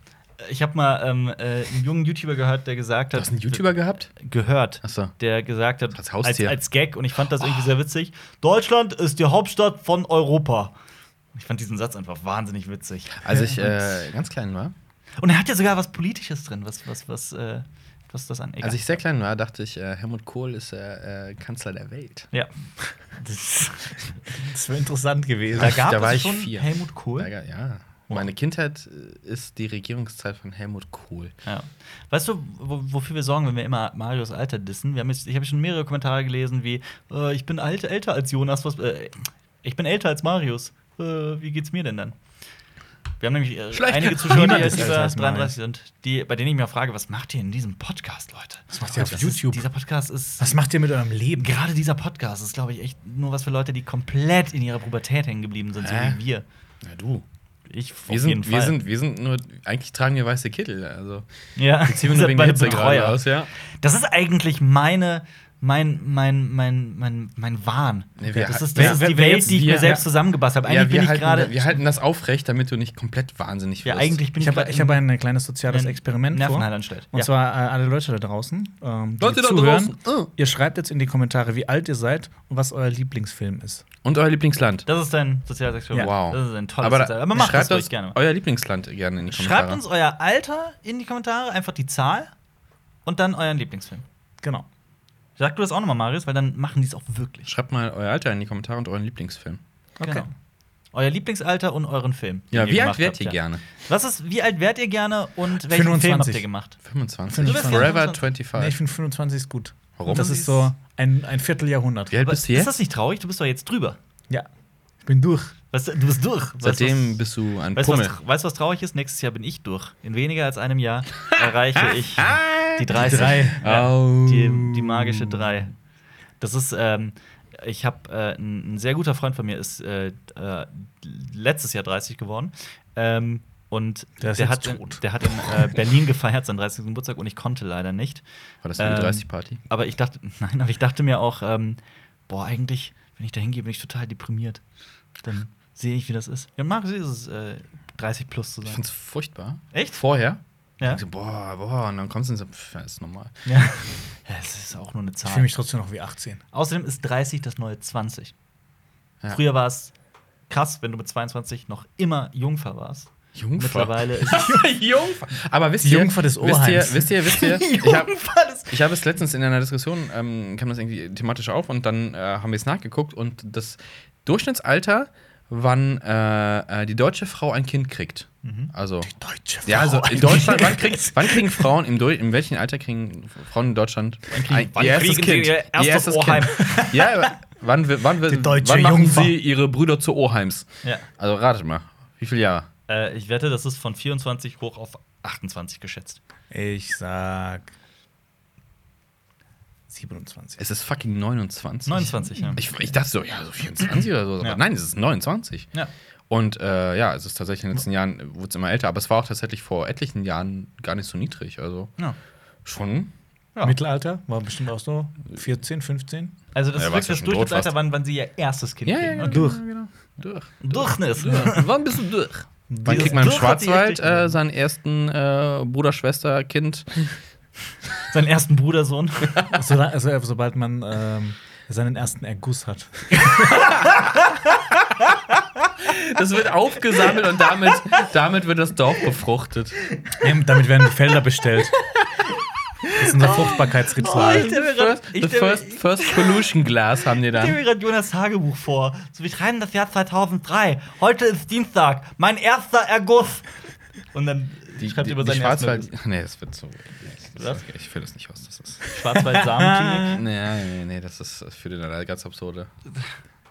[SPEAKER 1] Ich habe mal ähm, äh, einen jungen YouTuber gehört, der gesagt
[SPEAKER 2] Du
[SPEAKER 1] hat.
[SPEAKER 2] hast einen YouTuber gehabt?
[SPEAKER 1] gehört,
[SPEAKER 2] Achso.
[SPEAKER 1] der gesagt hat,
[SPEAKER 2] Als
[SPEAKER 1] als,
[SPEAKER 2] Haustier. Ah.
[SPEAKER 1] als, Gag, und ich fand das irgendwie sehr witzig: Deutschland ist die Hauptstadt von Europa. Ich fand diesen Satz einfach wahnsinnig witzig.
[SPEAKER 2] Als ich äh, ganz klein war,
[SPEAKER 1] Und er hat ja sogar was Politisches drin, was, was, was, äh, was das an.
[SPEAKER 2] als ich sehr klein war, dachte ich, äh, Helmut Kohl ist äh, äh, Kanzler der Welt.
[SPEAKER 1] ja. Das,
[SPEAKER 3] Das wäre interessant gewesen.
[SPEAKER 1] da gab
[SPEAKER 2] da war
[SPEAKER 1] es
[SPEAKER 2] ich
[SPEAKER 1] schon
[SPEAKER 2] vier.
[SPEAKER 1] Helmut Kohl.
[SPEAKER 2] Ja, ja. Meine Kindheit äh, ist die Regierungszeit von Helmut Kohl.
[SPEAKER 1] Ja. Weißt du, wo, wofür wir sorgen, wenn wir immer Marios Alter dissen? Wir haben jetzt, ich habe schon mehrere Kommentare gelesen, wie äh, ich bin alt, älter als Jonas. Was, äh, ich bin älter als Marius. Äh, wie geht's mir denn dann? Wir haben nämlich äh,
[SPEAKER 2] Schlecht.
[SPEAKER 1] einige Zuschauer, die
[SPEAKER 3] Niemand
[SPEAKER 1] jetzt
[SPEAKER 3] ist
[SPEAKER 1] über
[SPEAKER 3] älter als
[SPEAKER 1] 33 sind, die, bei denen ich mir frage, was macht ihr in diesem Podcast, Leute?
[SPEAKER 3] Was macht ihr auf
[SPEAKER 1] Das
[SPEAKER 3] YouTube?
[SPEAKER 1] Ist, dieser Podcast ist
[SPEAKER 3] Was macht ihr mit eurem Leben?
[SPEAKER 1] gerade dieser Podcast ist, glaube ich, echt nur was für Leute, die komplett in ihrer Pubertät hängen geblieben sind, so
[SPEAKER 2] Hä?
[SPEAKER 1] wie wir.
[SPEAKER 2] Na du.
[SPEAKER 1] Ich auf
[SPEAKER 2] Wir sind, wir, sind, wir sind nur, eigentlich tragen wir weiße Kittel. Also,
[SPEAKER 1] ja,
[SPEAKER 2] ziehen
[SPEAKER 1] Ihr
[SPEAKER 2] wir nur
[SPEAKER 1] seid
[SPEAKER 2] wegen der
[SPEAKER 1] meine
[SPEAKER 2] Hitze gerade
[SPEAKER 1] Betreuer.
[SPEAKER 2] aus, ja.
[SPEAKER 1] Das ist eigentlich meine, mein, mein, mein, mein, mein Wahn.
[SPEAKER 2] Nee, wir
[SPEAKER 1] das
[SPEAKER 2] ha-
[SPEAKER 1] ist, das
[SPEAKER 2] ja.
[SPEAKER 1] ist
[SPEAKER 3] Wir-
[SPEAKER 1] die
[SPEAKER 3] wir-
[SPEAKER 1] Welt, die ich
[SPEAKER 2] wir-
[SPEAKER 1] mir selbst
[SPEAKER 2] ja.
[SPEAKER 1] zusammengebastelt habe.
[SPEAKER 2] ja
[SPEAKER 1] Eigentlich
[SPEAKER 2] wir,
[SPEAKER 1] bin ich
[SPEAKER 2] halten,
[SPEAKER 1] gerade.
[SPEAKER 2] wir halten das aufrecht, damit du nicht komplett wahnsinnig
[SPEAKER 1] Ja,
[SPEAKER 2] wirst.
[SPEAKER 1] eigentlich bin
[SPEAKER 3] Ich
[SPEAKER 1] ich
[SPEAKER 3] habe
[SPEAKER 1] gerade.
[SPEAKER 3] ich hab ein äh, kleines soziales Experiment vor.
[SPEAKER 1] Nervenheilanstalt.
[SPEAKER 3] Und
[SPEAKER 1] Ja.
[SPEAKER 3] zwar äh, alle Leute da draußen. Ähm, die
[SPEAKER 2] Leute da
[SPEAKER 3] zuhören,
[SPEAKER 2] draußen, äh.
[SPEAKER 3] Ihr schreibt jetzt in die Kommentare, wie alt ihr seid und was euer Lieblingsfilm ist.
[SPEAKER 2] Und euer Lieblingsland.
[SPEAKER 1] Das ist dein soziales Experiment.
[SPEAKER 2] Wow.
[SPEAKER 1] Das ist ein tolles
[SPEAKER 2] aber,
[SPEAKER 1] Sozial- Aber macht das
[SPEAKER 2] schreibt
[SPEAKER 1] ruhig
[SPEAKER 2] uns
[SPEAKER 1] gerne.
[SPEAKER 2] euer Lieblingsland gerne in die Kommentare.
[SPEAKER 1] Schreibt uns euer Alter in die Kommentare, einfach die Zahl und dann euren Lieblingsfilm.
[SPEAKER 3] Genau.
[SPEAKER 1] Sag du das auch nochmal, Marius, weil dann machen die es auch wirklich.
[SPEAKER 2] Schreibt mal euer Alter in die Kommentare und euren Lieblingsfilm.
[SPEAKER 3] Okay.
[SPEAKER 1] Genau. Euer Lieblingsalter und euren Film. den
[SPEAKER 2] Ja, wie alt
[SPEAKER 1] gemacht
[SPEAKER 2] wärt
[SPEAKER 1] habt,
[SPEAKER 2] ihr
[SPEAKER 1] ja.
[SPEAKER 2] gerne?
[SPEAKER 1] Was ist, wie alt wärt ihr gerne und welchen Film habt
[SPEAKER 3] 25.
[SPEAKER 1] ihr gemacht?
[SPEAKER 2] 25.
[SPEAKER 3] Du wärst
[SPEAKER 2] Forever
[SPEAKER 1] 25.
[SPEAKER 2] 25.
[SPEAKER 3] Nee, ich finde 25 ist gut.
[SPEAKER 2] Warum?
[SPEAKER 3] Das ist so ein, ein Vierteljahrhundert.
[SPEAKER 2] wie alt
[SPEAKER 1] Aber
[SPEAKER 2] bist du jetzt?
[SPEAKER 1] Ist das nicht traurig? Du bist doch jetzt drüber.
[SPEAKER 3] Ja. Ich bin durch.
[SPEAKER 1] Weißt du, du bist durch. Weißt du,
[SPEAKER 2] Seitdem bist du ein
[SPEAKER 1] was, weißt, du,
[SPEAKER 2] Pummel.
[SPEAKER 1] was, tra- weißt du, was traurig ist? Nächstes Jahr bin ich durch. In weniger als einem Jahr erreiche ich die 30.
[SPEAKER 3] drei.
[SPEAKER 1] Ja,
[SPEAKER 2] Au.
[SPEAKER 1] die, die magische 3. Das ist, ähm, ich habe, äh, ein, ein sehr guter Freund von mir ist äh, äh, letztes Jahr 30 geworden. Ähm, und
[SPEAKER 3] Der
[SPEAKER 1] der,
[SPEAKER 3] ist jetzt
[SPEAKER 1] hat,
[SPEAKER 3] tot.
[SPEAKER 1] der hat in äh, Berlin gefeiert, seinen 30. Geburtstag, und ich konnte leider nicht.
[SPEAKER 2] War das eine
[SPEAKER 1] Ähm,
[SPEAKER 2] 30-Party?
[SPEAKER 1] Aber ich dachte, nein, aber ich dachte mir auch, ähm, boah, eigentlich, wenn ich da hingehe, bin ich total deprimiert. Dann sehe ich, wie das ist. Ja, Markus ist es, äh, 30 plus zu
[SPEAKER 2] Ich
[SPEAKER 1] sein.
[SPEAKER 2] fand's furchtbar.
[SPEAKER 1] Echt?
[SPEAKER 2] Vorher?
[SPEAKER 1] Ja.
[SPEAKER 2] Ich so, boah, boah, und dann kommst du und so, pff, ja, ist normal.
[SPEAKER 1] ja. Es ist auch nur eine
[SPEAKER 3] Ich fühle
[SPEAKER 1] Zahl.
[SPEAKER 3] mich trotzdem noch wie 18.
[SPEAKER 1] Außerdem ist 30 das neue 20.
[SPEAKER 2] Ja.
[SPEAKER 1] Früher war es krass, wenn du mit 22 noch immer Jungfer warst.
[SPEAKER 2] Jungfer.
[SPEAKER 1] Mittlerweile ist es
[SPEAKER 2] Jungfer. Aber wisst
[SPEAKER 3] Die
[SPEAKER 2] ihr,
[SPEAKER 3] Jungfer des
[SPEAKER 2] wisst ihr,
[SPEAKER 3] Oheims.
[SPEAKER 2] wisst ihr, wisst ihr, ich hab,
[SPEAKER 1] alles.
[SPEAKER 2] ich habe es letztens in einer Diskussion, ähm, kam das irgendwie thematisch auf und dann äh, haben wir es nachgeguckt und das Durchschnittsalter, wann äh, äh, die deutsche Frau ein Kind kriegt.
[SPEAKER 1] Mhm.
[SPEAKER 2] Also,
[SPEAKER 3] Deutsche Frau.
[SPEAKER 2] ja, also in Deutschland, wann, kriegt, wann kriegen Frauen, im, Durch- in welchem Alter kriegen Frauen in Deutschland
[SPEAKER 1] kriegen- wann kriegen sie ihr erstes Oheim?
[SPEAKER 2] Kind? Ja, aber wann, wi- wann, wi-
[SPEAKER 3] Die deutsche
[SPEAKER 2] wann machen
[SPEAKER 3] Jungfer.
[SPEAKER 2] sie ihre Brüder zu Oheims?
[SPEAKER 1] Ja.
[SPEAKER 2] Also ratet mal, wie viele Jahre?
[SPEAKER 1] Äh, ich wette, das ist von 24 hoch auf 28 geschätzt.
[SPEAKER 3] Ich sag 27.
[SPEAKER 2] Es ist fucking 29.
[SPEAKER 1] 29, ja.
[SPEAKER 2] Ich, ich dachte so, ja, so 24 oder so. Aber
[SPEAKER 1] Ja.
[SPEAKER 2] nein, es ist 29.
[SPEAKER 1] ja.
[SPEAKER 2] Und äh, ja, es ist tatsächlich in den letzten Jahren, wurde es immer älter, aber es war auch tatsächlich vor etlichen Jahren gar nicht so niedrig. Also
[SPEAKER 1] ja.
[SPEAKER 2] schon.
[SPEAKER 1] Ja.
[SPEAKER 3] Mittelalter war bestimmt auch so 14, 15.
[SPEAKER 1] Also das
[SPEAKER 2] Ja,
[SPEAKER 1] ist wirklich
[SPEAKER 2] warst ja
[SPEAKER 1] das
[SPEAKER 2] schon tot
[SPEAKER 1] Durchschnittsalter,
[SPEAKER 2] fast.
[SPEAKER 1] wann, wann sie ihr erstes Kind kriegen. ne? Okay.
[SPEAKER 2] Durch. genau. Durch.
[SPEAKER 1] Durchnis.
[SPEAKER 2] Wann bist du durch? Wann
[SPEAKER 1] Dieses
[SPEAKER 2] kriegt man im
[SPEAKER 1] Durch hat die
[SPEAKER 2] Schwarzwald
[SPEAKER 1] richtig gemacht.
[SPEAKER 2] äh, seinen ersten äh, Bruder, Schwester, Kind?
[SPEAKER 1] Seinen ersten Brudersohn.
[SPEAKER 3] So, also, sobald man ähm, seinen ersten Erguss hat.
[SPEAKER 2] Das wird aufgesammelt und damit, damit wird das Dorf befruchtet.
[SPEAKER 3] Ähm, Damit werden die Felder bestellt. Das ist unser Fruchtbarkeitsritual.
[SPEAKER 1] Oh, mir grad-
[SPEAKER 2] First,
[SPEAKER 1] ich
[SPEAKER 2] the
[SPEAKER 1] stell mir-
[SPEAKER 2] first, first Pollution Glas haben die
[SPEAKER 1] Ich stelle
[SPEAKER 2] dann.
[SPEAKER 1] mir gerade Jonas Tagebuch vor. So, wir schreiben das Jahr 2003. Heute ist Dienstag. Mein erster Erguss. Und dann
[SPEAKER 2] Die,
[SPEAKER 1] schreibt
[SPEAKER 2] die,
[SPEAKER 1] ihr über
[SPEAKER 2] die
[SPEAKER 1] seinen
[SPEAKER 2] Schwarzwald. Ah,
[SPEAKER 1] ersten
[SPEAKER 2] Nee, das wird so.
[SPEAKER 1] Was?
[SPEAKER 2] Ich will das nicht, was das ist.
[SPEAKER 1] Schwarzwald-Samenklinik.
[SPEAKER 2] Nee, nee, nee, das ist für den eine ganz absurde.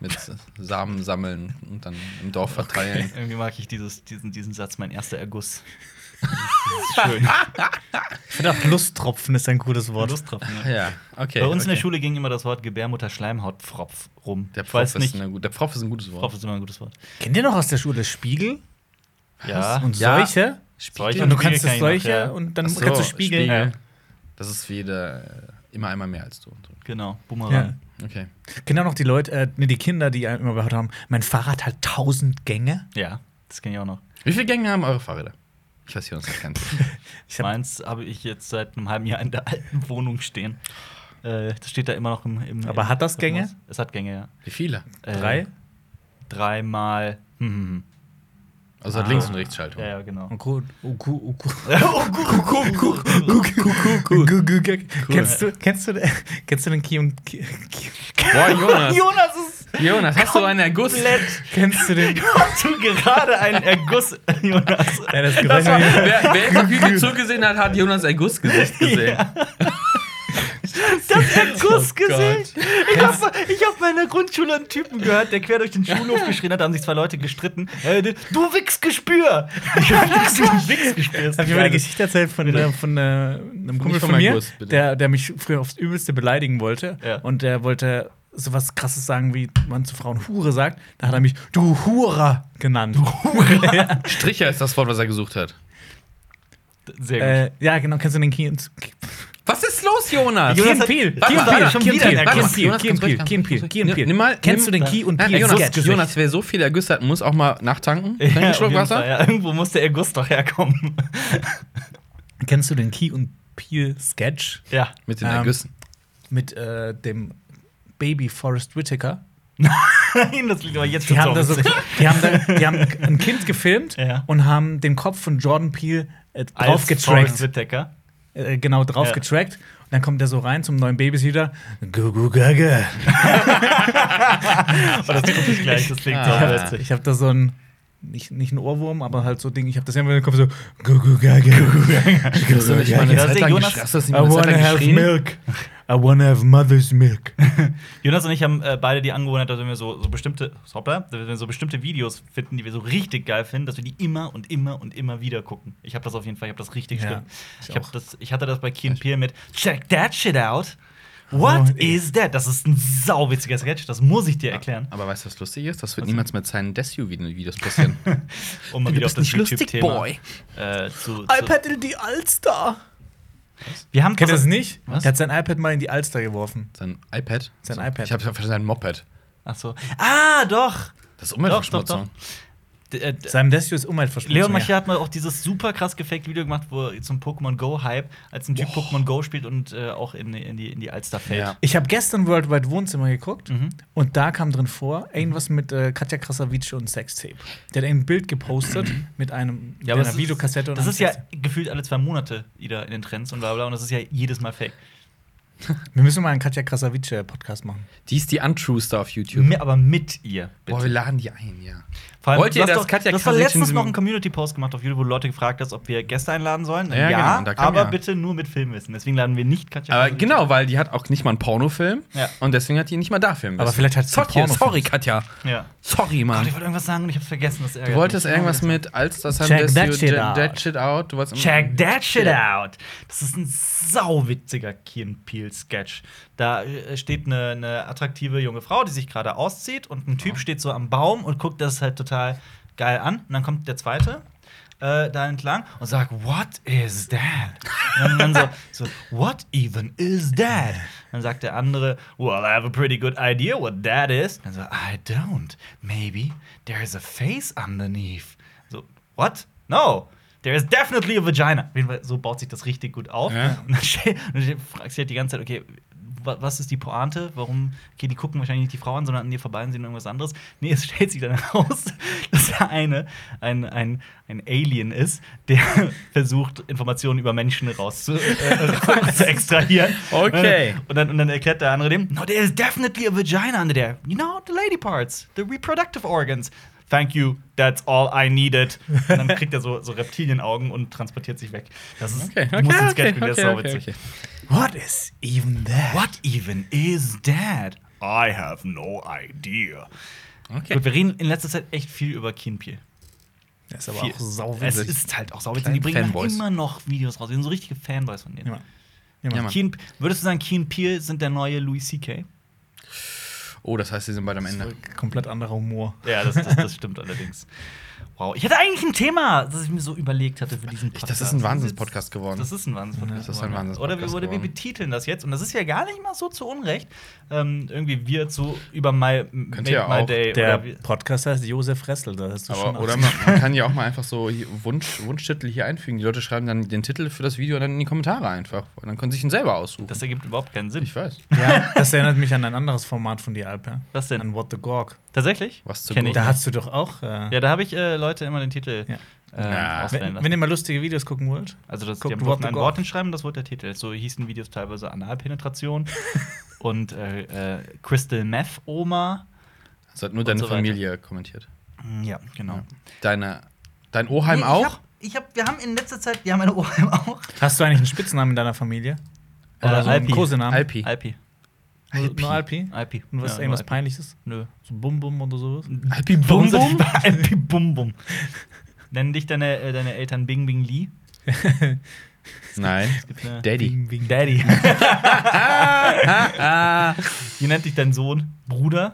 [SPEAKER 2] Mit Samen sammeln und dann im Dorf verteilen.
[SPEAKER 1] Irgendwie mag ich dieses, diesen, diesen Satz, mein erster Erguss. Das ist schön.
[SPEAKER 3] Ich finde auch Lusttropfen ist ein gutes Wort.
[SPEAKER 1] Lusttropfen. Ne?
[SPEAKER 2] Ja, okay.
[SPEAKER 1] Bei uns in der
[SPEAKER 2] okay.
[SPEAKER 1] Schule ging immer das Wort Gebärmutter-Schleimhaut-Pfropf rum.
[SPEAKER 2] Der
[SPEAKER 1] Ich
[SPEAKER 2] Pfropf,
[SPEAKER 1] weiß
[SPEAKER 2] ist
[SPEAKER 1] nicht.
[SPEAKER 2] eine, gut- der Pfropf ist ein gutes Wort.
[SPEAKER 1] Pfropf ist immer ein gutes Wort.
[SPEAKER 3] Kennt ihr noch aus der Schule Spiegel?
[SPEAKER 1] Ja.
[SPEAKER 3] Und
[SPEAKER 2] Ja.
[SPEAKER 3] Seuche?
[SPEAKER 1] Solche
[SPEAKER 3] Und
[SPEAKER 1] Spiegel
[SPEAKER 3] du kannst
[SPEAKER 1] kenn
[SPEAKER 3] das
[SPEAKER 1] ich noch,
[SPEAKER 3] Seuche
[SPEAKER 1] ja.
[SPEAKER 3] und dann
[SPEAKER 2] Ach so,
[SPEAKER 3] kannst du Spiegel.
[SPEAKER 2] Spiegel. Das ist wie der, äh, immer einmal mehr als du. und so.
[SPEAKER 1] Genau, Bumerang.
[SPEAKER 2] Okay.
[SPEAKER 3] Kennt ihr noch die Leute, äh, nee, die Kinder, die immer gehört haben, mein Fahrrad hat tausend Gänge?
[SPEAKER 1] Ja. das kenne ich auch noch.
[SPEAKER 2] Wie viele Gänge haben eure Fahrräder?
[SPEAKER 4] Ich weiß hier uns das Ganze.
[SPEAKER 3] Ich hab,
[SPEAKER 1] Meins habe ich jetzt seit einem halben Jahr in der alten Wohnung stehen. Äh, das steht da immer noch im. im
[SPEAKER 3] Aber
[SPEAKER 1] im
[SPEAKER 3] hat das
[SPEAKER 1] Treppenhaus.
[SPEAKER 3] Gänge?
[SPEAKER 1] Es hat Gänge, ja.
[SPEAKER 2] Wie viele?
[SPEAKER 1] Äh,
[SPEAKER 3] Drei?
[SPEAKER 1] Dreimal. Hm, hm, hm.
[SPEAKER 2] Also hat
[SPEAKER 3] Ah.
[SPEAKER 2] links und rechts Schaltung.
[SPEAKER 1] Ja, ja, genau.
[SPEAKER 3] Uku, Uku, Uku.
[SPEAKER 1] oh, gut, gut, gut, gut.
[SPEAKER 3] Gu- gu- gu- Kennst du, kennst du, kennst du den Kion, Ki- Ki-
[SPEAKER 2] Boah, Jonas.
[SPEAKER 1] Jonas ist
[SPEAKER 2] Jonas, hast du einen Erguss?
[SPEAKER 1] komplett.
[SPEAKER 3] kennst du den,
[SPEAKER 1] Hast du gerade einen Erguss, Jonas?
[SPEAKER 3] Nein, das Geräusch hab ich-
[SPEAKER 2] Also, Wer, wer jetzt auf YouTube zugesehen hat, hat Jonas Ergussgesicht gesehen.
[SPEAKER 1] Das Ergussgesicht!
[SPEAKER 2] Gott.
[SPEAKER 1] ich habe ich hab mal in der Grundschule einen Typen gehört, der quer durch den Schulhof geschrien hat, da haben sich zwei Leute gestritten. Äh, du Wichsgespür! Ich hab nichts mit dem Wichsgespür.
[SPEAKER 3] Hab ich mal eine Geschichte erzählt von, äh, von äh, einem Kumpel
[SPEAKER 2] Nicht von
[SPEAKER 3] von mir,
[SPEAKER 2] Markus, bitte.
[SPEAKER 3] der, der mich früher aufs Übelste beleidigen wollte.
[SPEAKER 1] Ja.
[SPEAKER 3] Und der wollte sowas krasses sagen, wie man zu Frauen Hure sagt. Da hat er mich Du Hurer genannt. Du Hurer. ja.
[SPEAKER 2] Stricher ist das Wort, was er gesucht hat.
[SPEAKER 1] Sehr gut.
[SPEAKER 3] Äh, ja, genau, kennst du den Kien?
[SPEAKER 2] Was ist los, Jonas?
[SPEAKER 1] Jonas
[SPEAKER 3] Kien
[SPEAKER 1] hat-
[SPEAKER 3] Peel.
[SPEAKER 1] Warte,
[SPEAKER 3] Kien
[SPEAKER 1] warte,
[SPEAKER 3] Peel,
[SPEAKER 1] schon
[SPEAKER 3] Kien
[SPEAKER 1] wieder
[SPEAKER 3] Peel,
[SPEAKER 1] ein
[SPEAKER 3] Kien
[SPEAKER 1] Erguss.
[SPEAKER 3] Peel,
[SPEAKER 2] Jonas,
[SPEAKER 3] Kien
[SPEAKER 2] ganz ruhig,
[SPEAKER 3] Peel,
[SPEAKER 2] ganz
[SPEAKER 3] Kien Peel,
[SPEAKER 2] ruhig.
[SPEAKER 3] Kien Peel.
[SPEAKER 2] Nimm mal-
[SPEAKER 3] Kennst du
[SPEAKER 2] nimm-
[SPEAKER 3] den Key und
[SPEAKER 2] Nein,
[SPEAKER 3] Peel?
[SPEAKER 2] Jonas,
[SPEAKER 3] Sketch?
[SPEAKER 2] Jonas, wäre so viel Ergüsse hat, muss auch mal nachtanken.
[SPEAKER 1] Ja,
[SPEAKER 2] Trink einen
[SPEAKER 1] auf
[SPEAKER 2] Schluck
[SPEAKER 1] jeden
[SPEAKER 2] Wasser.
[SPEAKER 1] Fall, ja. Irgendwo muss der Erguss doch herkommen.
[SPEAKER 3] Kennst du den Key und Peel Sketch
[SPEAKER 1] Ja.
[SPEAKER 2] Mit den
[SPEAKER 3] Ähm,
[SPEAKER 2] Ergüssen.
[SPEAKER 3] mit äh, dem Baby Forrest Whitaker?
[SPEAKER 1] Nein, das liegt aber jetzt schon
[SPEAKER 3] Die haben, da
[SPEAKER 1] so
[SPEAKER 3] so, die, haben da, die haben ein Kind gefilmt
[SPEAKER 1] Ja.
[SPEAKER 3] und haben den Kopf von Jordan Peele äh, draufgetrackt.
[SPEAKER 1] Whittaker.
[SPEAKER 3] Äh, genau,
[SPEAKER 1] Ja.
[SPEAKER 3] draufgetrackt. Und dann kommt er so rein zum neuen Babysitter. Gugu Gaga.
[SPEAKER 1] Aber das gucke ich gleich, das klingt so
[SPEAKER 2] Ah.
[SPEAKER 1] witzig.
[SPEAKER 3] Ich habe da so ein. Nicht, nicht ein Ohrwurm, aber halt so Ding. Ich habe das immer im Kopf so. Gugu Gaga.
[SPEAKER 2] Hast du nicht mal
[SPEAKER 1] ja,
[SPEAKER 2] eine
[SPEAKER 1] ja.
[SPEAKER 2] Zeit lang
[SPEAKER 1] Jonas,
[SPEAKER 2] gesch- hast du das
[SPEAKER 3] I
[SPEAKER 2] nicht mal eine Zeit
[SPEAKER 3] wanna
[SPEAKER 2] lang
[SPEAKER 3] have
[SPEAKER 2] geschrien?
[SPEAKER 3] milk. I wanna have mother's milk.
[SPEAKER 1] Jonas und ich haben äh, beide die Angewohnheit, dass wenn wir so, so bestimmte, hoppla, wenn wir so bestimmte Videos finden, die wir so richtig geil finden, dass wir die immer und immer und immer wieder gucken. Ich habe das auf jeden Fall, ich habe das richtig
[SPEAKER 3] Ja,
[SPEAKER 1] schlimm.
[SPEAKER 3] ich
[SPEAKER 1] Ich, hab
[SPEAKER 3] auch.
[SPEAKER 1] das, ich hatte das bei Keen Peel mit Check that shit out. What
[SPEAKER 3] Oh, ey.
[SPEAKER 1] is that? Das ist ein sauwitziger Sketch, das muss ich dir erklären.
[SPEAKER 2] Aber weißt du, was lustig ist? Das wird niemals mit seinen Desu-Videos passieren.
[SPEAKER 1] Um mal
[SPEAKER 2] Du
[SPEAKER 1] wieder auf
[SPEAKER 2] bist
[SPEAKER 1] das
[SPEAKER 2] nicht lustig,
[SPEAKER 1] YouTube-Thema
[SPEAKER 2] Boy.
[SPEAKER 1] äh, zu, zu
[SPEAKER 3] iPad in die Alster.
[SPEAKER 1] Wir haben
[SPEAKER 3] Kennt ihr das nicht?
[SPEAKER 1] Was?
[SPEAKER 3] Der hat sein iPad mal in die Alster geworfen.
[SPEAKER 2] Sein iPad?
[SPEAKER 3] Sein
[SPEAKER 2] So,
[SPEAKER 3] iPad.
[SPEAKER 2] Ich habe verstanden, sein Moped.
[SPEAKER 1] Ach so. Ah, doch.
[SPEAKER 2] Das ist
[SPEAKER 1] Doch,
[SPEAKER 2] Umweltverschmutzung.
[SPEAKER 1] doch, D äh, d-
[SPEAKER 3] Seinem Desio ist Umweltverschmutzung.
[SPEAKER 1] Leon
[SPEAKER 3] ja.
[SPEAKER 1] Machier hat mal auch dieses super krass gefaked Video gemacht, wo zum Pokémon Go Hype, als ein Typ Pokémon Go spielt und äh, auch in, in, die, in die Alster fällt.
[SPEAKER 2] Ja.
[SPEAKER 3] Ich habe gestern Worldwide Wohnzimmer geguckt
[SPEAKER 1] Mhm.
[SPEAKER 3] und da kam drin vor, irgendwas mit äh, Katja Krasavice und Sextape. Der hat ein Bild gepostet mit einem mit
[SPEAKER 1] aber
[SPEAKER 3] einer
[SPEAKER 1] es ist-
[SPEAKER 3] Videokassette und
[SPEAKER 1] Das
[SPEAKER 3] einem
[SPEAKER 1] ist ja
[SPEAKER 3] Sextape.
[SPEAKER 1] gefühlt alle zwei Monate wieder in den Trends und bla bla und das ist ja jedes Mal fake.
[SPEAKER 3] Wir müssen mal einen Katja Krasavice äh, Podcast machen.
[SPEAKER 2] Die ist die Untrue Star auf YouTube.
[SPEAKER 1] Mi- aber mit ihr.
[SPEAKER 2] Boah, wir laden die ein, ja.
[SPEAKER 1] Vor
[SPEAKER 2] Wollt ihr,
[SPEAKER 1] du hast
[SPEAKER 2] dass Katja
[SPEAKER 1] Du hast doch
[SPEAKER 2] Krasnitsch in
[SPEAKER 1] letztens
[SPEAKER 2] diesem-
[SPEAKER 1] noch einen Community-Post gemacht auf YouTube, wo du Leute gefragt hast, ob wir Gäste einladen sollen.
[SPEAKER 2] Ja, genau, und da kam
[SPEAKER 1] aber
[SPEAKER 2] ja.
[SPEAKER 1] bitte nur mit Filmwissen. Deswegen laden wir nicht Katja
[SPEAKER 2] Aber
[SPEAKER 1] Krasnitsch.
[SPEAKER 2] genau, weil die hat auch nicht mal einen Pornofilm.
[SPEAKER 1] Ja.
[SPEAKER 2] Und deswegen hat die nicht mal da filmen
[SPEAKER 3] Aber vielleicht hat sie
[SPEAKER 2] Sorry,
[SPEAKER 3] einen Pornofilm.
[SPEAKER 2] sorry, Katja.
[SPEAKER 1] Ja.
[SPEAKER 2] Sorry,
[SPEAKER 1] Gott, ich
[SPEAKER 2] Mann.
[SPEAKER 1] wollte irgendwas sagen und ich hab's vergessen. Das
[SPEAKER 2] Du wolltest irgendwas mit als das
[SPEAKER 3] Check that
[SPEAKER 2] you-
[SPEAKER 3] shit
[SPEAKER 2] check
[SPEAKER 3] out.
[SPEAKER 2] that shit out. Du wolltest
[SPEAKER 3] Mhm.
[SPEAKER 1] Check that shit out. Das ist ein sauwitziger Keen Peel Sketch. Da äh, steht eine, eine attraktive junge Frau, die sich gerade auszieht und ein Typ steht so am Baum und guckt das halt total geil an. Und dann kommt der zweite äh, da entlang und sagt, What is that? Und dann, dann so, so, What even is that? Dann sagt der andere, Well, I have a pretty good idea what that is. Dann so, I don't. Maybe there's a face underneath. So, what? No. There is definitely a vagina. Auf jeden Fall, so baut sich das richtig gut auf.
[SPEAKER 2] Ja.
[SPEAKER 1] Und dann, stell- und dann fragst du halt die ganze Zeit, okay, wa- was ist die Pointe? Warum? Okay, die gucken wahrscheinlich nicht die Frau an, sondern an dir vorbei und sehen irgendwas anderes. Nee, es stellt sich dann heraus, dass der eine ein, ein, ein Alien ist, der versucht, Informationen über Menschen raus zu, äh, zu extrahieren.
[SPEAKER 2] Okay.
[SPEAKER 1] Und dann, und dann erklärt der andere dem, no, there is definitely a vagina under there. You know, the lady parts, the reproductive organs. Thank you, that's all I needed. Und dann kriegt er so, so Reptilienaugen und transportiert sich weg. Das ist
[SPEAKER 2] Okay, okay,
[SPEAKER 1] muss ins
[SPEAKER 2] okay,
[SPEAKER 1] Sketch,
[SPEAKER 2] okay,
[SPEAKER 1] der ist
[SPEAKER 2] okay,
[SPEAKER 1] so
[SPEAKER 2] okay,
[SPEAKER 1] witzig.
[SPEAKER 3] What is even that?
[SPEAKER 1] What even is that? I have no idea. Gut, wir reden in letzter Zeit echt viel über Kinpie.
[SPEAKER 3] Das ist aber
[SPEAKER 1] Viel.
[SPEAKER 3] auch sauwitzig.
[SPEAKER 1] Es ist halt auch sauwitzig. Die
[SPEAKER 2] Kleine
[SPEAKER 1] bringen halt
[SPEAKER 2] Fanboys.
[SPEAKER 1] immer noch Videos raus. Die sind so richtige Fanboys von denen.
[SPEAKER 3] Ja. Ja,
[SPEAKER 2] Ja,
[SPEAKER 3] Mann.
[SPEAKER 2] Mann.
[SPEAKER 1] Keen, würdest du sagen, Keen Peel sind der neue Louis C.K.?
[SPEAKER 2] Oh, das heißt, sie sind bald am Ende.
[SPEAKER 3] Komplett anderer Humor.
[SPEAKER 1] Ja, das, das, das stimmt allerdings. Wow, ich hatte eigentlich ein Thema, das ich mir so überlegt hatte für diesen
[SPEAKER 2] Ich-
[SPEAKER 1] Podcast.
[SPEAKER 2] Das ist ein Wahnsinnspodcast geworden.
[SPEAKER 1] Das ist ein Wahnsinnspodcast.
[SPEAKER 2] Das ist ein
[SPEAKER 1] geworden, ja. Oder, wir-
[SPEAKER 2] Wahnsinnspodcast
[SPEAKER 1] oder wir
[SPEAKER 2] geworden.
[SPEAKER 1] betiteln das jetzt und das ist ja gar nicht mal so zu Unrecht. Ähm, irgendwie wir zu über My, Make
[SPEAKER 2] ihr
[SPEAKER 1] My
[SPEAKER 2] auch
[SPEAKER 1] Day.
[SPEAKER 3] Der
[SPEAKER 1] oder wir-
[SPEAKER 3] Podcast heißt Josef Ressel, da hast du schon
[SPEAKER 2] Aber, oder man, man kann ja auch mal einfach so hier Wunsch, Wunschtitel hier einfügen. Die Leute schreiben dann den Titel für das Video dann in die Kommentare einfach. Und dann können sie sich ihn selber aussuchen.
[SPEAKER 1] das ergibt überhaupt keinen Sinn.
[SPEAKER 2] ich weiß.
[SPEAKER 3] Ja, das erinnert mich an ein anderes Format von dir, Alper.
[SPEAKER 1] Was denn?
[SPEAKER 3] An What the Gorg.
[SPEAKER 1] Tatsächlich?
[SPEAKER 2] Was zu
[SPEAKER 1] Kenn ich
[SPEAKER 3] Da
[SPEAKER 1] nicht.
[SPEAKER 3] hast du doch auch. Äh,
[SPEAKER 1] Ja, da habe ich äh, Leute immer den Titel
[SPEAKER 3] Ja.
[SPEAKER 1] äh,
[SPEAKER 2] Na,
[SPEAKER 1] auswählen
[SPEAKER 3] wenn,
[SPEAKER 1] lassen.
[SPEAKER 3] wenn ihr mal lustige Videos gucken wollt.
[SPEAKER 1] Also das, die
[SPEAKER 3] Guckt
[SPEAKER 1] haben
[SPEAKER 3] What
[SPEAKER 1] wollten
[SPEAKER 3] the
[SPEAKER 1] ein
[SPEAKER 3] God.
[SPEAKER 1] Wort hinschreiben, das wurde der Titel. So hießen Videos teilweise Analpenetration und äh, äh, Crystal Meth Oma.
[SPEAKER 2] Das hat nur deine
[SPEAKER 1] so weiter.
[SPEAKER 2] Familie kommentiert.
[SPEAKER 1] Ja, genau.
[SPEAKER 2] Ja. Deine, dein Oheim auch?
[SPEAKER 1] Ich hab, wir haben in letzter Zeit, wir haben eine Oheim auch.
[SPEAKER 3] Hast du eigentlich einen Spitznamen in deiner Familie?
[SPEAKER 1] Äh,
[SPEAKER 3] Oder so einen
[SPEAKER 1] Alpi.
[SPEAKER 3] Kosenamen?
[SPEAKER 2] Alpi.
[SPEAKER 1] Alpi.
[SPEAKER 3] Nur, Also nur Alpi?
[SPEAKER 1] Alpi.
[SPEAKER 3] Und was
[SPEAKER 1] Ja,
[SPEAKER 3] irgendwas
[SPEAKER 1] nur Alpi.
[SPEAKER 3] Peinliches?
[SPEAKER 1] Nö.
[SPEAKER 3] So Bum Bum oder sowas?
[SPEAKER 2] Alpi
[SPEAKER 1] Bum
[SPEAKER 2] Bum
[SPEAKER 1] Bum?
[SPEAKER 2] Bum?
[SPEAKER 1] Alpi Bum Bum. Nennen dich deine, äh, deine Eltern Bing Bing Lee?
[SPEAKER 2] Nein.
[SPEAKER 1] Gibt eine-
[SPEAKER 2] Daddy.
[SPEAKER 3] Bing, Bing.
[SPEAKER 1] Daddy.
[SPEAKER 2] Ah, ah.
[SPEAKER 1] Wie nennt dich dein Sohn? Bruder?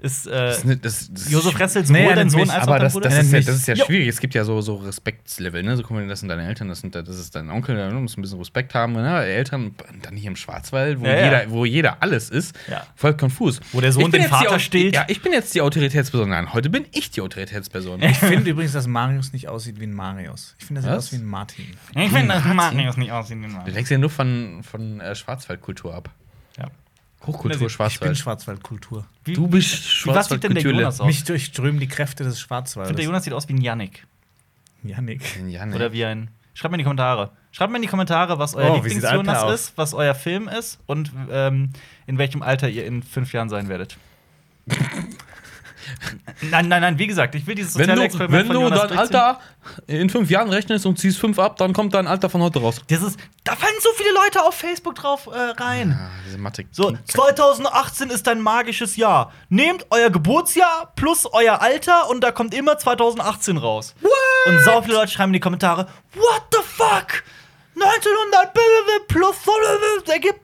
[SPEAKER 1] ist, äh,
[SPEAKER 2] Das, ist ne- das, das
[SPEAKER 1] Josef Ressel
[SPEAKER 3] Nee,
[SPEAKER 1] sowohl
[SPEAKER 3] er
[SPEAKER 1] dein
[SPEAKER 3] nennt
[SPEAKER 1] Sohn
[SPEAKER 3] mich,
[SPEAKER 1] als auch
[SPEAKER 2] aber
[SPEAKER 1] dein
[SPEAKER 2] das,
[SPEAKER 1] Bruder?
[SPEAKER 2] das, ist ja,
[SPEAKER 3] Nenn
[SPEAKER 2] das ist ja
[SPEAKER 1] mich. Jo.
[SPEAKER 2] schwierig. Es gibt ja so, so Respektslevel, ne? So, guck mal, das sind deine Eltern, das sind, das ist dein Onkel, da musst du ein bisschen Respekt haben, ne? Eltern, und dann hier im Schwarzwald, wo,
[SPEAKER 1] Ja, ja.
[SPEAKER 2] jeder, wo jeder alles ist,
[SPEAKER 1] Ja.
[SPEAKER 2] voll konfus.
[SPEAKER 1] Wo der Sohn
[SPEAKER 2] Ich bin
[SPEAKER 1] den
[SPEAKER 2] jetzt die
[SPEAKER 1] Vater
[SPEAKER 2] Au-
[SPEAKER 1] stillt.
[SPEAKER 2] Ja, ich bin jetzt die Autoritätsperson. Nein, heute bin ich die Autoritätsperson.
[SPEAKER 3] Ich finde übrigens, dass Marius nicht aussieht wie ein Marius. Ich finde, er sieht
[SPEAKER 2] Was?
[SPEAKER 3] aus wie ein Martin.
[SPEAKER 1] Ich finde, das Marius nicht aussehen. den
[SPEAKER 2] Du
[SPEAKER 1] Mann.
[SPEAKER 2] lenkst ja nur von, von äh, Schwarzwaldkultur ab.
[SPEAKER 1] Ja.
[SPEAKER 2] Hochkultur
[SPEAKER 3] Ich bin
[SPEAKER 2] Schwarzwald.
[SPEAKER 3] Schwarzwaldkultur.
[SPEAKER 1] Wie,
[SPEAKER 2] du bist
[SPEAKER 1] wie was sieht denn der
[SPEAKER 2] Schwarzwaldkultürle.
[SPEAKER 1] Jonas aus?
[SPEAKER 3] Mich durchströmen die Kräfte des
[SPEAKER 1] ich finde, der
[SPEAKER 3] Schwarzwaldes.
[SPEAKER 1] Jonas sieht aus wie ein Yannick.
[SPEAKER 3] Janik.
[SPEAKER 2] Ja, nee.
[SPEAKER 1] Oder wie ein. Schreibt mir in die Kommentare. Schreibt mir in die Kommentare, was euer
[SPEAKER 3] Oh, wie sieht Alper
[SPEAKER 1] Lieblings-Jonas
[SPEAKER 3] aus?
[SPEAKER 1] ist, was euer Film ist und ähm, in welchem Alter ihr in fünf Jahren sein werdet. nein, nein, nein, wie gesagt, ich will dieses
[SPEAKER 2] wenn
[SPEAKER 1] soziale
[SPEAKER 2] du,
[SPEAKER 1] Experiment
[SPEAKER 2] wenn
[SPEAKER 1] von
[SPEAKER 2] du
[SPEAKER 1] Jonas
[SPEAKER 2] dein
[SPEAKER 1] durchziehen.
[SPEAKER 2] Alter in fünf Jahren rechnest und ziehst fünf ab, dann kommt dein Alter von heute raus.
[SPEAKER 1] Das ist, da fallen so viele Leute auf Facebook drauf äh, rein.
[SPEAKER 2] Ja, Ah, diese Mathe.
[SPEAKER 1] So, 2018 ist ein magisches Jahr. Nehmt euer Geburtsjahr plus euer Alter und da kommt immer 2018 raus. Und sau viele Leute schreiben in die Kommentare: What the fuck? 1900 plus ergibt.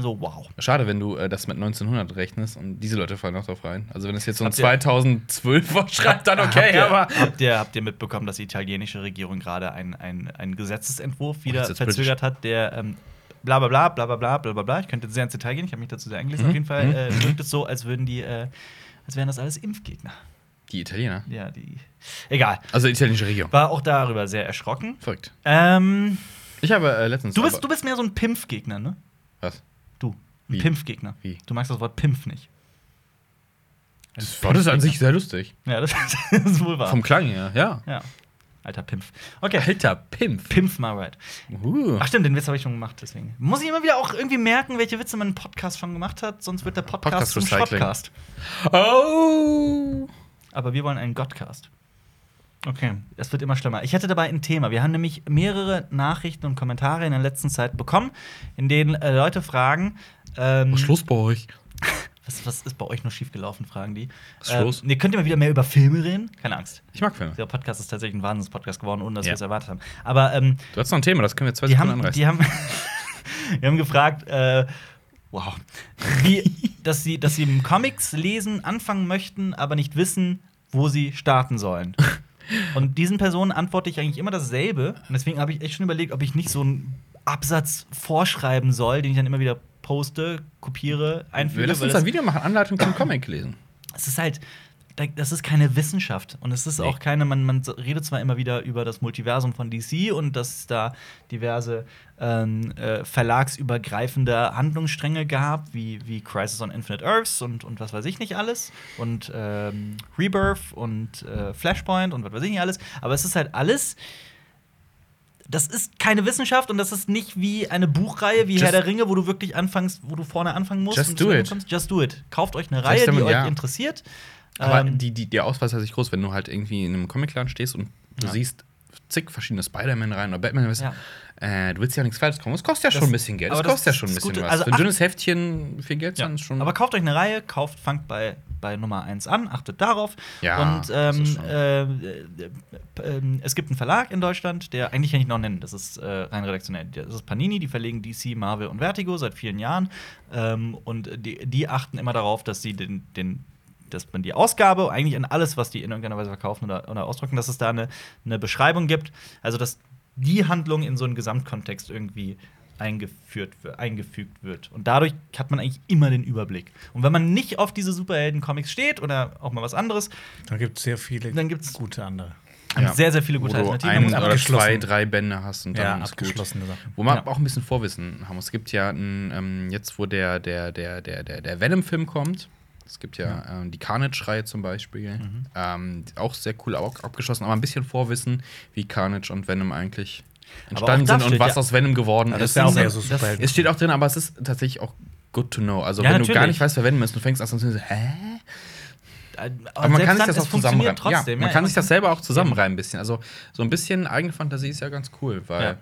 [SPEAKER 1] So, wow.
[SPEAKER 2] Schade, wenn du äh, das mit 1900 rechnest und diese Leute fallen auch drauf rein. Also, wenn es jetzt so ein
[SPEAKER 1] Habt ihr-
[SPEAKER 2] 2012er schreibt, dann okay,
[SPEAKER 1] habt, ihr,
[SPEAKER 2] aber.
[SPEAKER 1] habt, ihr, habt ihr mitbekommen, dass die italienische Regierung gerade einen ein Gesetzesentwurf wieder
[SPEAKER 2] das ist jetzt
[SPEAKER 1] verzögert hat, der ähm, bla bla bla bla bla bla bla bla bla. Ich könnte jetzt sehr ins Detail gehen, ich habe mich dazu sehr
[SPEAKER 2] Mhm.
[SPEAKER 1] eingelesen. Auf jeden Fall äh, wirkt es so, als würden die, äh, als wären das alles Impfgegner.
[SPEAKER 2] Die Italiener.
[SPEAKER 1] Ja, die. Egal.
[SPEAKER 2] Also, die italienische Regierung.
[SPEAKER 1] War auch darüber sehr erschrocken.
[SPEAKER 2] Verrückt.
[SPEAKER 1] Ähm,
[SPEAKER 2] Ich habe äh, letztens.
[SPEAKER 1] du, bist,
[SPEAKER 2] aber-
[SPEAKER 1] du bist mehr so ein Pimpfgegner, ne?
[SPEAKER 2] Was?
[SPEAKER 1] Du. Ein
[SPEAKER 2] Wie?
[SPEAKER 1] Pimpfgegner.
[SPEAKER 2] Wie?
[SPEAKER 1] Du magst das Wort Pimpf nicht.
[SPEAKER 2] Das war das an sich sehr lustig.
[SPEAKER 1] Ja, das, das ist wohl wahr.
[SPEAKER 2] Vom Klang her, ja.
[SPEAKER 1] ja. Alter Pimpf. Okay.
[SPEAKER 2] Alter Pimpf.
[SPEAKER 1] Pimpf mal right.
[SPEAKER 2] Uh.
[SPEAKER 1] Ach stimmt, den Witz habe ich schon gemacht, deswegen. Muss ich immer wieder auch irgendwie merken, welche Witze man im Podcast schon gemacht hat, sonst wird der Podcast, zum
[SPEAKER 2] Podcast-Recycling.
[SPEAKER 1] Podcast.
[SPEAKER 2] Oh.
[SPEAKER 1] Aber wir wollen einen Godcast.
[SPEAKER 3] Okay.
[SPEAKER 1] Es wird immer schlimmer. Ich hatte dabei ein Thema. Wir haben nämlich mehrere Nachrichten und Kommentare in der letzten Zeit bekommen, in denen äh, Leute fragen. Ähm,
[SPEAKER 2] Schluss bei euch.
[SPEAKER 1] Was, was ist bei euch nur schiefgelaufen, fragen die. Ähm,
[SPEAKER 2] Was ist los?
[SPEAKER 1] Ihr könnt ihr mal wieder mehr über Filme reden? Keine Angst.
[SPEAKER 2] Ich mag Filme.
[SPEAKER 1] Der Podcast ist tatsächlich ein Wahnsinns-Podcast geworden, ohne dass
[SPEAKER 2] Ja.
[SPEAKER 1] wir es erwartet haben. Aber ähm,
[SPEAKER 2] Du hast noch ein Thema, das können wir zwei
[SPEAKER 1] die,
[SPEAKER 2] Sekunden
[SPEAKER 1] haben,
[SPEAKER 2] anreißen.
[SPEAKER 1] die, haben, die haben gefragt, äh, wow, wie, dass, sie, dass sie im Comics lesen anfangen möchten, aber nicht wissen, wo sie starten sollen. Und diesen Personen antworte ich eigentlich immer dasselbe. Und deswegen habe ich echt schon überlegt, ob ich nicht so einen Absatz vorschreiben soll, den ich dann immer wieder poste, kopiere, einfüge.
[SPEAKER 2] wir lassen
[SPEAKER 1] weil
[SPEAKER 2] uns
[SPEAKER 1] das-
[SPEAKER 2] ein Video machen, Anleitung zum Comic lesen.
[SPEAKER 1] es ist halt, da- das ist keine Wissenschaft und es ist
[SPEAKER 2] Nee.
[SPEAKER 1] auch keine, man, man redet zwar immer wieder über das Multiversum von DC und dass es da diverse ähm, äh, verlagsübergreifende Handlungsstränge gab, wie, wie Crisis on Infinite Earths und, und was weiß ich nicht alles und ähm, Rebirth und äh, Flashpoint und was weiß ich nicht alles, aber es ist halt alles. Das ist keine Wissenschaft und das ist nicht wie eine Buchreihe wie
[SPEAKER 2] Just-
[SPEAKER 1] Herr der Ringe, wo du wirklich anfangst, wo du vorne anfangen musst.
[SPEAKER 2] Just
[SPEAKER 1] und
[SPEAKER 2] do
[SPEAKER 1] zu Ende
[SPEAKER 2] it.
[SPEAKER 1] kommst. Just do it. Kauft euch eine
[SPEAKER 2] Sag ich
[SPEAKER 1] Reihe, die
[SPEAKER 2] damit,
[SPEAKER 1] euch
[SPEAKER 2] ja.
[SPEAKER 1] interessiert.
[SPEAKER 2] Aber
[SPEAKER 1] Ähm,
[SPEAKER 2] die, die, der Ausweis ist sich groß, wenn du halt irgendwie in einem Comicladen stehst und du
[SPEAKER 1] Ja.
[SPEAKER 2] siehst zig verschiedene Spider-Man rein oder Batman. Weißt, du,
[SPEAKER 1] Ja.
[SPEAKER 2] äh, du willst ja nichts Falsches kommen. Es kostet ja schon
[SPEAKER 1] Das-
[SPEAKER 2] ein bisschen Geld.
[SPEAKER 1] aber
[SPEAKER 2] Es
[SPEAKER 1] das-
[SPEAKER 2] kostet ja schon ein
[SPEAKER 1] das
[SPEAKER 2] bisschen
[SPEAKER 1] Gute-
[SPEAKER 2] was.
[SPEAKER 1] also
[SPEAKER 2] Für ein
[SPEAKER 1] acht-
[SPEAKER 2] dünnes Heftchen viel Geld
[SPEAKER 1] ja.
[SPEAKER 2] dann ist schon.
[SPEAKER 1] Aber kauft euch eine Reihe, kauft, fangt bei, bei Nummer 1 an, achtet darauf.
[SPEAKER 2] Ja,
[SPEAKER 1] und
[SPEAKER 2] das ist
[SPEAKER 1] ähm,
[SPEAKER 2] schon-
[SPEAKER 1] äh, äh, ähm, es gibt einen Verlag in Deutschland, der eigentlich kann ich noch nennen, das ist äh, rein redaktionell. Das ist Panini, die verlegen DC, Marvel und Vertigo seit vielen Jahren. Ähm, und die, die achten immer darauf, dass sie den, den dass man die Ausgabe eigentlich an alles, was die in irgendeiner Weise verkaufen oder, oder ausdrücken, dass es da eine, eine Beschreibung gibt. Also, dass die Handlung in so einen Gesamtkontext irgendwie eingeführt, wi- eingefügt wird. Und dadurch hat man eigentlich immer den Überblick. Und wenn man nicht auf diese Superhelden-Comics steht oder auch mal was anderes,
[SPEAKER 3] Da gibt es sehr viele
[SPEAKER 1] Dann gibt's-
[SPEAKER 3] gute andere.
[SPEAKER 1] haben
[SPEAKER 2] Ja.
[SPEAKER 1] sehr, sehr viele gute
[SPEAKER 2] wo du
[SPEAKER 1] Alternativen.
[SPEAKER 2] ein
[SPEAKER 1] Man muss
[SPEAKER 2] oder zwei,
[SPEAKER 3] abgeschlossen.
[SPEAKER 2] drei Bände hast und dann
[SPEAKER 3] Ja,
[SPEAKER 2] ist gut.
[SPEAKER 3] abgeschlossene Sachen.
[SPEAKER 2] Wo man
[SPEAKER 1] Ja.
[SPEAKER 2] auch ein bisschen Vorwissen haben muss. Es gibt ja einen, ähm, jetzt, wo der, der, der, der, der, der Venom-Film kommt. Es gibt ja ähm, die Carnage-Reihe zum Beispiel.
[SPEAKER 1] Mhm.
[SPEAKER 2] Ähm, auch sehr cool auch abgeschlossen, aber ein bisschen Vorwissen, wie Carnage und Venom eigentlich
[SPEAKER 1] auch
[SPEAKER 2] entstanden
[SPEAKER 1] da
[SPEAKER 2] sind und
[SPEAKER 1] steht ja-
[SPEAKER 2] was aus Venom geworden
[SPEAKER 3] Ja, das
[SPEAKER 2] ist.
[SPEAKER 3] ist ja auch
[SPEAKER 1] Das-
[SPEAKER 3] eher so
[SPEAKER 1] das-
[SPEAKER 3] Superhelden.
[SPEAKER 2] Es steht auch drin, aber es ist tatsächlich auch good to know. Also,
[SPEAKER 1] Ja,
[SPEAKER 2] wenn du gar
[SPEAKER 1] natürlich.
[SPEAKER 2] nicht weißt, wer Venom ist, du fängst an zu sagen, hä?
[SPEAKER 1] Aber
[SPEAKER 2] Aber man kann sich das auch
[SPEAKER 1] funktioniert
[SPEAKER 2] zusammenreimen. Ja,
[SPEAKER 1] trotzdem.
[SPEAKER 2] man
[SPEAKER 1] ja.
[SPEAKER 2] kann sich das selber auch zusammenreimen, ein bisschen. Also, so ein bisschen eigene Fantasie ist ja ganz cool, weil.
[SPEAKER 1] Ja. ne,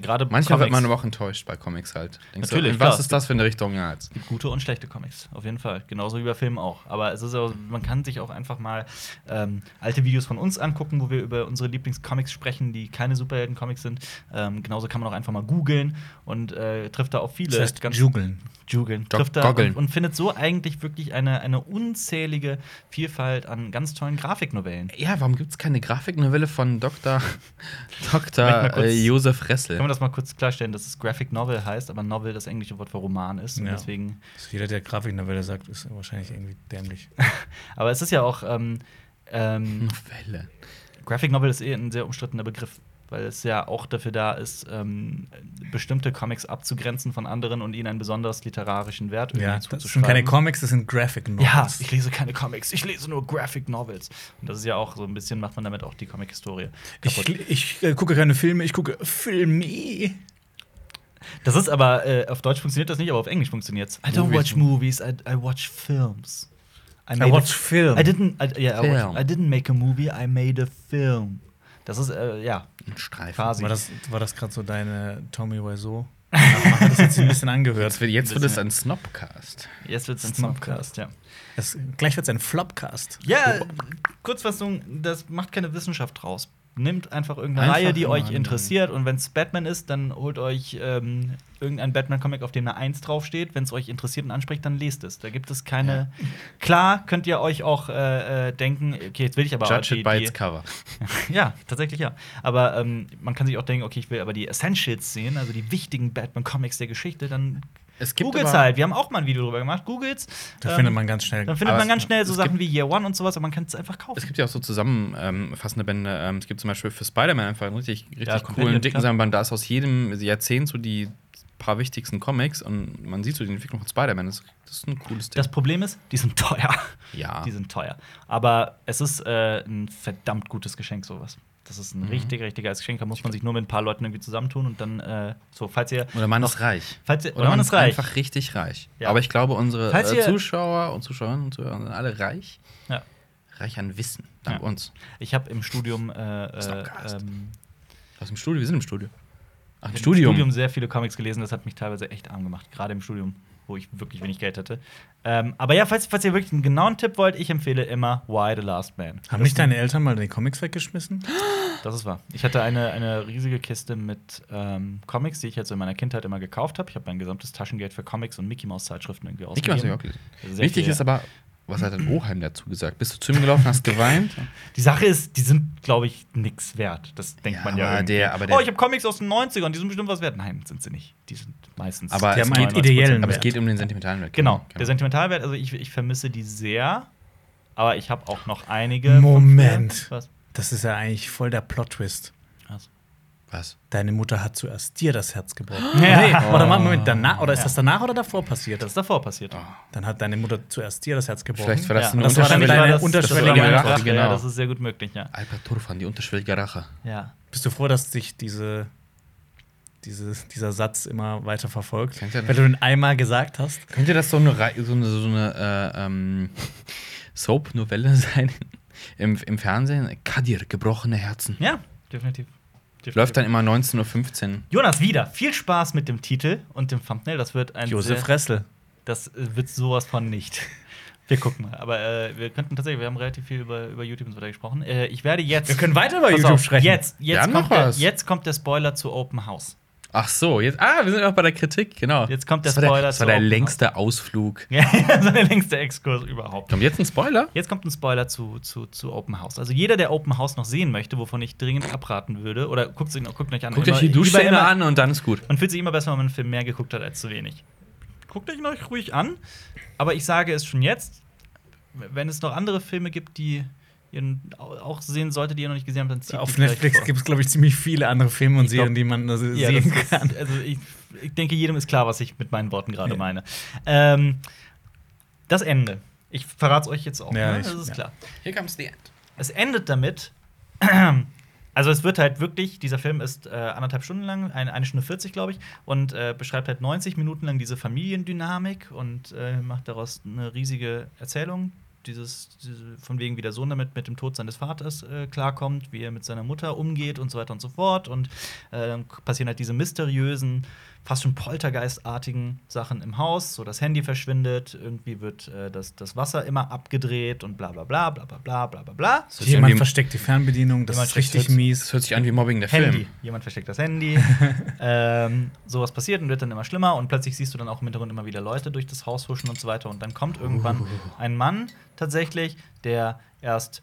[SPEAKER 1] Gerade
[SPEAKER 2] Manchmal wird
[SPEAKER 1] Comics.
[SPEAKER 2] man aber auch enttäuscht bei Comics halt. Denkst
[SPEAKER 1] Natürlich,
[SPEAKER 2] du, was
[SPEAKER 1] klar.
[SPEAKER 2] ist das für eine Richtung ja, jetzt?
[SPEAKER 1] gibt gute und schlechte Comics, auf jeden Fall. Genauso wie bei Filmen auch. Aber es ist auch, man kann sich auch einfach mal ähm, alte Videos von uns angucken, wo wir über unsere Lieblingscomics sprechen, die keine Superhelden-Comics sind. Ähm, genauso kann man auch einfach mal googeln und äh, trifft da auf viele.
[SPEAKER 3] Das heißt,
[SPEAKER 1] ganz
[SPEAKER 3] Jugeln.
[SPEAKER 1] Jugeln.
[SPEAKER 2] Jog-
[SPEAKER 1] Trifft da
[SPEAKER 2] Goggeln.
[SPEAKER 1] und, und findet so eigentlich wirklich eine, eine unzählige Vielfalt an ganz tollen Grafiknovellen. Können
[SPEAKER 2] Ja, warum gibt es keine Grafiknovelle von Dr.
[SPEAKER 1] mal
[SPEAKER 2] Dr.
[SPEAKER 1] kurz-
[SPEAKER 2] Äh, Josef Ressel?
[SPEAKER 1] wir das mal kurz klarstellen, dass es Graphic Novel heißt, aber Novel das englische Wort für Roman ist. Und
[SPEAKER 3] Ja.
[SPEAKER 1] deswegen
[SPEAKER 3] Also jeder, der Grafiknovelle sagt, ist wahrscheinlich irgendwie dämlich.
[SPEAKER 1] aber es ist ja auch ähm, ähm,
[SPEAKER 2] Novelle.
[SPEAKER 1] Graphic Novel ist eh ein sehr umstrittener Begriff, weil es ja auch dafür da ist, ähm, bestimmte Comics abzugrenzen von anderen und ihnen einen besonders literarischen Wert irgendwie
[SPEAKER 3] ja, das sind
[SPEAKER 1] zuzuschreiben.
[SPEAKER 3] keine Comics, das sind Graphic
[SPEAKER 1] ja,
[SPEAKER 3] Novels.
[SPEAKER 1] ich lese keine Comics, ich lese nur Graphic Novels. Und das ist ja auch so ein bisschen, macht man damit auch die Comic-Historie.
[SPEAKER 3] ich, ich, äh, gucke keine Filme, ich gucke Filme.
[SPEAKER 1] Das ist aber, äh, auf Deutsch funktioniert das nicht, aber auf Englisch funktioniert's. I don't
[SPEAKER 2] Movies.
[SPEAKER 1] watch movies, I, I watch films. I,
[SPEAKER 3] I
[SPEAKER 1] made
[SPEAKER 3] watch
[SPEAKER 1] a-
[SPEAKER 3] film.
[SPEAKER 1] I didn't, I, yeah, I,
[SPEAKER 2] Film.
[SPEAKER 1] watch, I didn't make a movie, I made a film. Das ist, äh, ja,
[SPEAKER 2] Ein Streifen.
[SPEAKER 1] Quasi.
[SPEAKER 3] War das, war das gerade so deine Tommy Wiseau? Hat das jetzt ein bisschen angehört.
[SPEAKER 2] Jetzt wird, jetzt wird es ein Snobcast.
[SPEAKER 1] jetzt wird's ein
[SPEAKER 3] Snobcast.
[SPEAKER 1] Snobcast, ja.
[SPEAKER 3] Es, gleich wird es ein Flopcast.
[SPEAKER 1] Ja, Kurzfassung, das macht keine Wissenschaft draus. Nehmt einfach irgendeine
[SPEAKER 2] Einfach
[SPEAKER 1] Reihe, die
[SPEAKER 2] immer
[SPEAKER 1] euch
[SPEAKER 2] annehmen.
[SPEAKER 1] interessiert. Und wenn es Batman ist, dann holt euch ähm, irgendein Batman-Comic, auf dem eine 1 draufsteht. Wenn es euch interessiert und anspricht, dann lest es. Da gibt es keine. Klar könnt ihr euch auch äh, äh, denken, okay, jetzt will ich aber
[SPEAKER 2] Judge
[SPEAKER 1] die,
[SPEAKER 2] it by
[SPEAKER 1] die,
[SPEAKER 2] its cover.
[SPEAKER 1] Ja, tatsächlich ja. Aber ähm, man kann sich auch denken, okay, ich will aber die Essentials sehen, also die wichtigen Batman-Comics der Geschichte. Dann
[SPEAKER 2] Es gibt
[SPEAKER 1] googelt's
[SPEAKER 2] aber-
[SPEAKER 1] halt. Wir haben auch mal ein Video drüber gemacht. Googelt's.
[SPEAKER 3] Da
[SPEAKER 1] ähm,
[SPEAKER 3] findet man ganz schnell.
[SPEAKER 1] dann findet
[SPEAKER 2] Aber
[SPEAKER 1] man ganz
[SPEAKER 2] es-
[SPEAKER 1] schnell so
[SPEAKER 2] es gibt-
[SPEAKER 1] Sachen wie Year One und sowas, aber man kann es einfach kaufen.
[SPEAKER 2] Es gibt ja auch so zusammenfassende Bände. Ähm, es gibt zum Beispiel für Spider-Man einfach einen richtig, richtig
[SPEAKER 1] Ja,
[SPEAKER 2] coolen,
[SPEAKER 1] Compendium,
[SPEAKER 2] dicken
[SPEAKER 1] klar.
[SPEAKER 2] Sammelband. Da ist aus jedem Jahrzehnt so die paar wichtigsten Comics und man sieht so die Entwicklung von Spider-Man. Das, das ist ein cooles Ding.
[SPEAKER 1] Das Problem ist, die sind teuer.
[SPEAKER 2] ja.
[SPEAKER 1] Die sind teuer. Aber es ist äh, ein verdammt gutes Geschenk, sowas. Das ist ein
[SPEAKER 2] Mhm.
[SPEAKER 1] richtig, richtig geiles Geschenk. Da muss man sich nur mit ein paar Leuten irgendwie zusammentun und dann, äh, so, falls ihr.
[SPEAKER 2] Oder man ist reich.
[SPEAKER 1] Falls ihr, oder,
[SPEAKER 2] Oder
[SPEAKER 1] man ist reich.
[SPEAKER 2] einfach richtig reich.
[SPEAKER 1] Ja.
[SPEAKER 2] Aber ich glaube, unsere
[SPEAKER 1] Falls
[SPEAKER 2] äh,
[SPEAKER 1] ihr-
[SPEAKER 2] Zuschauer und Zuschauerinnen und Zuhörer sind alle reich.
[SPEAKER 1] Ja.
[SPEAKER 2] Reich an Wissen, dank
[SPEAKER 1] Ja.
[SPEAKER 2] uns.
[SPEAKER 1] Ich habe im Studium. Äh, äh,
[SPEAKER 2] Snobcast.
[SPEAKER 1] ähm,
[SPEAKER 2] Aus dem Studio, wir sind im Studio. Ach, im
[SPEAKER 1] im
[SPEAKER 2] Studium.
[SPEAKER 1] Studium sehr viele Comics gelesen. Das hat mich teilweise echt arm gemacht. Gerade im Studium, wo ich wirklich wenig Geld hatte. Ähm, aber ja, falls, falls ihr wirklich einen genauen Tipp wollt, ich empfehle immer Why the Last Man.
[SPEAKER 3] Haben nicht deine Eltern mal die Comics weggeschmissen?
[SPEAKER 1] Das ist wahr. Ich hatte eine, eine riesige Kiste mit ähm, Comics, die ich jetzt in meiner Kindheit immer gekauft habe. Ich habe mein gesamtes Taschengeld für Comics und Mickey Mouse Zeitschriften irgendwie
[SPEAKER 2] Mickey Mouse hab ich auch
[SPEAKER 1] ausgegeben.
[SPEAKER 2] gelesen.
[SPEAKER 1] Also sehr
[SPEAKER 2] Wichtig
[SPEAKER 1] viel.
[SPEAKER 2] ist aber, was hat denn Oheim dazu gesagt? Bist du zu ihm gelaufen, hast geweint?
[SPEAKER 1] Die Sache ist, die sind, glaube ich, nichts wert. Das denkt
[SPEAKER 2] Ja,
[SPEAKER 1] man ja
[SPEAKER 2] aber
[SPEAKER 1] irgendwie.
[SPEAKER 2] der- aber der-
[SPEAKER 1] oh, ich habe Comics aus den 90ern, die sind bestimmt was wert. Nein, sind sie nicht. Die sind meistens.
[SPEAKER 2] Aber
[SPEAKER 3] Die haben
[SPEAKER 2] es
[SPEAKER 3] einen
[SPEAKER 2] geht-
[SPEAKER 3] ideellen
[SPEAKER 2] Aber es
[SPEAKER 3] Wert.
[SPEAKER 2] geht um den sentimentalen Wert.
[SPEAKER 1] genau, der Sentimentalwert, also ich, ich vermisse die sehr. Aber ich habe auch noch einige.
[SPEAKER 3] Moment.
[SPEAKER 1] Fünf- Was?
[SPEAKER 3] Das ist ja eigentlich voll der Plot-Twist.
[SPEAKER 1] Was?
[SPEAKER 2] Was?
[SPEAKER 3] Deine Mutter hat zuerst dir das Herz gebrochen.
[SPEAKER 1] Ja.
[SPEAKER 3] Nee, oder mal Moment, danach, oder ist
[SPEAKER 1] Ja.
[SPEAKER 3] das danach oder davor passiert?
[SPEAKER 1] Das ist davor passiert.
[SPEAKER 3] dann hat deine Mutter zuerst dir das Herz gebrochen.
[SPEAKER 2] Vielleicht war Oh, das
[SPEAKER 1] und
[SPEAKER 2] eine
[SPEAKER 3] das war dann
[SPEAKER 2] unterschwellige-
[SPEAKER 3] deine
[SPEAKER 1] das-
[SPEAKER 3] unterschwellige
[SPEAKER 1] das war meine
[SPEAKER 2] Rache,
[SPEAKER 1] Rache. Ja,
[SPEAKER 2] genau.
[SPEAKER 1] das ist sehr gut möglich, ja.
[SPEAKER 2] Alper Turfan, die unterschwellige Rache.
[SPEAKER 1] ja.
[SPEAKER 3] Bist du froh, dass dich diese, diese, dieser Satz immer weiter verfolgt?
[SPEAKER 2] Kennt ihr das?
[SPEAKER 3] Weil du ihn einmal gesagt hast.
[SPEAKER 2] Könnte das so eine, Rei- so eine, so eine äh, ähm, Soap-Novelle sein? Im, Im Fernsehen? Kadir, gebrochene Herzen.
[SPEAKER 1] Ja, definitiv. definitiv.
[SPEAKER 2] Läuft dann immer 19.15 Uhr.
[SPEAKER 1] Jonas wieder. Viel Spaß mit dem Titel und dem Thumbnail. Das wird ein
[SPEAKER 3] Josef
[SPEAKER 1] sehr,
[SPEAKER 3] Ressel.
[SPEAKER 1] das äh, wird sowas von nicht. Wir gucken mal. Aber äh, wir könnten tatsächlich, wir haben relativ viel über, über YouTube und so weiter gesprochen. Äh, ich werde jetzt.
[SPEAKER 3] Wir können weiter über YouTube sprechen.
[SPEAKER 1] Jetzt,
[SPEAKER 2] Wir
[SPEAKER 1] jetzt,
[SPEAKER 2] haben noch
[SPEAKER 1] kommt der,
[SPEAKER 2] was.
[SPEAKER 1] jetzt kommt der Spoiler zu Open House.
[SPEAKER 2] Ach so, jetzt. Ah, wir sind noch bei der Kritik, genau.
[SPEAKER 1] Jetzt kommt der
[SPEAKER 2] das war der,
[SPEAKER 1] Spoiler
[SPEAKER 2] Das war der
[SPEAKER 1] zu Open
[SPEAKER 2] längste Ausflug.
[SPEAKER 1] Ja, so der längste Exkurs überhaupt.
[SPEAKER 2] Kommt jetzt ein Spoiler?
[SPEAKER 1] Jetzt kommt ein Spoiler zu, zu, zu Open House. Also jeder, der Open House noch sehen möchte, wovon ich dringend abraten würde, oder guckt, ihn, guckt euch an.
[SPEAKER 2] Guckt
[SPEAKER 1] Immer-
[SPEAKER 2] euch die
[SPEAKER 1] lieber
[SPEAKER 2] Duschszene
[SPEAKER 1] immer-
[SPEAKER 2] an und dann ist gut.
[SPEAKER 1] Man fühlt sich immer besser, wenn man einen Film mehr geguckt hat als zu wenig. Guckt euch ihn euch ruhig an, aber ich sage es schon jetzt, wenn es noch andere Filme gibt, die ihr au- auch sehen solltet, die ihr noch nicht gesehen habt, dann zieht die
[SPEAKER 3] Auf
[SPEAKER 1] vielleicht
[SPEAKER 3] Netflix
[SPEAKER 1] vor.
[SPEAKER 3] gibt es, glaube ich, ziemlich viele andere Filme und
[SPEAKER 1] Ich glaub-
[SPEAKER 3] Serien, die man da se-
[SPEAKER 1] ja,
[SPEAKER 3] sehen
[SPEAKER 1] das
[SPEAKER 3] kann.
[SPEAKER 1] Ist, also ich, ich denke, jedem ist klar, was ich mit meinen Worten gerade
[SPEAKER 3] Ja.
[SPEAKER 1] meine. Ähm, das Ende. Ich verrate es euch jetzt auch.
[SPEAKER 3] Ja,
[SPEAKER 1] ne?
[SPEAKER 3] ich-
[SPEAKER 1] Das ist
[SPEAKER 3] ja.
[SPEAKER 1] klar.
[SPEAKER 2] Hier kommt's the end.
[SPEAKER 1] Es endet damit. Also es wird halt wirklich, dieser Film ist äh, anderthalb Stunden lang, eine, eine Stunde 40, glaube ich, und äh, beschreibt halt 90 Minuten lang diese Familiendynamik und äh, macht daraus eine riesige Erzählung. Dieses, diese, von wegen, wie der Sohn damit mit dem Tod seines Vaters äh, klarkommt, wie er mit seiner Mutter umgeht und so weiter und so fort. Und äh, dann passieren halt diese mysteriösen, fast schon poltergeistartigen Sachen im Haus. So das Handy verschwindet, irgendwie wird äh, das, das Wasser immer abgedreht und bla bla bla bla bla bla bla bla bla.
[SPEAKER 2] Das hört, sich an
[SPEAKER 3] Jemand
[SPEAKER 2] wie,
[SPEAKER 3] versteckt die Fernbedienung, das
[SPEAKER 1] Jemand
[SPEAKER 3] ist richtig
[SPEAKER 1] versteckt-
[SPEAKER 3] mies.
[SPEAKER 2] das hört sich an wie Mobbing der
[SPEAKER 1] Handy.
[SPEAKER 2] Film.
[SPEAKER 1] Jemand versteckt das Handy. ähm, sowas passiert und wird dann immer schlimmer und plötzlich siehst du dann auch im Hintergrund immer wieder Leute durch das Haus huschen und so weiter. Und dann kommt irgendwann
[SPEAKER 3] Uh.
[SPEAKER 1] ein Mann tatsächlich, der erst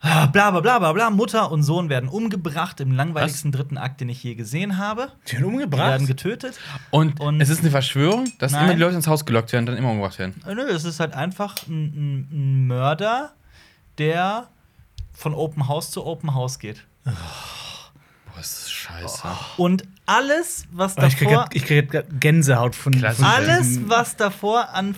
[SPEAKER 1] ah, bla bla bla bla bla, Mutter und Sohn werden umgebracht im langweiligsten dritten Akt, den ich je gesehen habe.
[SPEAKER 3] Die werden
[SPEAKER 1] Die werden
[SPEAKER 3] umgebracht.
[SPEAKER 1] getötet.
[SPEAKER 2] Und,
[SPEAKER 1] Und-
[SPEAKER 2] es ist eine Verschwörung, dass
[SPEAKER 1] Nein.
[SPEAKER 2] immer die Leute ins Haus gelockt werden, dann immer umgebracht werden.
[SPEAKER 1] Äh, Nö, es ist halt einfach ein, ein, ein Mörder, der von Open House zu Open House geht.
[SPEAKER 2] Boah, ist das scheiße.
[SPEAKER 1] Oh. Und alles, was
[SPEAKER 3] Oh, ich krieg
[SPEAKER 1] davor
[SPEAKER 3] grad- ich krieg grad Gänsehaut von,
[SPEAKER 2] Klasse.
[SPEAKER 3] von
[SPEAKER 1] Alles,
[SPEAKER 3] diesem-
[SPEAKER 1] was davor an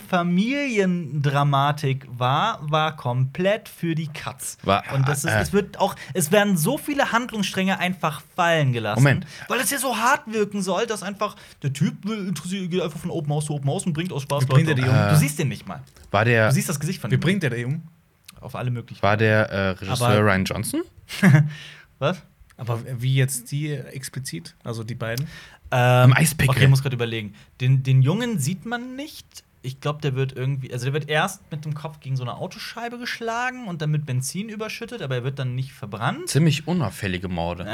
[SPEAKER 1] Familiendramatik war, war komplett für die Katz.
[SPEAKER 2] War-
[SPEAKER 1] und das ist,
[SPEAKER 2] äh.
[SPEAKER 1] es wird auch, es werden so viele Handlungsstränge einfach fallen gelassen.
[SPEAKER 2] Moment.
[SPEAKER 1] Weil es ja so hart wirken soll, dass einfach der Typ äh, interessiert, geht einfach von Open House zu Open House und bringt aus Spaß
[SPEAKER 3] Wie bringt er die um?
[SPEAKER 1] um. Du siehst den nicht mal.
[SPEAKER 2] War der,
[SPEAKER 1] Du siehst das Gesicht von
[SPEAKER 3] Wie
[SPEAKER 1] ihm.
[SPEAKER 3] bringt der da um?
[SPEAKER 1] Auf alle möglichen.
[SPEAKER 2] war der äh, Regisseur
[SPEAKER 3] Aber-
[SPEAKER 2] Ryan Johnson?
[SPEAKER 1] Was?
[SPEAKER 3] Aber wie jetzt die explizit, also die beiden?
[SPEAKER 1] Ähm,
[SPEAKER 2] Eispickel.
[SPEAKER 1] Okay, muss gerade überlegen. Den, den Jungen sieht man nicht. Ich glaube, der wird irgendwie, also der wird erst mit dem Kopf gegen so eine Autoscheibe geschlagen und dann mit Benzin überschüttet, aber er wird dann nicht verbrannt.
[SPEAKER 2] Ziemlich unauffällige Morde.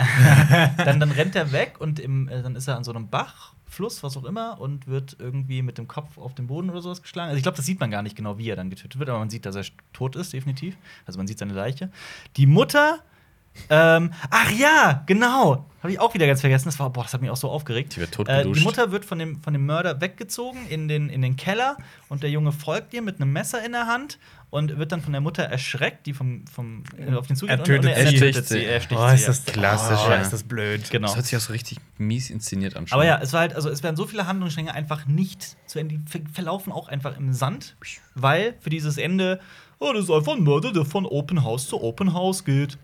[SPEAKER 1] Dann, dann rennt er weg und im, äh, dann ist er an so einem Bach, Fluss, was auch immer, und wird irgendwie mit dem Kopf auf den Boden oder sowas geschlagen. Also ich glaube, das sieht man gar nicht genau, wie er dann getötet wird, aber man sieht, dass er tot ist, definitiv. Also man sieht seine Leiche. Die Mutter, ähm, ach ja, genau, habe ich auch wieder ganz vergessen. Das war, boah, das hat mich auch so aufgeregt.
[SPEAKER 2] Die wird tot
[SPEAKER 1] äh, die
[SPEAKER 2] geduscht.
[SPEAKER 1] Mutter wird von dem, von dem Mörder weggezogen in den, in den Keller und der Junge folgt ihr mit einem Messer in der Hand. Und wird dann von der Mutter erschreckt, die vom, vom, äh, auf den Zug
[SPEAKER 3] Er
[SPEAKER 1] geht und-
[SPEAKER 3] tötet
[SPEAKER 1] und
[SPEAKER 2] sie.
[SPEAKER 1] ersticht sie. Er sticht sie. ja.
[SPEAKER 2] Klassische.
[SPEAKER 3] Oh, ist das blöd.
[SPEAKER 1] Genau.
[SPEAKER 2] Das hört sich auch so richtig mies inszeniert an. schon.
[SPEAKER 1] Aber ja, es war halt, also es werden so viele Handlungsstränge einfach nicht zu Ende. Die ver- verlaufen auch einfach im Sand, weil für dieses Ende, oh, das ist einfach ein Mörder, der von Open House zu Open House geht.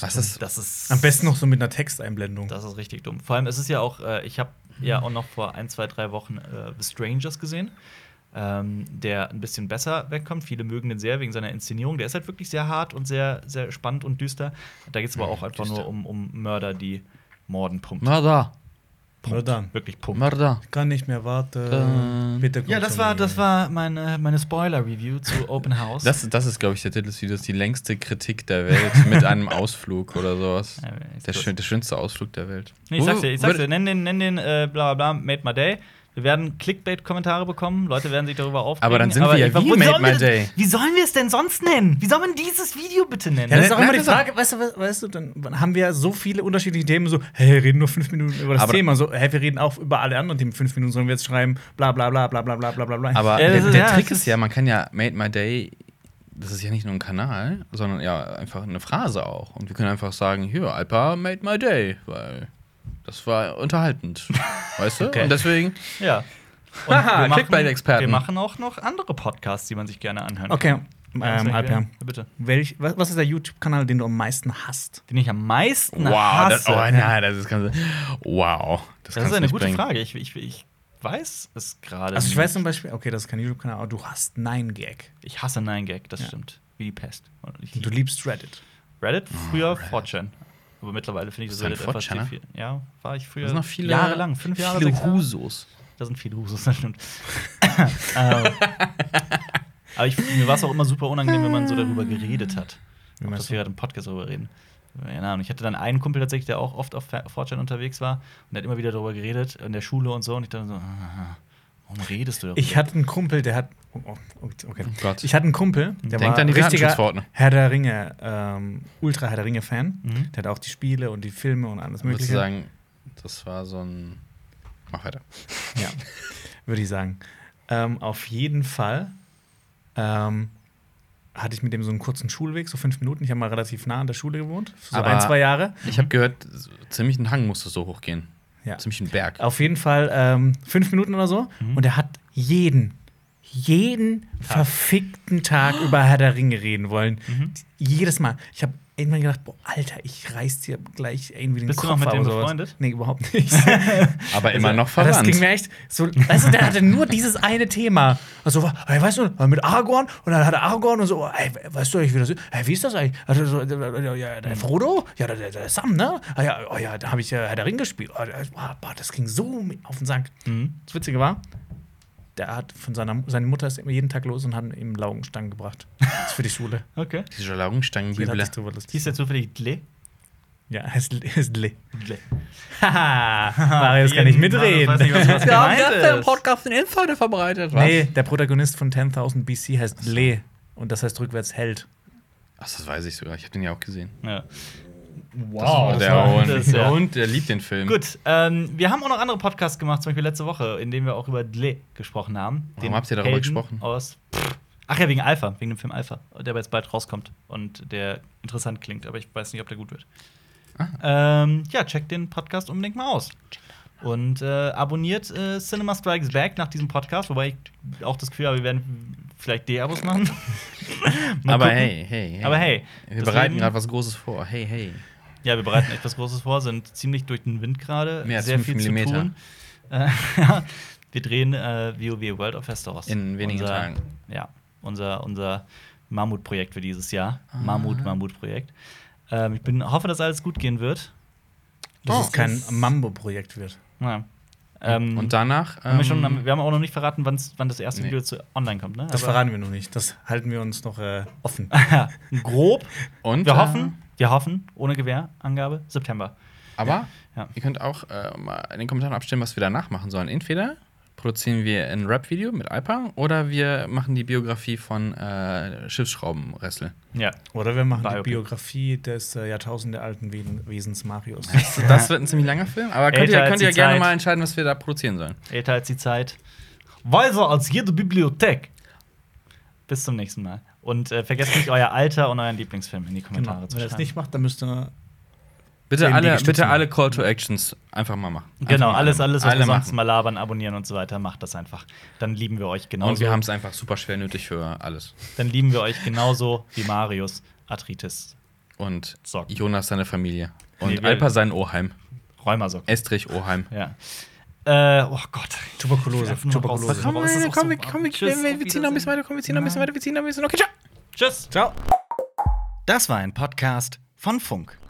[SPEAKER 2] Was ist
[SPEAKER 1] Das ist.
[SPEAKER 3] Am besten noch so mit einer Texteinblendung.
[SPEAKER 1] Das ist richtig dumm. Vor allem, es ist ja auch, äh, ich habe ja auch noch vor ein, zwei, drei Wochen äh, The Strangers gesehen, ähm, der ein bisschen besser wegkommt. Viele mögen den sehr wegen seiner Inszenierung. Der ist halt wirklich sehr hart und sehr, sehr spannend und düster. Da geht es
[SPEAKER 3] Mhm,
[SPEAKER 1] aber auch einfach
[SPEAKER 2] düster.
[SPEAKER 1] nur um, um Mörder, die Morden pumpen.
[SPEAKER 2] Mörder,
[SPEAKER 3] Nur dann.
[SPEAKER 1] Wirklich pumpen.
[SPEAKER 2] Mörder.
[SPEAKER 3] Ich kann nicht mehr warten.
[SPEAKER 2] Dann-
[SPEAKER 3] Bitte komm
[SPEAKER 1] Ja, das
[SPEAKER 3] zu
[SPEAKER 1] war,
[SPEAKER 3] mir.
[SPEAKER 1] das war meine, meine Spoiler-Review zu Open House.
[SPEAKER 2] Das, das ist, glaube ich, der Titel des Videos, die längste Kritik der Welt mit einem Ausflug oder sowas.
[SPEAKER 1] Ja, ist
[SPEAKER 2] Der,
[SPEAKER 1] gut.
[SPEAKER 2] schön, der schönste Ausflug der Welt.
[SPEAKER 1] nee, ich sag's dir, ich sag's dir,
[SPEAKER 2] Wo-
[SPEAKER 1] nenn den, nenn den äh, bla bla bla, Made My Day. Wir werden Clickbait-Kommentare bekommen, Leute werden sich darüber aufregen.
[SPEAKER 2] Aber dann sind wir ja
[SPEAKER 1] ich-
[SPEAKER 2] wie
[SPEAKER 1] wo-
[SPEAKER 2] Made
[SPEAKER 1] sollen
[SPEAKER 2] My
[SPEAKER 1] wir das-
[SPEAKER 2] Day.
[SPEAKER 1] Wie sollen wir es denn sonst nennen? Wie soll man dieses Video bitte nennen?
[SPEAKER 3] Ja, das ist auch
[SPEAKER 2] Nein,
[SPEAKER 3] immer die
[SPEAKER 2] Ne- das ist auch-
[SPEAKER 3] Frage, weißt du, we- weißt du, dann haben wir so viele unterschiedliche Themen, so, hey, wir reden nur fünf Minuten über das
[SPEAKER 2] Aber-
[SPEAKER 3] Thema, so, hey, wir reden auch über alle anderen Themen fünf Minuten, sollen wir jetzt schreiben, bla bla bla bla bla bla bla bla bla.
[SPEAKER 2] Aber
[SPEAKER 1] Ja, das
[SPEAKER 2] der,
[SPEAKER 1] ist-
[SPEAKER 2] der
[SPEAKER 1] ja,
[SPEAKER 2] Trick
[SPEAKER 1] das
[SPEAKER 2] ist
[SPEAKER 1] ist-
[SPEAKER 2] ja, man kann ja Made My Day, das ist ja nicht nur ein Kanal, sondern ja einfach eine Phrase auch. Und wir können einfach sagen, hier, Alpa Made My Day, weil das war unterhaltend. weißt du?
[SPEAKER 1] Okay.
[SPEAKER 2] Und deswegen,
[SPEAKER 1] Ja. Und
[SPEAKER 2] Haha,
[SPEAKER 1] wir machen-
[SPEAKER 2] Clickbait-Experten.
[SPEAKER 1] Wir machen auch noch andere Podcasts, die man sich gerne anhören
[SPEAKER 3] okay, ähm,
[SPEAKER 1] kann.
[SPEAKER 3] Alper,
[SPEAKER 1] Ja, bitte.
[SPEAKER 3] welch, was, was ist der YouTube-Kanal, den du am meisten hasst?
[SPEAKER 1] Den ich am meisten
[SPEAKER 2] wow,
[SPEAKER 1] hasse.
[SPEAKER 2] das, oh nein, das ist ganz, wow.
[SPEAKER 1] das
[SPEAKER 2] kannst
[SPEAKER 1] ist
[SPEAKER 2] du
[SPEAKER 1] eine
[SPEAKER 2] nicht
[SPEAKER 1] gute
[SPEAKER 2] bringen.
[SPEAKER 1] Frage. Ich, ich, ich weiß es
[SPEAKER 2] Äh,
[SPEAKER 1] gerade.
[SPEAKER 3] Also ich
[SPEAKER 1] nicht.
[SPEAKER 3] weiß zum Beispiel, okay, das ist kein YouTube-Kanal, aber du hast Nein Gag.
[SPEAKER 1] Ich hasse 9gag, das
[SPEAKER 3] Ja.
[SPEAKER 1] stimmt. Wie die Pest. Und ich
[SPEAKER 3] Du liebst Reddit.
[SPEAKER 1] Reddit,
[SPEAKER 2] Oh,
[SPEAKER 1] früher 4chan. Aber mittlerweile finde ich das
[SPEAKER 2] Bist du ein
[SPEAKER 1] Reddit einfach zu
[SPEAKER 2] 4chaner?
[SPEAKER 1] viel. Ja, war ich früher.
[SPEAKER 2] ne? Da sind noch viele,
[SPEAKER 1] Jahre lang, fünf Jahre.
[SPEAKER 2] viele
[SPEAKER 1] sechs Jahre.
[SPEAKER 2] Husos.
[SPEAKER 1] Da sind viele Husos, das stimmt. ähm, aber ich, mir war es auch immer super unangenehm, wenn man so darüber geredet hat.
[SPEAKER 3] Wie
[SPEAKER 1] Ob
[SPEAKER 3] meinst
[SPEAKER 1] das
[SPEAKER 3] du?
[SPEAKER 1] wir gerade im Podcast darüber reden. keine Ahnung, ich hatte dann einen Kumpel tatsächlich, der auch oft auf Fortran unterwegs war und der hat immer wieder darüber geredet, in der Schule und so. Und ich dachte so, ah, warum redest du darüber?
[SPEAKER 3] Ich hatte einen Kumpel, der hat. Oh, oh, okay.
[SPEAKER 2] Oh Gott.
[SPEAKER 3] Ich hatte einen Kumpel, der
[SPEAKER 2] Denkt
[SPEAKER 3] war
[SPEAKER 2] an die ne?
[SPEAKER 3] richtiger
[SPEAKER 2] Datenschutzverordnung.
[SPEAKER 3] Herr der Ringe, ähm, Ultra Herr der Ringe-Fan.
[SPEAKER 1] Mhm.
[SPEAKER 3] Der hat auch die Spiele und die Filme und alles
[SPEAKER 2] Würdest
[SPEAKER 3] Mögliche.
[SPEAKER 2] du sagen, das war so ein. Mach weiter.
[SPEAKER 3] Ja, würde ich sagen. Ähm, auf jeden Fall ähm, hatte ich mit dem so einen kurzen Schulweg, so fünf Minuten. Ich habe mal relativ nah an der Schule gewohnt, so
[SPEAKER 2] Aber-
[SPEAKER 3] ein, zwei Jahre.
[SPEAKER 2] Ich
[SPEAKER 1] Mhm.
[SPEAKER 2] habe gehört, so- ziemlich einen Hang musst du so hochgehen.
[SPEAKER 3] Ja.
[SPEAKER 2] Ziemlich einen Berg.
[SPEAKER 3] Auf jeden Fall ähm, fünf Minuten oder so.
[SPEAKER 1] Mhm.
[SPEAKER 3] Und er hat jeden, jeden verfickten Tag über Herr der Ringe reden wollen.
[SPEAKER 1] Mhm.
[SPEAKER 3] Jedes Mal. Ich habe irgendwann gedacht, boah, Alter, ich reiß dir gleich irgendwie den
[SPEAKER 1] Bist du
[SPEAKER 3] Kopf
[SPEAKER 1] noch mit
[SPEAKER 3] ab
[SPEAKER 1] dem
[SPEAKER 3] oder sowas.
[SPEAKER 1] befreundet?
[SPEAKER 3] Nee, überhaupt nicht.
[SPEAKER 1] Also,
[SPEAKER 2] Aber immer noch
[SPEAKER 3] Also, Aber Das ging
[SPEAKER 2] verwandt.
[SPEAKER 3] mir echt so. Also, der hatte nur dieses eine Thema. Also, war, ey, weißt du, mit Aragorn und dann hatte Aragorn und so, ey, weißt du, ich wieder so, ey, wie ist das eigentlich? Also, so, ja, ja, der Frodo, ja, der, der, der Sam, ne? Ah, ja, oh, ja, da habe ich ja Herr der Ring gespielt. Ah, der- ah, boah, das ging so auf den Sack.
[SPEAKER 1] Mhm.
[SPEAKER 3] Das Witzige war, der hat von seiner seine Mutter ist immer jeden Tag los und hat ihm Laugenstangen gebracht. Das ist für die Schule.
[SPEAKER 1] Okay.
[SPEAKER 2] Diese
[SPEAKER 3] Jeder hat
[SPEAKER 2] Laugenstangenbibel.
[SPEAKER 3] sich drüber lustig.
[SPEAKER 1] Hieß der zufällig Dle?
[SPEAKER 3] Ja, heißt, heißt Le.
[SPEAKER 1] Dle.
[SPEAKER 3] Haha, Marius kann
[SPEAKER 1] Jeden-
[SPEAKER 3] nicht mitreden.
[SPEAKER 1] Marius weiß nicht, was- was gemeint ist.
[SPEAKER 2] Podcast den Insider verbreitet,
[SPEAKER 3] Nee, der Protagonist von 10.000 BC heißt Le. Und das heißt rückwärts Held.
[SPEAKER 2] Ach, das weiß ich sogar. Ich habe den ja auch gesehen.
[SPEAKER 1] Ja.
[SPEAKER 2] Wow,
[SPEAKER 1] Oh, das
[SPEAKER 2] der
[SPEAKER 1] war-
[SPEAKER 2] Hund.
[SPEAKER 1] das,
[SPEAKER 2] der
[SPEAKER 1] ja.
[SPEAKER 2] Hund, der liebt den Film.
[SPEAKER 1] Gut, ähm, wir haben auch noch andere Podcasts gemacht, zum Beispiel letzte Woche, in denen wir auch über Dle gesprochen haben.
[SPEAKER 2] Warum
[SPEAKER 1] Den
[SPEAKER 2] habt ihr darüber
[SPEAKER 1] Helden
[SPEAKER 2] gesprochen?
[SPEAKER 1] Aus Ach ja, wegen Alpha, wegen dem Film Alpha, der jetzt bald rauskommt und der interessant klingt, aber ich weiß nicht, ob der gut wird.
[SPEAKER 2] Ah.
[SPEAKER 1] Ähm, ja, checkt den Podcast unbedingt mal aus. Und äh, abonniert äh, Cinema Strikes Back nach diesem Podcast, wobei ich auch das Gefühl habe, wir werden vielleicht D-Abos machen. Mal
[SPEAKER 2] Aber
[SPEAKER 1] gucken.
[SPEAKER 2] hey, hey, hey.
[SPEAKER 1] Aber hey,
[SPEAKER 2] Wir
[SPEAKER 1] deswegen-
[SPEAKER 2] bereiten gerade was Großes vor. Hey, hey.
[SPEAKER 1] Ja, wir bereiten etwas Großes vor, sind ziemlich durch den Wind gerade.
[SPEAKER 2] Mehr als
[SPEAKER 1] sehr
[SPEAKER 2] fünf
[SPEAKER 1] viel
[SPEAKER 2] Millimeter.
[SPEAKER 1] zu tun. Äh, wir drehen äh, WoW World of Westeros.
[SPEAKER 2] In wenigen
[SPEAKER 1] unser,
[SPEAKER 2] Tagen.
[SPEAKER 1] Ja, unser, unser Mammutprojekt für dieses Jahr.
[SPEAKER 2] Ah.
[SPEAKER 1] Mammut, Mammutprojekt. Ähm, ich bin, hoffe, dass alles gut gehen wird.
[SPEAKER 3] Dass
[SPEAKER 2] Oh.
[SPEAKER 3] es kein Mambo-Projekt wird.
[SPEAKER 1] Ja. Ähm,
[SPEAKER 2] Und danach.
[SPEAKER 1] haben wir,
[SPEAKER 2] ähm,
[SPEAKER 1] schon, haben- wir haben auch noch nicht verraten, wann's, wann das erste
[SPEAKER 2] Nee.
[SPEAKER 1] Video zu online kommt. Ne?
[SPEAKER 3] Das
[SPEAKER 1] Aber-
[SPEAKER 3] verraten wir noch nicht. Das halten wir uns noch äh, offen.
[SPEAKER 1] grob.
[SPEAKER 2] und,
[SPEAKER 1] Wir
[SPEAKER 2] äh,
[SPEAKER 1] hoffen, wir hoffen, ohne Gewährangabe, September.
[SPEAKER 2] Aber
[SPEAKER 1] Ja.
[SPEAKER 2] ihr könnt auch äh, mal in den Kommentaren abstimmen, was wir danach machen sollen. Entweder produzieren wir ein Rap-Video mit Alpa oder wir machen die Biografie von äh, Schiffsschraubenressel.
[SPEAKER 1] Ja.
[SPEAKER 3] Oder wir machen
[SPEAKER 1] Biopic.
[SPEAKER 3] die Biografie des äh, jahrtausendealten Wesen- Wesens Marius.
[SPEAKER 2] Das wird ein ziemlich langer Film, aber könnt
[SPEAKER 1] Älter
[SPEAKER 2] ihr,
[SPEAKER 1] als
[SPEAKER 2] könnt
[SPEAKER 1] die
[SPEAKER 2] ihr gerne
[SPEAKER 1] Zeit.
[SPEAKER 2] mal entscheiden, was wir da produzieren sollen.
[SPEAKER 1] Älter als die Zeit. Weiser als jede Bibliothek. Bis zum nächsten Mal. Und äh, vergesst nicht euer Alter und euren Lieblingsfilm in die Kommentare
[SPEAKER 3] genau.
[SPEAKER 1] zu
[SPEAKER 3] Wenn er
[SPEAKER 1] schreiben.
[SPEAKER 3] das nicht macht, dann müsste
[SPEAKER 2] Bitte
[SPEAKER 3] Themen,
[SPEAKER 2] alle,
[SPEAKER 3] die gestützt
[SPEAKER 2] bitte
[SPEAKER 3] sind.
[SPEAKER 2] alle Call to Actions einfach mal machen. Einfach
[SPEAKER 1] genau,
[SPEAKER 2] mal
[SPEAKER 1] alles, alles, was
[SPEAKER 2] alle
[SPEAKER 1] wir sonst
[SPEAKER 2] machen.
[SPEAKER 1] mal labern, abonnieren und so weiter, macht das einfach. Dann lieben wir euch genauso.
[SPEAKER 2] Und wir haben es einfach super schwer nötig für alles.
[SPEAKER 1] Dann lieben wir euch genauso wie Marius, Arthritis,
[SPEAKER 2] Und
[SPEAKER 1] Socken.
[SPEAKER 2] Jonas seine Familie. Und
[SPEAKER 1] Nee, wir-
[SPEAKER 2] Alpa seinen Oheim.
[SPEAKER 1] Rheumasocken.
[SPEAKER 2] Estrich Oheim.
[SPEAKER 1] Ja. Äh, oh Gott.
[SPEAKER 3] Tuberkulose.
[SPEAKER 1] Ich will einfach nur noch raus.
[SPEAKER 3] Tuberkulose.
[SPEAKER 1] Warum ist das auch so warm? Tschüss, auf Wiedersehen.
[SPEAKER 2] weiter, komm, wir ziehen noch ein bisschen weiter, wir ziehen noch ein bisschen. Okay, ciao.
[SPEAKER 1] Tschüss.
[SPEAKER 3] Ciao.
[SPEAKER 1] Das war ein Podcast von Funk.